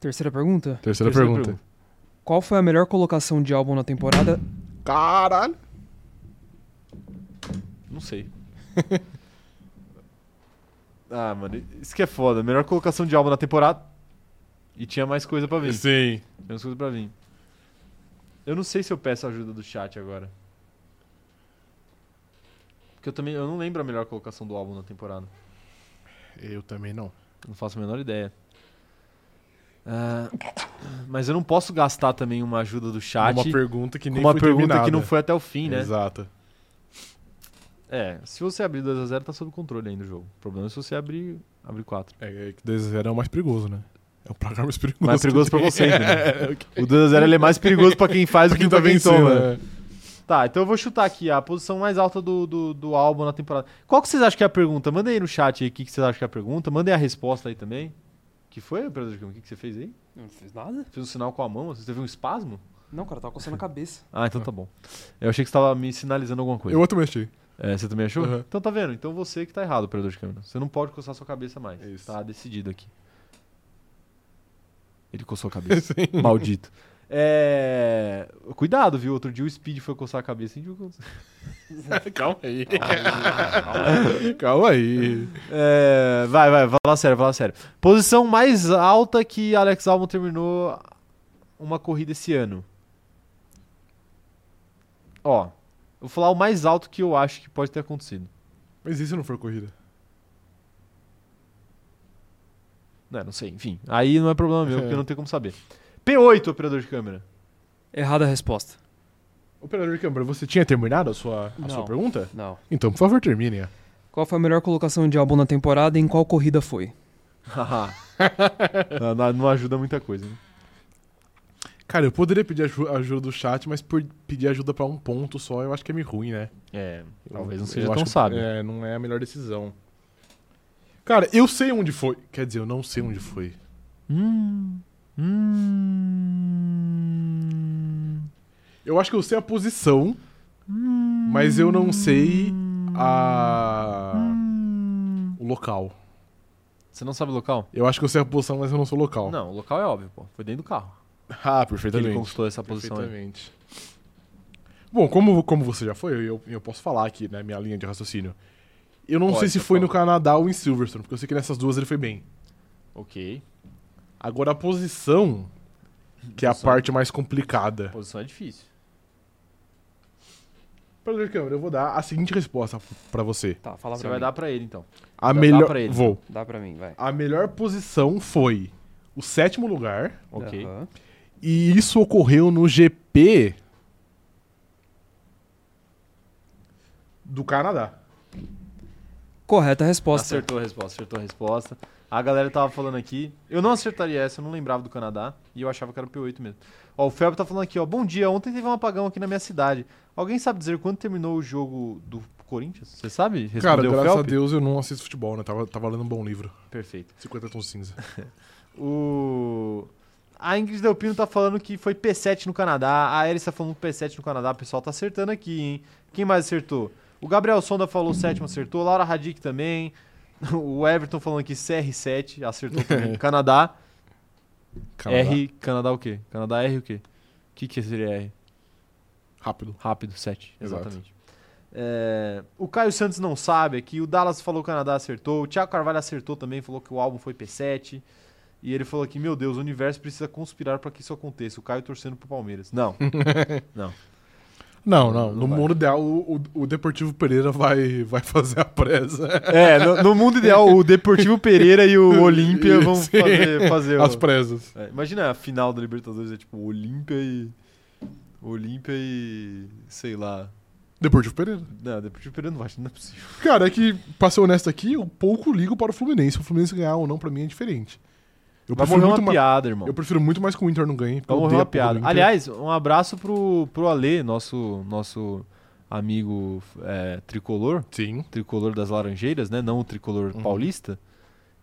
Terceira pergunta.
Terceira,
Terceira
pergunta.
pergunta.
Qual foi a melhor colocação de álbum na temporada?
Caralho.
Não sei. (laughs) ah, mano, isso que é foda. Melhor colocação de álbum na temporada. E tinha mais coisa pra vir.
Sim.
Tinha mais coisa pra vir. Eu não sei se eu peço a ajuda do chat agora. Porque eu também eu não lembro a melhor colocação do álbum na temporada.
Eu também não.
Não faço a menor ideia. Ah, mas eu não posso gastar também uma ajuda do chat
É Uma pergunta que
com
nem
uma
foi
pergunta
terminada.
que não foi até o fim, né?
Exato.
É, se você abrir 2x0, tá sob controle ainda o jogo. O problema é se você abrir, abrir 4.
É, é que 2x0 é o mais perigoso, né? É o placar mais perigoso.
Mais
que
perigoso pra
tem.
você,
(laughs)
né?
É,
(laughs)
ok.
O 2x0 ele é mais perigoso pra quem faz do
Pra
que
quem tá
pra quem
vencendo.
toma.
né?
Tá, então eu vou chutar aqui a posição mais alta do, do, do álbum na temporada. Qual que vocês acham que é a pergunta? Manda aí no chat aí o que, que vocês acham que é a pergunta. Mandem a resposta aí também. Que foi, Pedro de Gama? O que, que você fez aí?
Não fiz nada.
Fez um sinal com a mão? Você teve um espasmo?
Não, cara, tava coçando a cabeça.
Ah, então tá bom. Eu achei que você tava me sinalizando alguma coisa.
Eu outro mexi.
É, você também achou?
Uhum.
Então tá vendo? Então você que tá errado, operador de câmera. Você não pode coçar sua cabeça mais.
Isso.
Tá decidido aqui. Ele coçou (laughs) a cabeça. Maldito. É... Cuidado, viu? Outro dia o Speed foi coçar a cabeça. e a gente viu que-
(laughs) Calma aí.
Ah,
Calma aí.
É... Vai, vai, vai lá sério, vai lá sério. Posição mais alta que Alex Albon terminou uma corrida esse ano. Ó, eu vou falar o mais alto que eu acho que pode ter acontecido.
Mas e se não for corrida?
Não, não sei, enfim. Aí não é problema meu, porque eu não tenho como (laughs) saber. P8, operador de câmera.
Errada a resposta.
Operador de câmera, você tinha terminado a sua, a
Não.
sua pergunta?
Não.
Então, por favor, termine.
Qual foi a melhor colocação de álbum na temporada e em qual corrida foi?
(laughs) não, não- não ajuda muita coisa, né?
Cara, eu poderia pedir aju- ajuda do chat, mas por pedir ajuda pra um ponto só, eu acho que é meio ruim, né?
É,
Eu-
talvez
eu
não seja
acho
tão
que,
sábio.
É, não é a melhor decisão. Cara, eu sei onde foi. Quer dizer, eu não sei onde foi.
Hum, hum,
Eu acho que eu sei a posição, mas eu não sei a... o local.
Você não sabe o local?
Eu acho que eu sei a posição, mas eu não sou o local.
Não, o local é óbvio, pô. Foi dentro do carro
Ah,
que ele
perfeitamente.
conquistou essa posição é. aí.
Perfeitamente. Bom, como, como você já foi, eu, eu posso falar aqui, né, minha linha de raciocínio. Eu não
Pode,
sei se
por
foi no
favor.
Canadá ou em Silverstone, porque eu sei que nessas duas ele foi bem.
Ok.
Agora a posição, que é a
Posição.
parte mais complicada.
Posição é difícil.
Operador de câmera, eu vou dar a seguinte resposta pra você.
Tá, fala
Você vai dar pra ele, então.
A
Dá- dá
melhor
pra ele.
vou.
Dá pra mim, vai.
A melhor posição foi o sétimo lugar
Ok.
Aham.
E isso ocorreu no GP do Canadá.
Correta resposta.
Acertou a resposta, acertou a resposta. A galera tava falando aqui. Eu não acertaria essa, eu não lembrava do Canadá. E eu achava que era o P8 mesmo. Ó, o Felp tá falando aqui, ó. Bom dia, ontem teve um apagão aqui na minha cidade. Alguém sabe dizer quando terminou o jogo do Corinthians? Você sabe?
Cara,
o
graças a
Felp?
Deus eu não assisto futebol, né? Tava, tava lendo um bom livro.
Perfeito.
50 tons de cinza.
O. A Ingrid Delpino tá falando que foi P7 no Canadá. A Eris tá falando P7 no Canadá. O pessoal tá acertando aqui, hein? Quem mais acertou? O Gabriel Sonda falou sétimo, acertou. Laura Radic também. (laughs) O Everton falando que CR7 acertou também. Canadá. R. Canadá o quê? Canadá R o quê? O que, que seria R?
Rápido.
Rápido, 7.
Exato.
Exatamente. É, o Caio Santos não sabe aqui. O Dallas falou que o Canadá acertou. O Thiago Carvalho acertou também, falou que o álbum foi P7. E ele falou que, meu Deus, o universo precisa conspirar para que isso aconteça. O Caio torcendo pro Palmeiras.
(laughs)
Não. não.
Não, não.
Não
No
vai.
mundo ideal, o, o, o Deportivo Pereira vai, vai fazer a presa.
É, no, no mundo ideal, o Deportivo Pereira e
(laughs)
o Olímpia vão
Sim.
fazer, fazer o-
As presas.
É, imagina a final da Libertadores é tipo Olímpia e. Olímpia e. sei lá.
Deportivo Pereira.
Não, Deportivo Pereira não vai, não é possível.
Cara, é que, pra ser honesto aqui, eu pouco ligo para o Fluminense. O Fluminense ganhar ou não, pra mim, é diferente. Eu
Vai
prefiro,
morrer
muito
uma
mais,
piada, irmão.
eu prefiro muito mais que o Inter não ganhe. porque eu
Vamos ver
odeio
uma
a porra do
piada.
Inter.
Aliás, um abraço pro, pro Ale, nosso, nosso amigo é, tricolor,
Sim.
tricolor das Laranjeiras, né? Não o tricolor
Uhum.
paulista,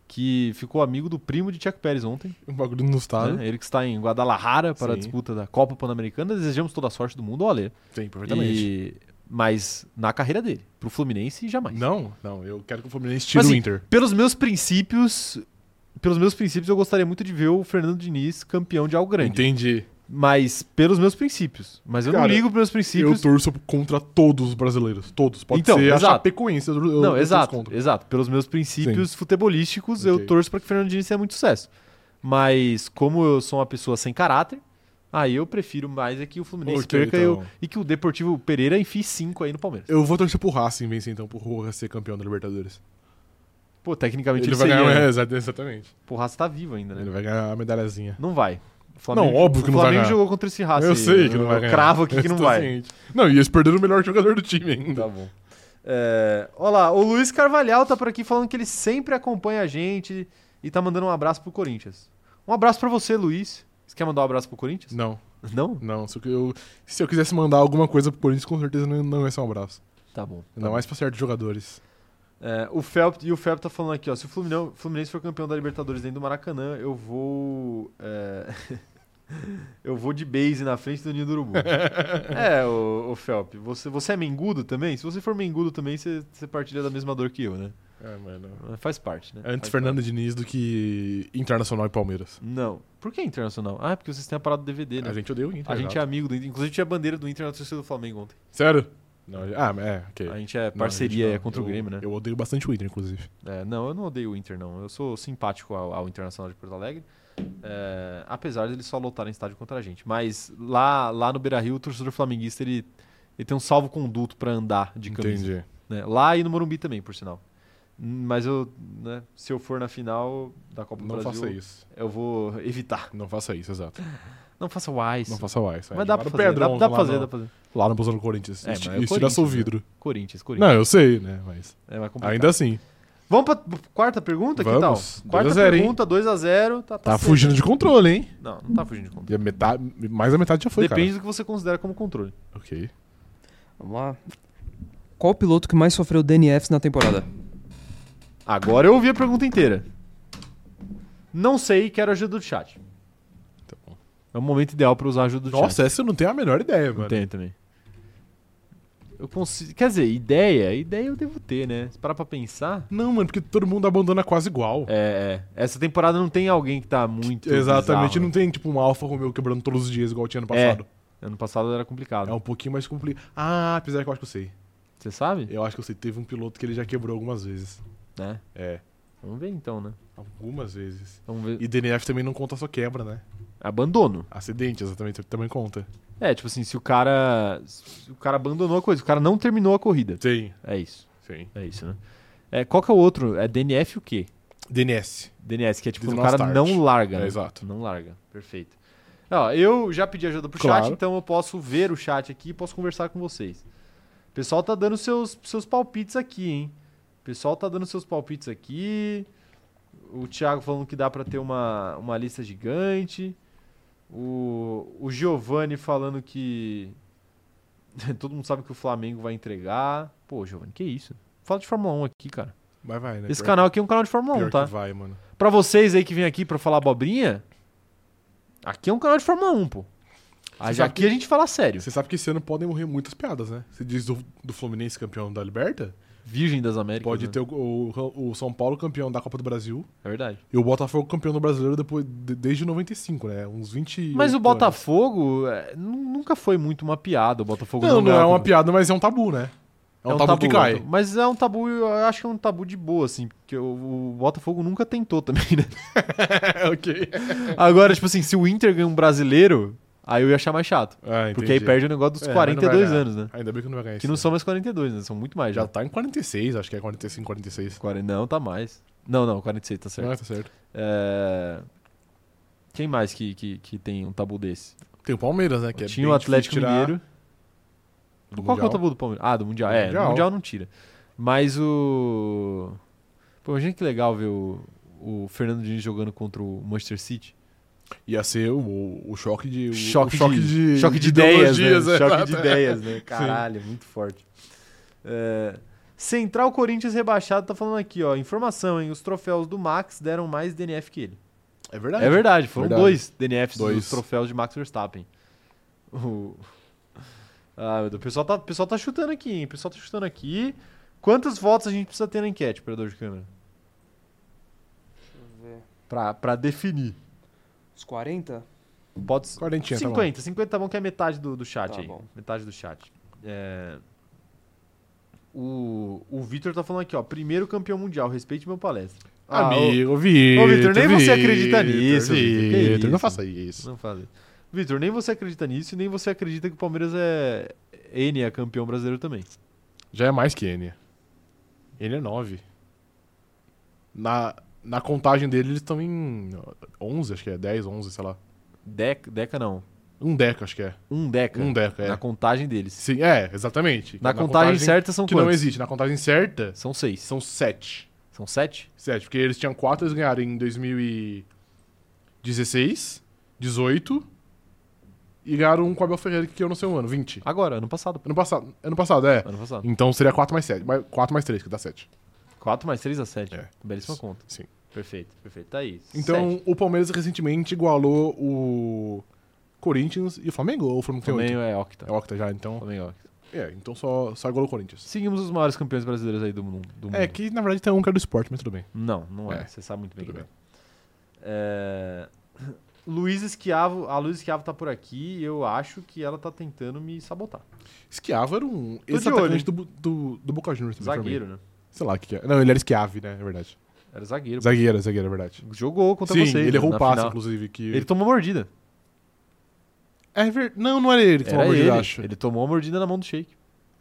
que ficou amigo do primo de Tiago Pérez ontem.
Um bagulho no estado.
né? Ele que está em Guadalajara para a
Sim.
disputa da Copa Pan-Americana. Desejamos toda a sorte do mundo ao Ale.
Sim, perfeitamente.
E, mas na carreira dele, pro Fluminense, jamais.
Não, não. Eu quero que o Fluminense tire
Mas,
o
assim,
Inter.
Pelos meus princípios. Pelos meus princípios, eu gostaria muito de ver o Fernando Diniz campeão de algo grande.
Entendi.
Mas pelos meus princípios. Mas eu não
Cara,
ligo pelos meus
Eu
princípios.
torço contra todos os brasileiros. Todos. Pode
Então,
ser
exato.
a Chapecoense. Eu, eu- eu
Não,
torço
exato,
contra.
exato. Pelos meus princípios futebolísticos, eu
Ok.
torço para que o Fernando Diniz tenha muito sucesso. Mas como eu sou uma pessoa sem caráter, aí eu prefiro mais é que o Fluminense
Ok,
perca e eu-
então.
e que o Deportivo Pereira enfie 5 aí no Palmeiras.
Eu vou torcer pro Racing vencer, então, pro Rojas ser campeão da Libertadores.
Pô, tecnicamente
Ele,
ele,
vai
seria.
ganhar, (laughs)
né?
é, exa- exatamente.
Pô, o Raça tá vivo ainda, né?
Ele vai ganhar a medalhazinha.
Não vai. O
óbvio que
o
não vai
Flamengo
ganhar.
jogou contra esse Raça.
eu
aí, né?
sei que não vai
Ah, eu
ganhar.
Cravo aqui que
Eu
não
tô
vai.
ciente. Não, e eles perderam o melhor jogador do time ainda.
Tá bom. É, olha lá, o Luiz Carvalhal tá por aqui falando que ele sempre acompanha a gente e tá mandando um abraço pro Corinthians. Um abraço pra você, Luiz. Você quer mandar um abraço pro Corinthians?
Não,
Não?
não. Se eu, se eu quisesse mandar alguma coisa pro Corinthians, com certeza não, não ia ser um abraço.
Tá bom. tá
Ainda
bom.
mais pra certos jogadores. (laughs)
É, o Felp, e o Felp tá falando aqui, ó. Se o Fluminão- Fluminense for campeão da Libertadores dentro do Maracanã, eu vou. é, (laughs) eu vou de base na frente do Ninho do
(laughs)
Urubu. é, o, o Felp, você, você é mengudo também? Se você for mengudo também, você, você partilha da mesma dor que eu, né?
É, mano.
Faz parte, né?
Antes
Faz parte.
Fernando Diniz do que Internacional e Palmeiras.
Não. Por que internacional? Ah, é porque vocês têm a parada do DVD, né?
A
A gente,
gente odeia o Inter.
é
exato.
amigo do Inter. Inclusive tinha a bandeira do Inter na torcida do Flamengo ontem.
Sério? Não, ah, é, ok.
A gente é
Não, a
parceria
gente não.
é contra
Eu-
o Grêmio, né?
Eu odeio bastante o Inter, inclusive.
É, não, eu não odeio o Inter, não. Eu sou simpático ao, ao Internacional de Porto Alegre. É, apesar de eles só lotarem estádio contra a gente. Mas lá, lá no Beira Rio, o torcedor flamenguista ele, ele tem um salvo-conduto pra andar de camisa.
Entendi.
né? Lá e no Morumbi também, por sinal. Hum, Mas eu, né, se eu for na final da Copa do
Não
Brasil,
faça isso.
eu vou evitar.
Não faça isso, exato.
Não faça o Ice.
Não faça mais.
Mas dá pra fazer, dá, dá pra fazer, dá pra fazer.
Lá no Bolsonaro do Corinthians.
É,
É,
mas é o
isso tira
Corinthians,
seu
né?
vidro.
Corinthians, Corinthians.
Não, eu sei, né? Mas
É mais complicado.
ainda assim.
Vamos pra quarta pergunta? que tal?
Vamos.
Quarta
2 a 0, hein?
pergunta, 2x0. Tá,
Tá
cedo.
fugindo de controle, hein?
Não, não tá fugindo de controle.
E a metade, mais a metade já foi,
Depende do que você considera como controle.
cara. Ok.
Vamos lá. Qual o piloto que mais sofreu DNFs na temporada?
Agora eu ouvi a pergunta inteira. Não sei, quero a ajuda do chat.
Tá bom.
É o momento ideal pra usar a ajuda do chat.
Nossa, é essa eu não tenho a menor ideia,
eu
mano.
tenho também. Eu consigo... Quer dizer, ideia, ideia eu devo ter, né? Se parar pra pensar...
Não, mano, porque todo mundo abandona quase igual.
É, é. Essa temporada não tem alguém que tá muito
Exatamente.
bizarro,
não tem, tipo, um Alfa Romeo quebrando todos os dias igual tinha ano
É.
passado.
né? Ano passado era
É,
complicado.
um pouquinho mais complicado. Ah, apesar que eu acho que eu sei.
Você sabe?
Eu acho que eu sei. Teve um piloto que ele já quebrou algumas vezes.
Né?
É.
Vamos ver então, né?
Algumas vezes.
Vamos ver.
E DNF também não conta só quebra, né?
Abandono.
Acidente, exatamente, também conta.
É, tipo assim, se o cara. Se o cara abandonou a coisa, o cara não terminou a corrida.
Sim,
É isso.
sim.
É isso, né? É, qual que é o outro? É DNF o quê?
DNS.
DNS, que é tipo
Did
quando o
not
cara
start.
não larga,
É,
né?
exato.
Não larga. Perfeito. Ó, eu já pedi ajuda pro
Claro.
chat, então eu posso ver o chat aqui e posso conversar com vocês. O pessoal tá dando seus, seus palpites aqui, hein? O pessoal tá dando seus palpites aqui. O Thiago falando que dá pra ter uma, uma lista gigante. O, o Giovanni falando que. (laughs) Todo mundo sabe que o Flamengo vai entregar. Pô, Giovanni, que isso? Fala de Fórmula 1 aqui, cara.
Vai, vai, né?
Esse
Pior-
canal aqui é um canal de Fórmula
pior
1, tá?
que vai, mano.
Pra vocês aí que vêm aqui pra falar abobrinha, aqui é um canal de Fórmula 1, pô. Aí
sabe
aqui
que-
a gente fala sério.
Você sabe que esse ano podem morrer muitas piadas, né? Você diz do, do Fluminense campeão da Liberta?
Virgem das Américas.
Pode
né?
ter o, o- o São Paulo campeão da Copa do Brasil
É verdade.
e o Botafogo campeão do Brasileiro depois, de- desde 95, né? Uns 20.
Mas o Botafogo é, nu- nunca foi muito uma piada. O Botafogo
Não, não
ganhou
é
a
uma
Copa.
piada, mas é um tabu, né? É um, tabu, que
é um
cai.
tabu. Mas é um tabu, eu acho que é um tabu de boa, assim. Porque o, o Botafogo nunca tentou também, né?
É, (laughs) ok.
Agora, tipo assim, se o Inter ganha um brasileiro, aí eu ia achar mais chato.
Ah,
Porque aí
entendi.
perde o negócio dos
É, mas não vai
42
ganhar.
anos, né?
Ainda bem que não vai ganhar
Que
esse
não
ano.
são mais 42, né? São muito mais
Já
já.
tá em 46, acho que é 45, 46.
40, não, tá mais. Não, não, 46, tá certo.
Ah, tá certo.
É, Quem mais que, que, que tem um tabu desse?
Tem o Palmeiras, né? Que é
Tinha
bem
o Atlético
difícil tirar
Mineiro.
do
Qual que é o
Mundial.
tabu do Palmeiras? Ah, do Mundial.
Do
é, do
Mundial.
Mundial não tira. Mas o. Pô, imagina que legal ver o, o Fernando Diniz jogando contra o Manchester City.
Ia ser o- o, o choque de. o-
choque,
o choque
de,
de,
choque de ideias, né?
ideologias, é.
Choque
exato.
de ideias,
(laughs)
né? Caralho, muito forte. É, Central Corinthians rebaixado tá falando aqui, ó. Informação, hein? Os troféus do Max deram mais DNF que ele.
É verdade.
É verdade, foram
Verdade.
dois DNFs dos
Dois.
troféus de Max Verstappen. O... (laughs) Ah, meu Deus, o pessoal tá, o pessoal tá chutando aqui, hein? O pessoal tá chutando aqui. Quantas votos a gente precisa ter na enquete, operador de câmera? Pra, pra definir.
Os 40?
Pode ser.
Quarentinha,
50, 50 tá bom, que é metade do, do chat
Tá
aí.
bom.
Metade do chat. É, O, o Vitor tá falando aqui, ó. Primeiro campeão mundial, respeite meu palestra.
Tá
Ah,
bom.
ô,
Amigo, Vitor.
Ô, Vitor, nem você acredita nisso, Vitor, que
Vitor,
isso.
não faça isso.
Não fale. Vitor, nem você acredita nisso e nem você acredita que o Palmeiras é. N é campeão brasileiro também.
Já é mais que N. N é 9. Na, na contagem dele, eles estão em 11, acho que é. 10, 11, sei lá.
Deca, deca não.
Um deca, acho que é.
Um deca.
Um deca, é.
Na contagem deles.
Sim, é, exatamente.
Na, contagem, certa são
Que
quantos?
não existe. Na contagem certa,
São seis. São,
são 7.
sete?
7, porque eles tinham 4, eles ganharam em 2016, 18 e ganharam um com o Abel Ferreira, que eu não sei um ano, 20.
Agora, ano passado. pô.
Ano passado, ano passado é.
Ano passado.
Então seria 4 mais 7, 4 mais 3, que dá 7.
Quatro mais três a sete.
É.
Belíssima conta.
Sim.
Perfeito, perfeito. Tá aí.
Então
Sete.
o Palmeiras recentemente igualou o Corinthians e o Flamengo, ou o Flamengo tem
Também
8?
é octa.
É octa já, então.
Também é octa.
É, então só, só igualou o Corinthians.
Seguimos os maiores campeões brasileiros aí do mundo. do
É,
mundo.
que na verdade tem um que é do esporte, mas tudo bem.
Não, não é.
É,
Você sabe muito bem.
tudo
que não
bem.
É... (laughs) É, Luiz Esquiavo, a Luiz Esquiavo tá por aqui e eu acho que ela tá tentando me sabotar.
Esquiava era um
de
ex-atacante do, Bu- do, do Boca Juniors. também, pra mim.
Zagueiro, né?
Sei lá o que que é. Não, ele era Esquiave, né? É verdade.
Era zagueiro.
Zagueiro, zagueiro, é verdade.
Jogou contra
Sim,
vocês. né?
ele errou
na
o passe,
final.
inclusive. Que...
Ele tomou mordida.
É ver... Não, não era ele que
Era
tomou a
ele.
mordida, acho.
Ele tomou a mordida na mão do Sheik.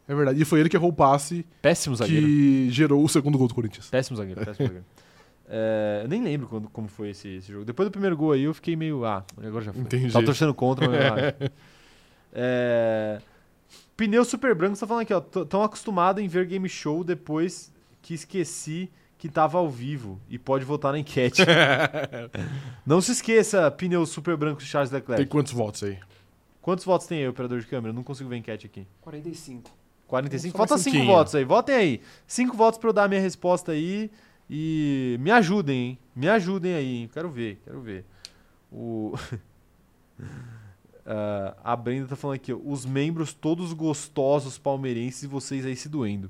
É verdade. E foi ele que errou o passe
Péssimo zagueiro.
que gerou o segundo gol do Corinthians.
Péssimo zagueiro, péssimo (laughs) zagueiro. É, eu nem lembro quando, como foi esse, esse jogo. Depois do primeiro gol aí, eu fiquei meio. Ah, agora já foi.
Entendi.
Tava torcendo contra, mas. (laughs) ah. É, Pneu Super Branco tá falando aqui, ó. "Tô- Tão acostumado em ver game show depois que esqueci que tava ao vivo e pode votar na (laughs) enquete. Não se esqueça, pneu Super Branco de Charles Leclerc.
Tem quantos votos aí?
Quantos votos tem aí, operador de câmera? Eu não consigo ver a enquete aqui.
45.
45?
Só mais
Falta 5
cinquinho.
votos aí. Votem aí. 5 votos pra eu dar a minha resposta aí. E me ajudem, hein? Me ajudem aí, hein? Quero ver, quero ver. O... (laughs) Ah, a Brenda tá falando aqui, ó, os membros todos gostosos palmeirenses e vocês aí se doendo.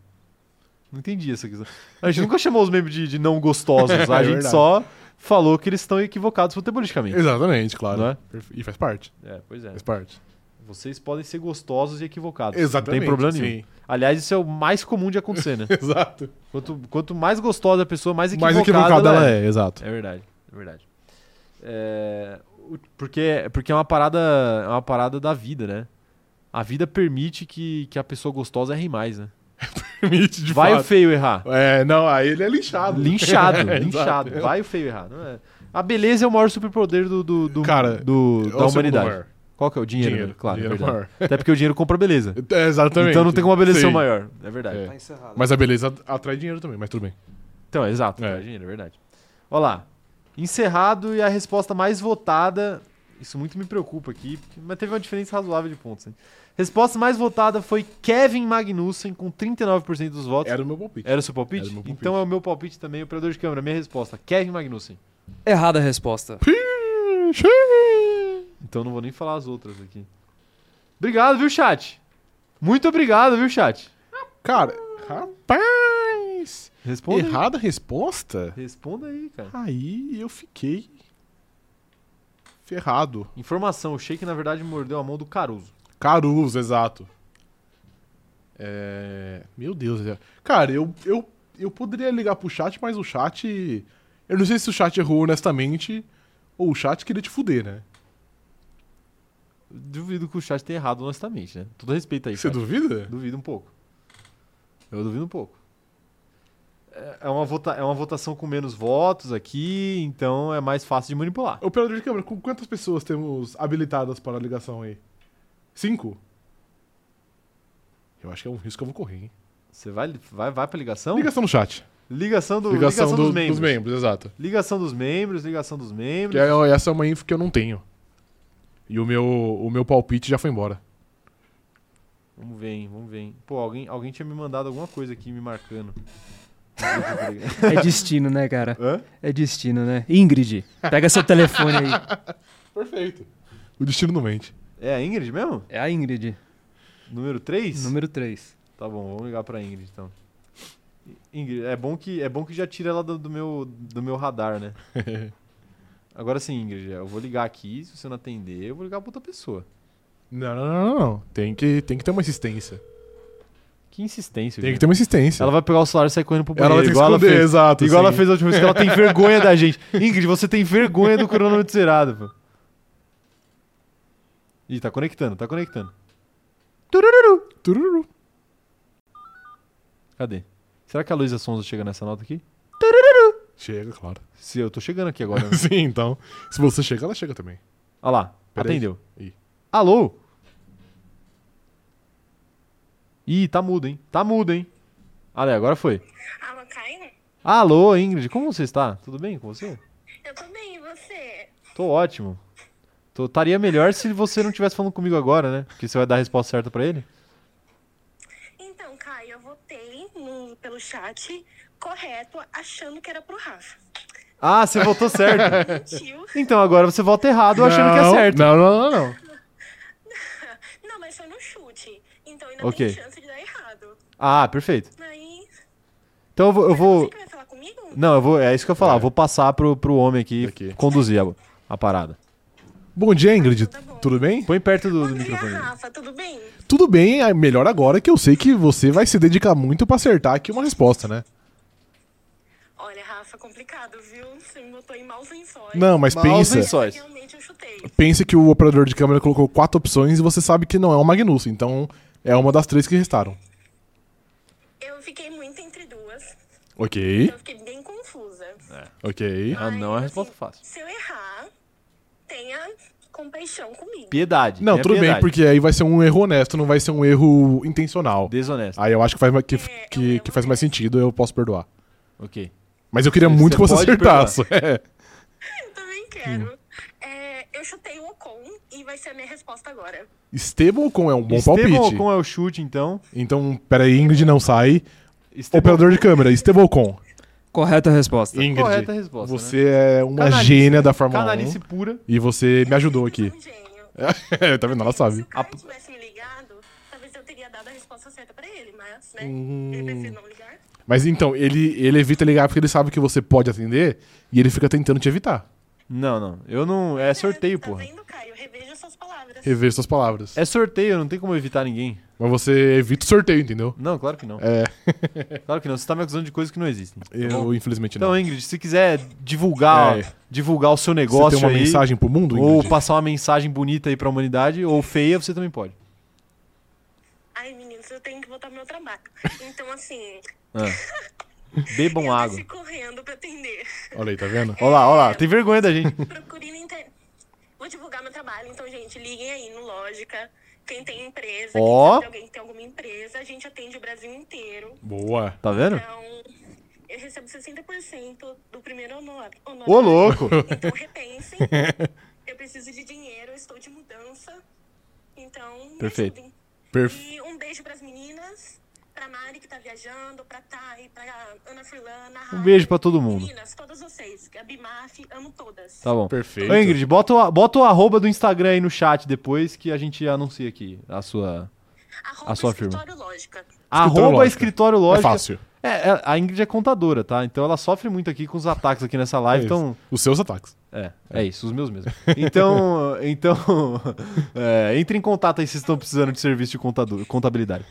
Não entendi essa questão. A gente nunca chamou os membros de, de não gostosos. A
(laughs) É
gente
verdade.
só falou que eles estão equivocados futebolisticamente.
Exatamente, claro.
Não é?
Perfe- E faz parte.
É, pois é.
Faz parte.
Vocês podem ser gostosos e equivocados.
Exatamente.
Não tem problema
sim. (laughs)
nenhum. Aliás, isso é o mais comum de acontecer, né?
Exato.
Quanto, quanto mais gostosa a pessoa, mais equivocada,
Mais equivocada ela
é.
é,
(laughs)
exato.
É verdade, é verdade. É, o- porque, porque é uma parada é uma parada da vida, né? A vida permite que, que a pessoa gostosa erre mais, né?
Permite, de
Vai o
fato.
feio errar.
É, não, aí ele é linchado.
Linchado,
(laughs) É,
linchado.
exato.
Vai o feio errar. Não é? A beleza é o maior superpoder do, do, do,
Cara,
do-
é o
da
segundo
humanidade.
maior.
Qual que é o dinheiro?
Dinheiro,
né? claro,
dinheiro
é verdade.
maior.
Até porque o dinheiro compra beleza.
É, exatamente.
Então não tem como a beleza ser
Sim.
o maior. É verdade.
É.
Tá encerrado.
Mas a beleza atrai dinheiro também, mas tudo bem.
Então, é exato.
É.
É. dinheiro, é verdade. Olha lá. Encerrado e a resposta mais votada. Isso muito me preocupa aqui, porque- mas teve uma diferença razoável de pontos. Hein? Resposta mais votada foi Kevin Magnussen com 39% dos votos.
Era o meu palpite.
Era o seu palpite?
Era o meu palpite.
Então é o meu palpite também, operador de câmera. Minha resposta, Kevin Magnussen.
Errada a resposta.
Então não vou nem falar as outras aqui. Obrigado, viu, chat? Muito obrigado, viu, chat?
Cara, rapaz!
Responda aí.
Errada a resposta?
Responda aí, cara.
Aí eu fiquei ferrado.
Informação, o Sheik na verdade mordeu a mão do Caruso.
Caruso, exato. É... Meu Deus, é- cara, eu, eu, eu poderia ligar pro chat, mas o chat. Eu não sei se o chat errou honestamente ou o chat queria te fuder, né?
Duvido que o chat tenha errado, honestamente, né? Todo respeito aí,
Você
chat.
duvida?
Duvido um pouco. Eu duvido um pouco. É- É uma, vota... é uma votação com menos votos aqui, então é mais fácil de manipular.
Operador de câmera, com quantas pessoas temos habilitadas para a ligação aí? Cinco? Eu acho que é um risco que eu vou correr, hein?
Você vai, vai, vai pra ligação?
Ligação no chat.
Ligação, Então, do...
Ligação,
ligação
do-
dos membros.
exato.
Ligação dos membros, ligação dos
Que
membros.
é- essa é uma info que eu não tenho. E o meu, o meu palpite já foi embora.
Vamos ver, hein, vamos ver. Hein. Pô, alguém, alguém tinha me mandado alguma coisa aqui me
(laughs)
marcando.
É destino, né, cara?
Hã?
É destino, né? Ingrid, pega seu telefone aí.
Perfeito. O destino não mente.
É a Ingrid mesmo?
É a Ingrid,
Número 3?
número 3.
Tá bom, vamos ligar pra Ingrid então. Ingrid, é bom que, é bom que já tira ela do, do meu, do meu radar,
(laughs)
né? Agora sim, Ingrid, eu vou ligar aqui. Se você não atender, eu vou ligar pra outra pessoa.
Não, não, não, não, não. Tem que, tem que ter uma insistência.
Que insistência,
Tem que
gente.
ter uma insistência.
Ela vai pegar o celular e sair correndo pro
Ela
banheiro.
vai ter que
igual ela
esconder,
fez,
exato.
igual ela
sim.
fez a última vez, que ela tem vergonha da
(laughs)
gente. Ingrid, você tem vergonha do cronômetro zerado, pô. Ih, tá conectando, tá conectando. Turururu.
Tururu.
Cadê? Será que a Luísa Sonza chega nessa nota aqui?
Chega, claro.
Se eu tô chegando aqui agora. Né?
(laughs) Sim, então. Se você chega, ela chega também.
Olha lá,
Peraí.
atendeu.
Ih.
Alô? Ih, tá mudo, hein? Tá mudo, hein? Olha, agora foi.
Alô, Caio?
Alô, Ingrid, como você está? Tudo bem com você?
Eu tô bem, e você?
Tô ótimo. Tô- Estaria melhor se você não estivesse falando comigo agora, né? Porque você vai dar a resposta certa pra ele.
Então, Caio, eu votei no- pelo chat correto, achando que era pro Rafa.
Ah, você votou certo. (laughs)
Mentiu.
Então agora você vota errado achando que é
Não,
certo.
Não, não, não, não.
(laughs) Não, mas foi no chute. Então ainda
Ok.
tem chance de dar errado.
Ah, perfeito.
Aí.
Então eu vou. eu
Você
vou-
que vai falar comigo?
Não, eu vou. É isso que eu ia falar. Eu Vou passar pro, pro homem aqui,
Aqui.
conduzir a, a parada.
Bom dia, Ingrid.
Tá bom.
Tudo bem?
Põe perto do, do
Bom dia,
microfone.
Rafa, tudo bem?
Tudo bem, é melhor agora que eu sei que você vai se dedicar muito pra acertar aqui uma resposta, né?
Olha, Rafa, complicado, viu? Você me botou em maus lençóis.
Não, mas
Maus
pensa.
lençóis.
Mas Realmente eu chutei.
Pense que o operador de câmera colocou quatro opções e você sabe que não é o Magnussen, então é uma das três que restaram.
Eu fiquei muito entre duas.
Ok,
Eu fiquei bem confusa. assim,
ok.
Ah, não é a resposta fácil.
Se eu errar, tenha compaixão comigo.
Piedade.
Não,
tenha
tudo bem,
piedade.
porque aí vai ser um erro honesto, não vai ser um erro intencional.
Desonesto.
Aí eu acho que faz, ma- que,
É, é um
que,
erro
que faz mais
honesto.
sentido, eu posso perdoar.
Ok.
Mas eu queria
Você
muito que você
pode
acertasse. (laughs) É.
Eu também quero. É, eu chutei o Ocon e vai ser a minha resposta agora.
Esteban Ocon é um bom
Esteban
palpite.
Ocon é o chute, então.
Então, peraí, Ingrid não sai.
Esteban
Operador de câmera, Esteban Ocon.
Correta a resposta.
Ingrid,
correta é a resposta,
você é uma
Canalice,
gênia
né?
da Fórmula
Canalice pura.
1. E você me ajudou aqui. (laughs)
Um gênio.
É,
tá vendo? Ela
Se o
sabe.
cara tivesse me ligado, talvez eu teria dado a resposta certa pra ele, mas, né?
Hum.
Ele prefere não ligar.
Mas então, ele, ele evita ligar porque ele sabe que você pode atender e ele fica tentando te evitar.
Não, não. Eu não. É sorteio,
tá
porra.
vendo, Caio? Reveja suas palavras.
Rever suas palavras.
É sorteio, não tem como evitar ninguém.
Mas você evita o sorteio, entendeu?
Não, claro que não.
É.
(laughs) Claro que não. Você tá me acusando de coisas que não existem.
Eu, infelizmente, não.
Então, Ingrid, se quiser divulgar,
É.
divulgar o seu
você
negócio
tem uma
aí,
mensagem pro mundo,
ou
Ingrid?
passar uma mensagem bonita aí pra humanidade, ou feia, você também pode.
Ai, meninos, eu tenho que voltar pro
(laughs)
meu trabalho. Então, assim,
Ah. Bebam
eu
água. (laughs)
desci correndo pra atender.
Olha aí, tá vendo?
Olha lá, olha lá. Tem vergonha da gente.
Procure na internet. Vou divulgar meu trabalho, então, gente, liguem aí no Lógica. Quem tem empresa, quem
Ó.
sabe alguém que tem alguma empresa, a gente atende o Brasil inteiro.
Boa.
Tá vendo?
Então, eu recebo 60% do primeiro honor. honor
Ô, louco.
Então,
(laughs)
repensem. eu preciso de dinheiro, eu estou de mudança. Então, me
Perfeito.
ajudem.
Perf...
E um beijo pras meninas, pra Mari que tá viajando, pra Thay, pra Ana Furlana.
Um
Raia.
beijo pra todo mundo.
Meninas, todas vocês. A Bimaf, amo todas.
Tá bom.
Perfeito.
Ô, Ingrid, bota o, bota o arroba do Instagram aí no chat depois que a gente anuncia aqui a sua.
Arroba
A sua firma.
escritório lógica.
Arroba
Lógica.
escritório lógica.
É fácil.
É, é, a Ingrid é contadora, tá? Então ela sofre muito aqui com os ataques aqui nessa live. então,
É Os seus ataques.
É, é isso, os meus mesmo.
(laughs)
Então, então é, entre em contato aí se vocês estão precisando de serviço de contador,
(laughs)
contabilidade.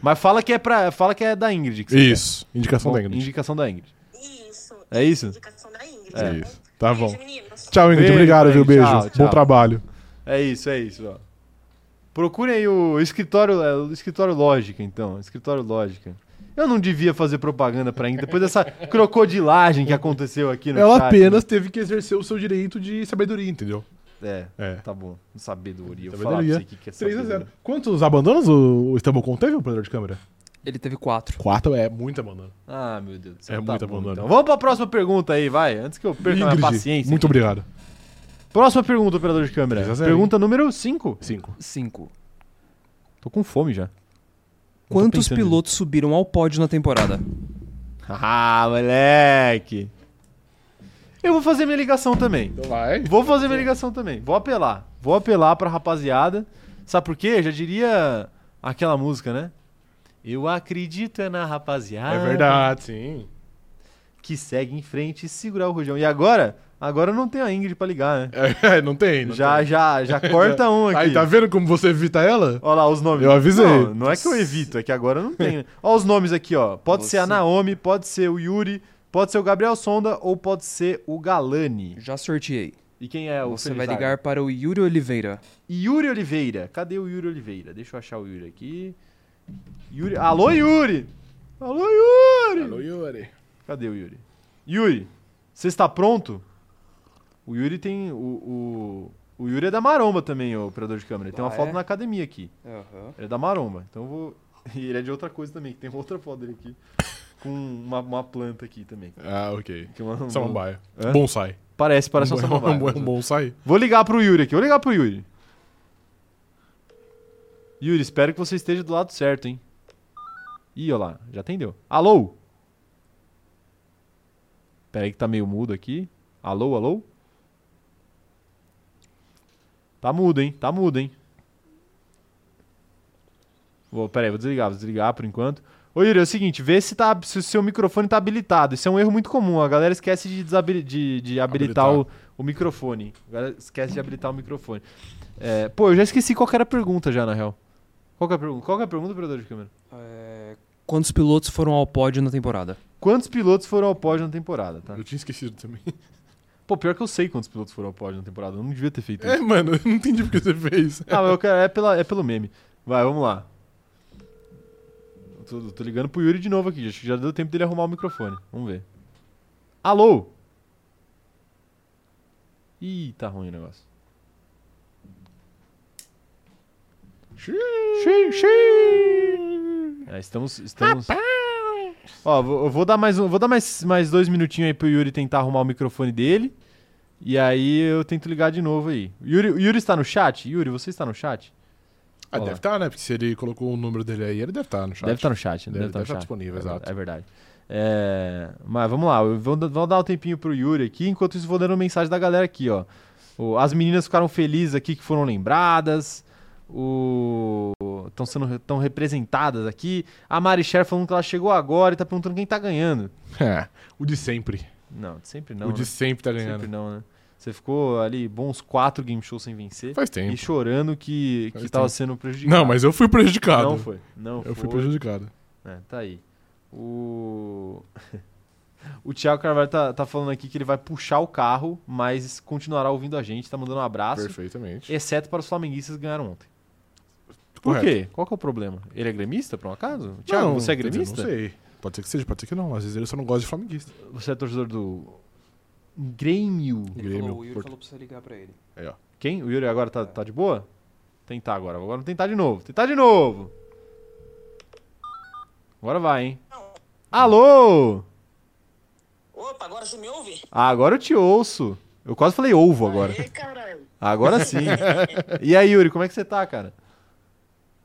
Mas fala que é para, fala que é da Ingrid. Que você
Isso.
quer.
Indicação
Bom,
da Ingrid.
Indicação da Ingrid.
Isso.
É isso?
Indicação da Ingrid.
É.
tá bom?
Isso. Tá bom.
Beijo, meninas.
Tchau, Ingrid.
Beijo,
Obrigado, viu?
Ingrid.
Beijo.
Tchau, tchau.
Bom trabalho.
É isso, é isso. Ó. Procurem aí o escritório, é, o escritório lógica, então, escritório lógica. Eu não devia fazer propaganda pra Ingrid depois
(laughs)
dessa crocodilagem que aconteceu aqui no
Ela
chat,
apenas teve que exercer o seu direito de sabedoria, entendeu?
né? É,
É.
tá bom. Sabedoria. Eu
Sabedoria.
falava pra você o que que é
3 a
sabedoria.
0. Quantos abandonos o o Estambul Con teve, operador de câmera?
Ele teve quatro.
4 é muito abandono.
Ah, meu Deus do céu.
É
tá
muito
bom,
abandono.
então. Vamos pra próxima pergunta aí, vai. Antes que eu perca a minha
Ingrid,
é paciência. né?
Muito obrigado.
Próxima pergunta, operador de câmera.
3 a 0,
Pergunta número 5.
5.
Cinco.
Tô com fome já.
Quantos
pensando
pilotos subiram ao pódio na temporada?
Ah, moleque. Eu vou fazer minha ligação também.
Então vai.
Vou fazer minha ligação também. Vou apelar. Vou apelar pra rapaziada. Sabe por quê? Já diria aquela música, né? Eu acredito é na rapaziada.
É verdade, sim.
Que segue em frente e segurar o rojão. E agora? Agora não tem a Ingrid pra ligar, né?
É, não tem. Não
Já,
tem.
já,
(laughs)
já corta um aqui.
Aí, tá vendo como você evita ela?
Olha lá os nomes.
Eu avisei.
Não, não é que eu evito, é que agora não
(laughs)
tem. né? Olha os nomes aqui, ó. Pode ser a
Você.
Naomi, pode ser o Yuri, pode ser o Gabriel Sonda ou pode ser o Galani.
Já sorteei.
E quem é o
Você vai
felizardo?
ligar para o Yuri Oliveira.
Yuri Oliveira. Cadê o Yuri Oliveira? Deixa eu achar o Yuri aqui. Yuri. Alô, Yuri! Alô, Yuri!
Yuri.
Cadê o Yuri? Yuri, você está pronto? O Yuri tem. O, o, o Yuri é da Maromba também, o operador de câmera. Ele Tem uma
Ah,
foto
é?
na academia aqui. Ele é da Maromba. Então eu vou. (laughs) E ele é de outra coisa também, que tem outra foto dele aqui. Com uma, uma planta aqui também.
Ah, ok.
Que é uma-
Samambaia.
Hã?
Bonsai.
Parece, parece uma
É
samambaia.
(laughs) É um bonsai.
Vou ligar pro Yuri aqui, vou ligar pro Yuri. Yuri, espero que você esteja do lado certo, hein? Ih, olha lá, já atendeu. Alô? Peraí que tá meio mudo aqui. Alô, alô? Tá mudo, hein? Tá mudo, hein? Vou, peraí, vou desligar, vou desligar por enquanto. Ô Yuri, é o seguinte, vê se, tá, se o seu microfone tá habilitado. Isso é um erro muito comum, a galera esquece de, desabil- de, de habilitar,
Habilitar.
O, o microfone. A galera esquece de habilitar o microfone. É, pô, eu já esqueci qual que era a pergunta já, na real. Qual que é a pergunta? Qual que é a pergunta, operador de câmera?
É, Quantos pilotos foram ao pódio na temporada?
Quantos pilotos foram ao pódio na temporada, tá?
Eu tinha esquecido também.
Pô, pior que eu sei quantos pilotos foram ao pódio na temporada, eu não devia ter feito isso.
É, mano, eu não entendi porque você fez.
Ah, mas eu quero, é, pela, é pelo meme. Vai, vamos lá. Eu Tô, eu tô ligando pro Yuri de novo aqui, acho que já deu tempo dele arrumar o microfone. Vamos ver. Alô? Ih, tá ruim o negócio. Xiii, xiii. É, estamos. estamos... Ó, vou- eu vou dar mais um, vou dar mais, mais dois minutinhos aí pro Yuri tentar arrumar o microfone dele. E aí eu tento ligar de novo aí. Yuri, o Yuri está no chat? Yuri, você está no chat?
Ah,
Olha
deve
lá.
estar, né? Porque se ele colocou o número dele aí, ele deve estar no chat.
Deve estar no chat, deve,
Deve-
estar no
deve estar
chat.
disponível,
é, ver-
exato.
É verdade. É, mas vamos lá, eu vou, vou dar um tempinho pro Yuri aqui, enquanto isso vou dando mensagem da galera aqui, ó. O- as meninas ficaram felizes aqui que foram lembradas. O estão sendo re- tão representadas aqui. A Mari Cher falando que ela chegou agora e tá perguntando quem tá ganhando.
É, o de sempre.
Não, sempre não.
o
né?
de sempre tá ganhando.
Sempre não, né? Você ficou ali bons quatro game shows sem vencer
Faz
e
tempo.
chorando que, que
Faz
tava
tempo.
sendo prejudicado.
Não, mas eu fui prejudicado.
Não foi. Não
Eu
foi.
fui prejudicado.
É, tá aí. O. (laughs) O Thiago Carvalho tá, tá falando aqui que ele vai puxar o carro, mas continuará ouvindo a gente, tá mandando um abraço.
Perfeitamente.
Exceto para os flamenguistas que ganharam ontem. Por
Correto.
quê? Qual que é o problema? Ele é gremista, por um acaso? Thiago,
Não,
você é
quer dizer,
gremista?
Não sei. Pode ser que seja, pode ser que não. Às vezes ele só não gosta de flamenguista.
Você é torcedor do Grêmio.
Ele
Grêmio,
falou, o Yuri
Porto.
falou pra você ligar pra ele.
Aí, ó.
Quem? O Yuri agora tá, tá de boa? Tentar agora. Agora vou tentar de novo. Tentar de novo. Agora vai, hein? Alô?
Opa, agora você me ouve?
Ah, agora eu te ouço. Eu quase falei ovo agora.
Ei, caralho.
Agora sim. E aí, Yuri, como é que você tá, cara?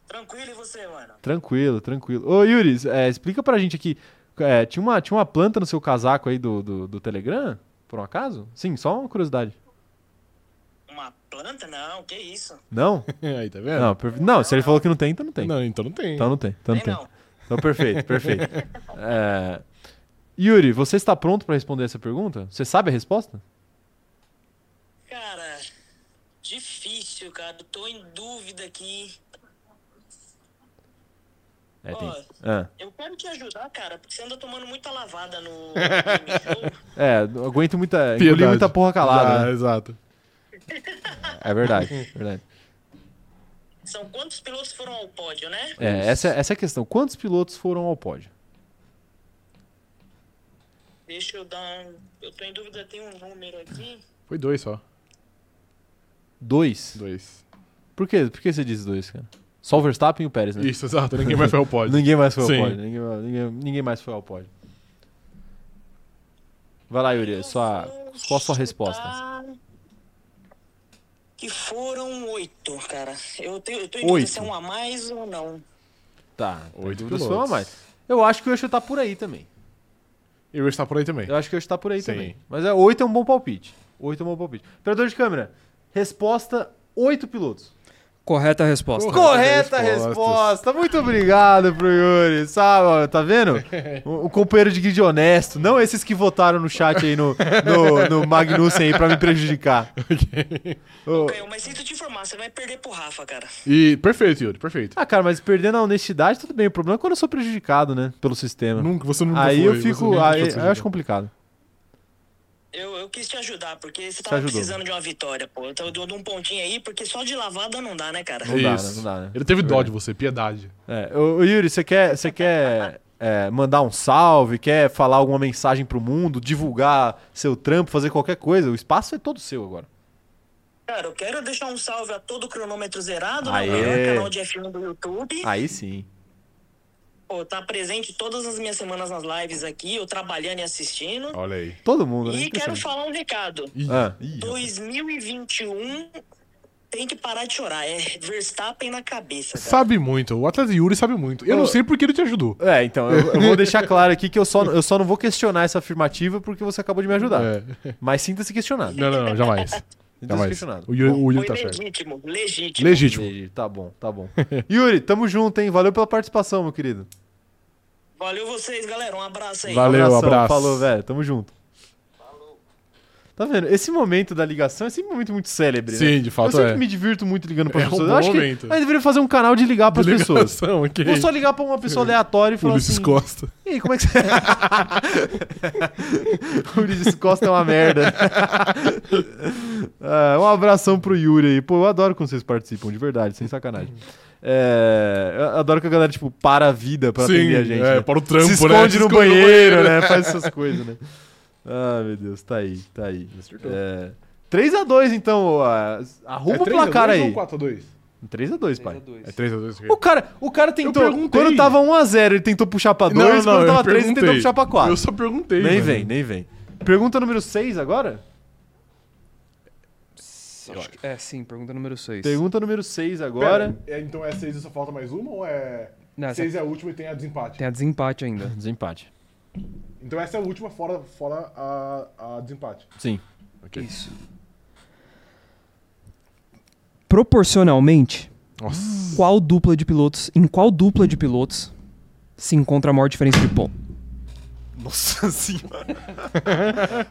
Tranquilo e você, mano?
Tranquilo, tranquilo. Ô, Yuri, é, explica pra gente aqui. é, tinha, uma, tinha uma planta no seu casaco aí do, do, do Telegram, por um acaso? Sim, só uma curiosidade.
Uma planta? Não, que isso?
(laughs) Não?
(laughs) Aí, tá vendo?
Não, perfe- não, se ele falou que não tem, então não tem.
Não, então não tem.
Então não tem, então não
Tem
tem.
não.
Então perfeito,
(laughs)
perfeito. É, Yuri, você está pronto pra responder essa pergunta? Você sabe a resposta?
Cara, difícil, cara. Eu Tô em dúvida aqui.
É,
Ó.
Ah.
Eu quero te ajudar, cara, porque você anda tomando muita lavada no. Então, no
(laughs)
show.
É, eu aguento muita. Engoli muita porra calada.
Já,
né?
Ah, Exato.
É verdade, é verdade.
São quantos pilotos foram ao pódio, né?
(laughs) É, essa, essa é a questão. Quantos pilotos foram ao pódio?
Deixa eu dar um. Eu tô em dúvida, tem um número aqui.
Foi dois só.
Dois.
Dois.
Por quê? Por que você diz dois, cara? Só o Verstappen e o Pérez, né?
É. Isso, exato. Ninguém mais foi ao pódio.
Ninguém mais foi
Sim.
ao pódio. Ninguém, ninguém- ninguém mais foi ao pódio. Vai lá, Yuri.
Eu
Sua,
vou
qual a sua
chutar
resposta?
Que foram oito, cara. Eu, tenho, eu tô em
Oito.
dúvida se é um a mais ou não.
Tá.
Oito
Oito pilotos. Foi uma
pilotos.
mais. Eu acho que o ia chutar por aí também.
E o está por aí também. (laughs)
Eu acho que eu ia chutar por aí
Sim.
também. Mas é, oito é um bom palpite. Oito é um bom palpite. Operador de câmera, resposta: oito pilotos.
Correta a resposta.
Corre-
Correta
Respostas.
resposta. Muito obrigado pro Yuri. Sabe, ó, tá
(laughs)
vendo? O, o companheiro de grid honesto. Não esses que votaram no chat aí no, no, no Magnussen aí pra me prejudicar. Ô,
Caio, mas sinto te informar, você vai perder pro Rafa, cara.
E perfeito, Yuri, perfeito.
Ah, cara, mas perdendo a honestidade, tudo bem. O problema é quando eu sou prejudicado, né? Pelo sistema.
Nunca, você nunca
aí
foi.
eu
você
fico.
nunca
Aí,
foi
aí eu acho é um
prejudicado.
complicado.
Eu, eu quis te ajudar, porque você tava
ajudou.
precisando de uma vitória, pô. Eu tô eu dou um pontinho aí, porque só de lavada não dá, né, cara?
Não dá, né?
Isso.
Não dá, né?
Ele teve dó de você, piedade.
É, ô, ô, Yuri, você quer, você quer é, mandar um salve? Quer falar alguma mensagem pro mundo? Divulgar seu trampo? Fazer qualquer coisa? O espaço é todo seu agora.
Cara, eu quero deixar um salve a todo o cronômetro zerado,
Aê.
né? O maior canal de F1 do YouTube.
Aí sim.
Pô, tá presente todas as minhas semanas nas lives aqui, eu trabalhando e assistindo.
Olha aí.
Todo mundo, né?
e quero
Impressionante.
falar um recado.
Ih,
Ah, ih, rapaz.
2021 tem que parar de chorar. É Verstappen na cabeça, cara.
Sabe muito. O atleta Yuri sabe muito. Eu
Ô.
não sei porque ele te ajudou.
É, então, eu, eu vou deixar claro aqui que eu só, eu só não vou questionar essa afirmativa porque você acabou de me ajudar.
É.
Mas sinta-se questionado.
Não, não, não,
(laughs)
jamais.
Sinta-se
jamais.
questionado.
O Yuri, o Yuri tá
Foi
certo.
legítimo, legítimo.
Legítimo.
Entendi, Tá bom, tá bom. (laughs) Yuri, tamo junto, hein? Valeu pela participação, meu querido.
Valeu vocês, galera. Um abraço aí.
Valeu,
Abração,
abraço.
Falou, velho. Tamo junto. Tá vendo? Esse momento da ligação é sempre um momento muito célebre, né?
Sim, de fato
Eu sempre
é.
me divirto muito ligando pras
É um
pessoas.
bom
eu acho
momento.
que a gente deveria fazer um canal de ligar pras
(laughs)
pessoas.
Ligação, assim, ok.
Vou só ligar pra uma pessoa aleatória e falar
Ulisses
assim...
Costa.
E aí, como é que você... (laughs) o Ulisses Costa é uma merda. (laughs) Ah, um abração pro Yuri aí. Pô, eu adoro quando vocês participam, de verdade, sem sacanagem. É, eu adoro que a galera, tipo, para a vida pra atender a gente.
é,
né?
para o trampo,
se esconde,
né?
no, banheiro,
(laughs) É
né? Faz essas coisas, né? Ah, meu Deus, tá aí, tá aí. É, 3x2, então, ó,
É
arruma o placar
um
aí.
4x2?
3x2, pai.
3x2
É 3x2.
O cara, o cara tentou.
perguntei.
Quando tava 1x0, ele tentou puxar pra 2, quando tava 3, ele tentou puxar pra 4.
Eu só perguntei.
um Nem
mano.
vem, nem vem. Pergunta número 6 agora?
Acho que- É, sim, pergunta número 6.
um-
Pergunta número 6 agora. Tá,
Pera, é, então é 6 e só falta mais uma ou é.
Não, essa-
6 é a última e tem a desempate?
Tem a desempate ainda.
Desempate.
Então essa é a última fora, fora a, a desempate.
Sim.
Isso. Proporcionalmente,
Nossa.
qual dupla de pilotos, em qual dupla de pilotos se encontra a maior diferença de ponto?
Nossa (laughs) senhora.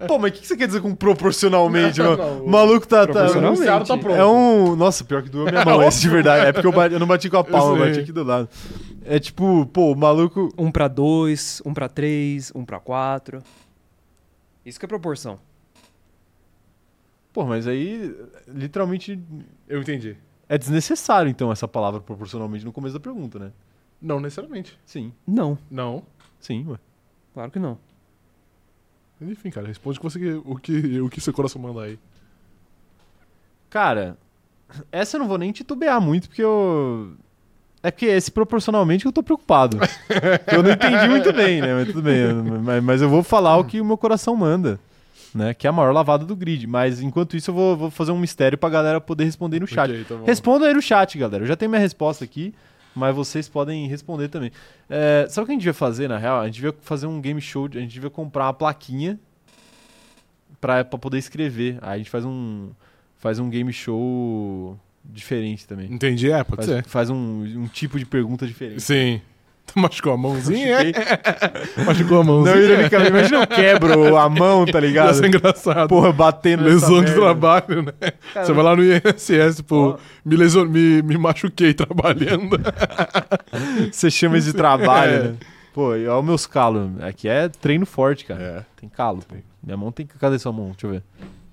Pô, mas o que, que você quer dizer com proporcionalmente?
Não,
mano?
não.
O maluco tá. tá
Proporcionalmente. O enunciado tá pronto.
É um. Nossa, pior que doeu minha mão esse de verdade. É porque eu, bati- eu não bati com a palma, eu
sei.
bati aqui do lado. É tipo, pô, o maluco.
Um pra dois, um pra três, um pra quatro. Isso que é proporção.
Pô, mas aí. Literalmente.
Eu entendi.
É desnecessário, então, essa palavra proporcionalmente no começo da pergunta, né?
Não necessariamente.
Sim,
Não,
Não.
sim, ué.
claro que não.
Enfim, cara, responde o que, você, o que, o que seu coração manda aí.
Cara, essa eu não vou nem titubear muito, porque eu. É porque esse proporcionalmente eu tô preocupado. eu não entendi muito bem, né? Mas tudo bem. eu- mas, mas eu vou falar o que o meu coração manda, né? Que é a maior lavada do grid. Mas enquanto isso, eu vou, vou fazer um mistério pra galera poder responder no chat.
Ok, tá bom.
Então, Respondam aí no chat, galera. Eu já tenho minha resposta aqui, mas vocês podem responder também. É, sabe o que a gente devia fazer, na real? A gente devia fazer um game show, de- a gente devia comprar uma plaquinha pra, pra poder escrever. Aí a gente faz um, faz um game show diferente também.
Entendi, é, pode
Faz,
ser.
faz um, um tipo de pergunta diferente.
Sim. (laughs) Tu machucou a mãozinha, é?
Fiquei-
Machucou a
Não, é
mãozinha.
ironicamente, imagina eu quebro a mão, tá
Ia
ligado?
ser engraçado.
Porra, batendo nessa
Lesão de
é merda.
trabalho, né? Você vai lá no INSS, pô,
Ó.
me, lesion... me, me machuquei trabalhando.
Você chama isso de trabalho,
É.
né? Pô, e olha os meus calos. Aqui é treino forte, cara.
É.
Tem calo. pô. Minha mão tem. Cadê sua mão? Deixa eu ver.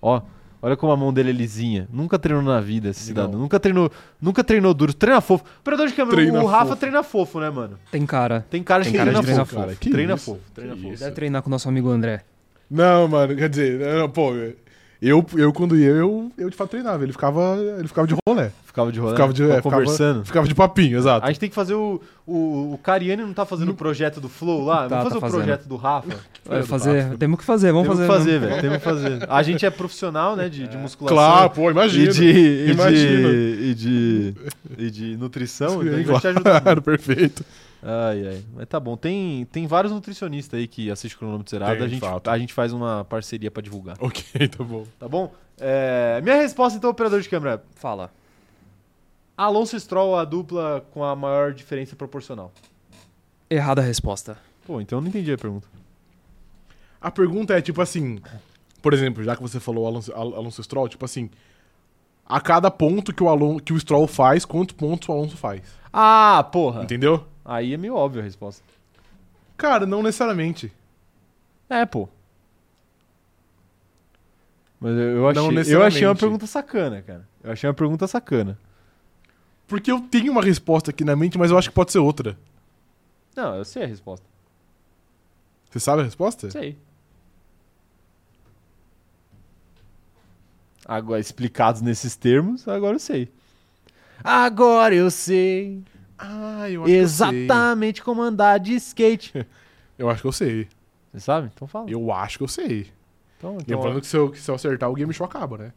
Ó, olha como a mão dele é lisinha. Nunca treinou na vida esse cidadão. Nunca treinou, nunca treinou duro. Treina fofo. Operador de câmera,
Treina
o Rafa
fofo.
treina fofo, né, mano?
Tem cara.
Tem cara de
Tem cara de
treina
treina
fofo.
fofo,
cara.
que
Treina
isso,
fofo.
que
Treina fofo.
isso.
Deve treinar com o nosso amigo André.
Não, mano, quer dizer, não, pô, eu, eu quando ia, eu, eu de fato treinava. Ele ficava, ele ficava de rolé.
Ficava de rolê. tá
Ficava de, é, ficava-
Né? conversando.
Ficava, de papinho, exato.
A gente tem que fazer o. O, o Cariani não tá fazendo o projeto do Flow lá?
Tá,
Vamos fazer
tá
o
fazendo.
projeto do Rafa?
Vai fazer. Temos que fazer, vamos
Temos que
fazer.
fazer, velho. Temos que fazer. A gente é profissional, né? De, de musculação.
É. Claro, pô, imagina.
E de,
(laughs)
e,
Imagina.
de, e, de, e de nutrição, então a gente vai te ajudar.
Claro, perfeito.
Ai, ai. Mas tá bom. Tem, tem vários nutricionistas aí que assistem o cronômetro zerado.
Tem,
A gente,
fato.
a gente faz uma parceria pra divulgar.
Ok, tá bom.
Tá bom? É, minha resposta, então, operador de câmera.
né? Fala.
Alonso e Stroll, a dupla com a maior diferença proporcional.
Errada a resposta.
Pô, então eu não entendi a pergunta.
A pergunta é, tipo assim, por exemplo, já que você falou Alonso, Al- Alonso Stroll, tipo assim, a cada ponto que o, Alon, que o Stroll faz, quantos pontos o Alonso faz?
Ah, porra.
Entendeu?
Aí é meio óbvio a resposta.
Cara, não necessariamente.
É, pô. Mas eu, eu achei,
Não
eu achei uma
necessariamente.
pergunta sacana, cara. Eu achei uma pergunta sacana.
Porque eu tenho uma resposta aqui na mente, mas eu acho que pode ser outra.
Não, eu sei a resposta.
Você sabe a resposta?
Sei. Agora, explicados nesses termos, agora eu sei. Agora eu sei
Ah, eu
exatamente como andar de
(laughs)
skate.
que eu sei. Eu acho que eu sei.
Você sabe? Então fala.
Eu acho que eu sei.
Então, então-
Lembrando que se, eu, que se eu acertar, o game show acaba, né?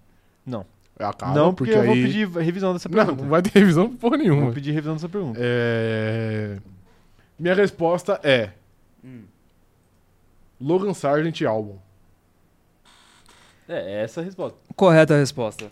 Não.
Acaba,
não, porque, eu
aí...
vou pedir revisão dessa
(laughs) Não,
pergunta.
não vai ter revisão porra
Eu
nenhuma.
vou pedir revisão dessa pergunta.
É... Minha resposta é...
Hum.
Logan Sargent e Albon.
É, é essa a resposta.
Correta a resposta.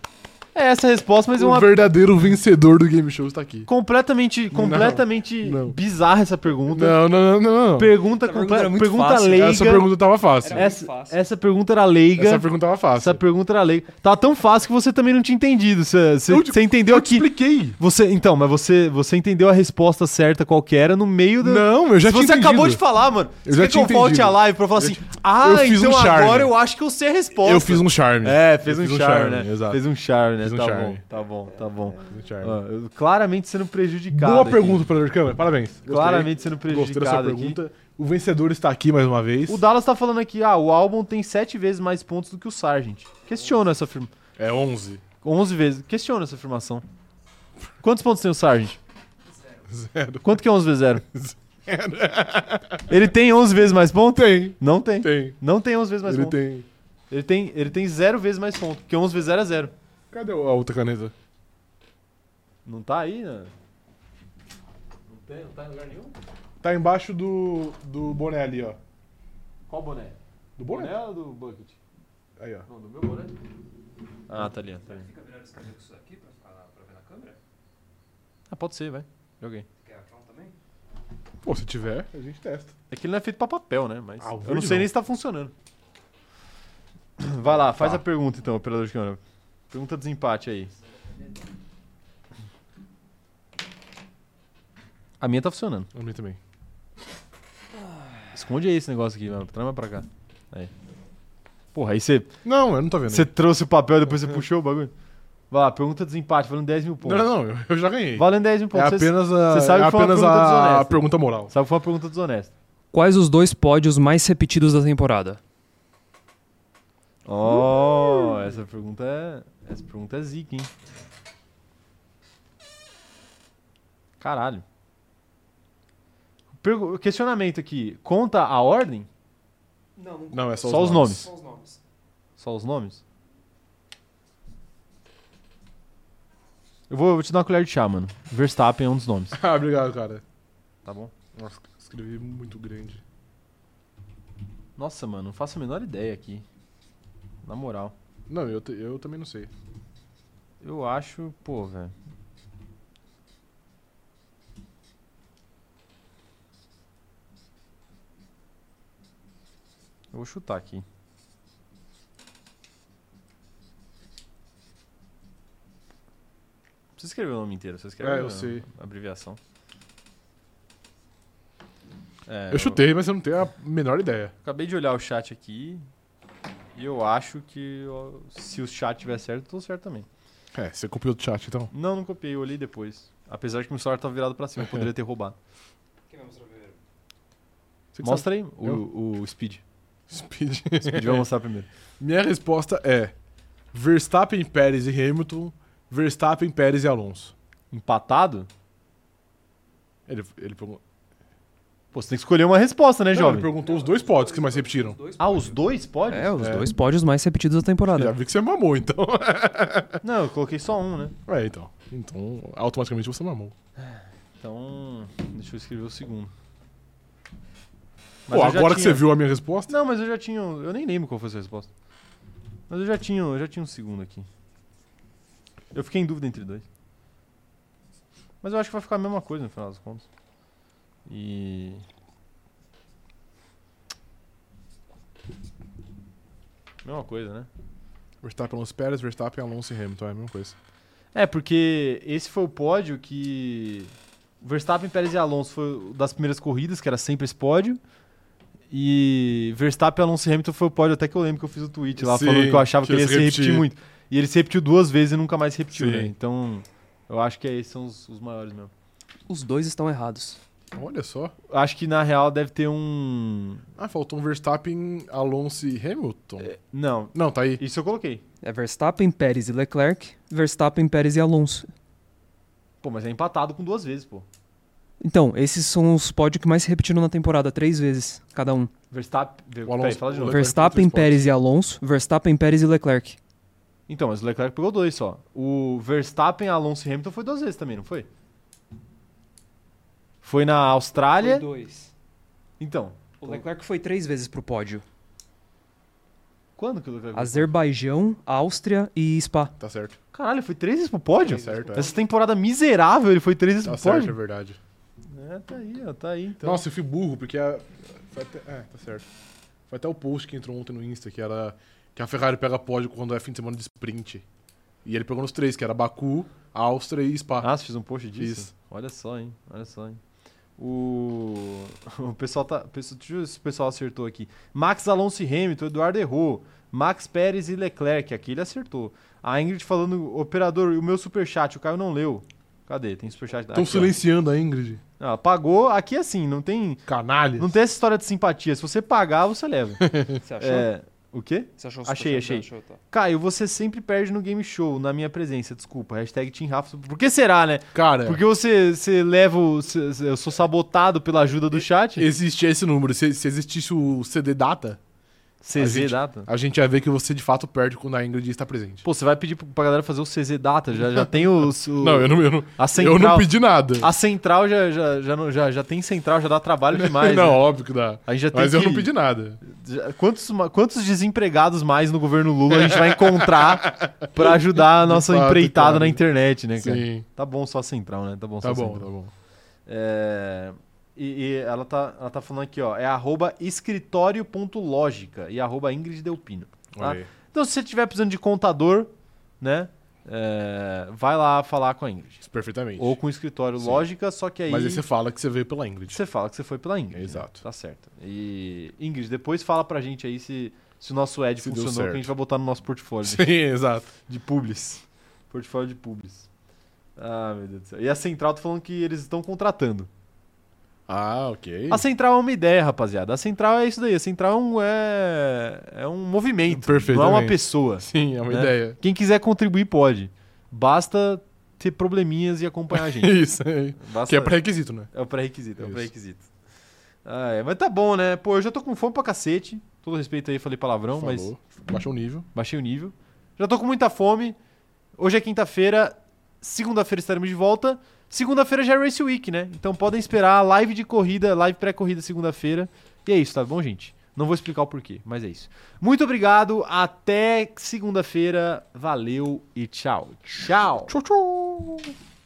É essa a resposta, mas é uma
O verdadeiro vencedor do Game Show está aqui.
Completamente, completamente
não.
bizarra essa pergunta.
Não, não, não, não. não.
Pergunta
Essa pergunta
completa,
era
pergunta,
muito fácil.
leiga.
Essa pergunta tava fácil.
Era-
essa,
muito fácil.
essa pergunta era leiga.
Essa pergunta tava fácil.
Essa pergunta era leiga. Tá tão fácil que você também não tinha entendido. Você, você,
Eu te-
você entendeu
Eu te
aqui.
expliquei.
Você, então, mas você, você entendeu a resposta certa qual que era no meio do.
Não, eu já
Se
tinha
você acabou de
entendido.
falar, mano. você
Eu já
quer que
tinha
eu volte
entendido.
a live pra eu falar assim: Ah,
eu fiz um
então
charme.
agora eu acho que eu sei a resposta.
Eu fiz um charme.
É, fez um,
Eu fiz um
charme,
charme,
né?
exato.
Fez um charme, né?
Fiz um
tá
charme.
bom, tá bom, tá bom.
Um charme.
Ó, eu- claramente sendo prejudicado.
Boa
aqui.
pergunta, operador de câmera. Parabéns. Gostei.
Claramente sendo
Gostei da sua
prejudicado aqui.
pergunta. O vencedor está aqui mais uma vez.
O Dallas tá falando aqui, ah, o Albon tem sete vezes mais pontos do que o Sargent. Questiono essa afirmação.
É 11.
11 vezes. Questiono essa afirmação. Quantos pontos tem o Sargent?
(laughs) Zero.
Quanto que é 11 vezes
(laughs)
zero? Ele tem 11 vezes mais ponto?
Tem.
Não tem.
Tem.
Não tem 11 vezes mais
Ele
ponto.
tem.
Ele tem. Ele tem zero vezes mais ponto, porque 11 vezes zero é zero.
Cadê a outra caneta?
Não tá aí, né? Não, tem, não tá em lugar nenhum?
Tá embaixo do, do boné ali, ó.
Qual boné?
Do boné?
ou do Bucket?
Aí, ó.
Não, do meu boné. Ah, tá ali, ó, tá ali. Ah, pode ser, vai. Joguei.
Pô, se tiver, a gente testa.
É que ele não é feito pra papel, né? Mas
Ah, o
eu não
verde
sei
não.
nem se tá funcionando. Vai lá, faz
Tá.
a pergunta então, operador de câmera. Pergunta desempate aí. A minha tá funcionando.
A mim também.
Esconde aí esse negócio aqui, mano. Traz mais pra cá. Aí. Porra, aí você
Não, eu não tô vendo.
você trouxe o papel e depois você puxou o bagulho? Vai lá, pergunta desempate, valendo 10 mil
Não,
pontos.
não, não, eu já ganhei.
Valendo 10 mil
É
pontos. Cê-
apenas a,
cê sabe
é
que foi uma
apenas
pergunta
a,
desonesta.
a pergunta moral.
Sabe, foi uma pergunta desonesta.
Quais os dois pódios mais repetidos da temporada?
Ó, essa pergunta é. Essa pergunta é zica, hein? Caralho. Pergu- questionamento aqui. Conta a ordem?
Não, não
Não, é só,
Só os nomes.
os nomes.
Só os nomes? Eu vou, vou te dar uma colher de chá, mano. Verstappen é um dos nomes.
(laughs) ah, obrigado, cara.
Tá bom?
Nossa, escrevi muito grande.
Nossa, mano, não faço a menor ideia aqui. Na moral.
Não, eu, te- eu também não sei.
Eu acho, pô, velho. Eu vou chutar aqui. Não precisa escrever o nome inteiro, você escreve
É, eu
a-
sei.
a abreviação. É,
eu chutei, mas eu não tenho a menor ideia.
Acabei de olhar o chat aqui e eu acho que ó, se o chat tiver certo, eu tô certo também.
É, você copiou do chat, então.
Não, não copiei, eu olhei depois. Apesar de que meu celular tava virado pra cima, eu poderia ter
(laughs)
roubado.
Quem vai mostrar primeiro?
Você que
Mostra aí
Eu?
o, o
(laughs)
Speed.
sabe. Speed. (laughs)
O Speed vai mostrar primeiro.
Minha resposta é Verstappen, Pérez e Hamilton, Verstappen, Pérez e Alonso.
Empatado?
Ele, ele, pergun-
Pô, você tem que escolher uma resposta, né,
Não, ele
jovem?
perguntou os dois pods que mais repetiram.
Ah, os dois pode?
É, os
É.
dois pódios mais repetidos da temporada.
Já vi que você mamou, então. (laughs)
Não, eu coloquei só um, né?
é, então. Então, automaticamente você mamou.
Então, deixa eu escrever o segundo.
Pô,
eu já
agora que
tinha-
você viu a minha resposta,
Não, mas eu já tinha. um- Eu nem lembro qual foi a sua resposta. Mas eu já tinha, eu já tinha um segundo aqui. Eu fiquei em dúvida entre dois. Mas eu acho que vai ficar a mesma coisa no final das contas. E. Mesma coisa, né?
Verstappen, Alonso, Pérez, Verstappen, Alonso e Hamilton. É a mesma coisa.
É, porque esse foi o pódio que. o Verstappen, Pérez e Alonso foi o das primeiras corridas, que era sempre esse pódio. E Verstappen, Alonso e Hamilton foi o pódio, até que eu lembro que eu fiz o tweet lá
Sim,
falando que eu achava que,
que
ele ia
eles
se repetir.
repetiam.
muito. E ele se repetiu duas vezes e nunca mais se repetiu,
Sim.
né? Então, eu acho que esses são os, os maiores mesmo.
Os dois estão errados.
Então, Olha só.
Acho que na real deve ter um.
Ah, faltou um Verstappen, Alonso e Hamilton.
É. Não,
Não, tá aí.
isso eu coloquei.
É Verstappen, Pérez e Leclerc, Verstappen, Pérez e Alonso.
Pô, mas é empatado com duas vezes, pô.
Então, esses são os pódios que mais se repetiram na temporada, três vezes cada um.
Verstappen.
O Alonso-
Peraí, fala de
o
novo.
Leclerc
Verstappen,
tem três pódios.
Pérez e Alonso, Verstappen, Pérez e Leclerc.
Então, mas o Leclerc pegou dois só. O Verstappen, Alonso e Hamilton foi duas vezes também, não foi? Foi na Austrália.
dois.
Então,
O Leclerc foi três vezes pro pódio.
quando que o Leclerc.
Azerbaijão, Áustria e Spa.
Tá certo.
Caralho, foi três vezes pro pódio?
Tá certo, é.
Essa temporada miserável, ele foi três vezes
Tá
pro
certo, é
pódio.
verdade.
É, tá aí, ó, tá aí. Então.
Nossa, eu fui burro, porque a... Foi até... É, tá certo. Foi até o post que entrou ontem no Insta, que era que a Ferrari pega pódio quando é fim de semana de sprint. E ele pegou nos três, que era Baku, Áustria e Spa.
Ah, você fez um post disso?
Isso.
Olha só, hein? Olha só, hein? O, (laughs) o pessoal tá. o pessoal- Deixa eu ver se o pessoal acertou aqui. Max Alonso e Hamilton, Eduardo errou. Max Pérez e Leclerc, aqui ele acertou. A Ingrid falando, operador, e o meu superchat, o Caio não leu. Cadê? Tem superchat da
Estão silenciando a Ingrid.
Ela pagou, aqui assim, não tem.
Canalhas.
Não tem essa história de simpatia. Se você pagar, você leva.
Você
É, o quê?
Você achou tá.
o Achei, superchat? achei. Caio, você sempre perde no game show, na minha presença, desculpa. Hashtag Team Rafa. Por que será, né?
Cara,
Porque você, você leva o. cê- cê- Eu sou sabotado pela ajuda do chat?
existe esse número. Se, se existisse o CD data,
CZ
gente-
data.
a gente ia ver que você de fato perde quando a Ingrid está presente.
Pô, você vai pedir pra galera fazer o CZ data, já, já tem
(laughs)
o. o-
não, eu não, eu não,
A
eu
central.
não pedi nada.
A central já, já, já, não- já, já tem central, já dá trabalho demais.
(laughs) não,
né?
óbvio que dá.
Aí já tem
Mas eu
que-
não pedi nada.
já- Quantos, ma- quantos desempregados mais no governo Lula a gente vai
(laughs)
encontrar pra ajudar a nossa
fato,
empreitada
cara.
na internet, né, cara?
Sim.
Tá bom só a central, né? Tá bom só
Tá
a
bom,
central.
tá bom.
É, e, e ela, tá, ela tá falando aqui, ó. É arroba escritório.lógica e arroba Ingrid Delpino. tá?
Olha aí.
Então, se você estiver precisando de contador, né? é, vai lá falar com a Ingrid.
Isso perfeitamente.
Ou com o escritório
Sim.
Lógica, só que aí
Mas aí você fala que você veio pela Ingrid.
você fala que você foi pela Ingrid. né?
Exato.
Tá certo. E, Ingrid, depois fala pra gente aí se, se o nosso ad
Se deu
funcionou, que a gente vai
certo.
botar no nosso portfólio de-
(laughs) Sim, exato.
de publis. Portfólio de publis. Ah, meu Deus do céu. E a Central tá falando que eles estão contratando.
Ah, ok.
A central é uma ideia, rapaziada. A central é isso daí. A central é um, é, é um movimento, não é uma
Perfeitamente.
pessoa.
Sim, é uma
né?
ideia.
Quem quiser contribuir pode. Basta ter probleminhas e acompanhar
(laughs)
a gente.
Isso aí.
Basta-
Que é pré-requisito, né?
É o pré-requisito, é o
Isso.
pré-requisito. Ah, é, mas tá bom, né? Pô, eu já tô com fome pra cacete. Todo respeito aí, falei palavrão, mas
Falou. Baixou o nível.
baixei o nível. Já tô com muita fome. Hoje é quinta-feira. Segunda-feira estaremos de volta. Segunda-feira já é Race Week, né? Então podem esperar a live de corrida, live pré-corrida segunda-feira. E é isso, tá bom, gente? Não vou explicar o porquê, mas é isso. Muito obrigado, até segunda-feira. Valeu e tchau. Tchau.
Tchau, tchau.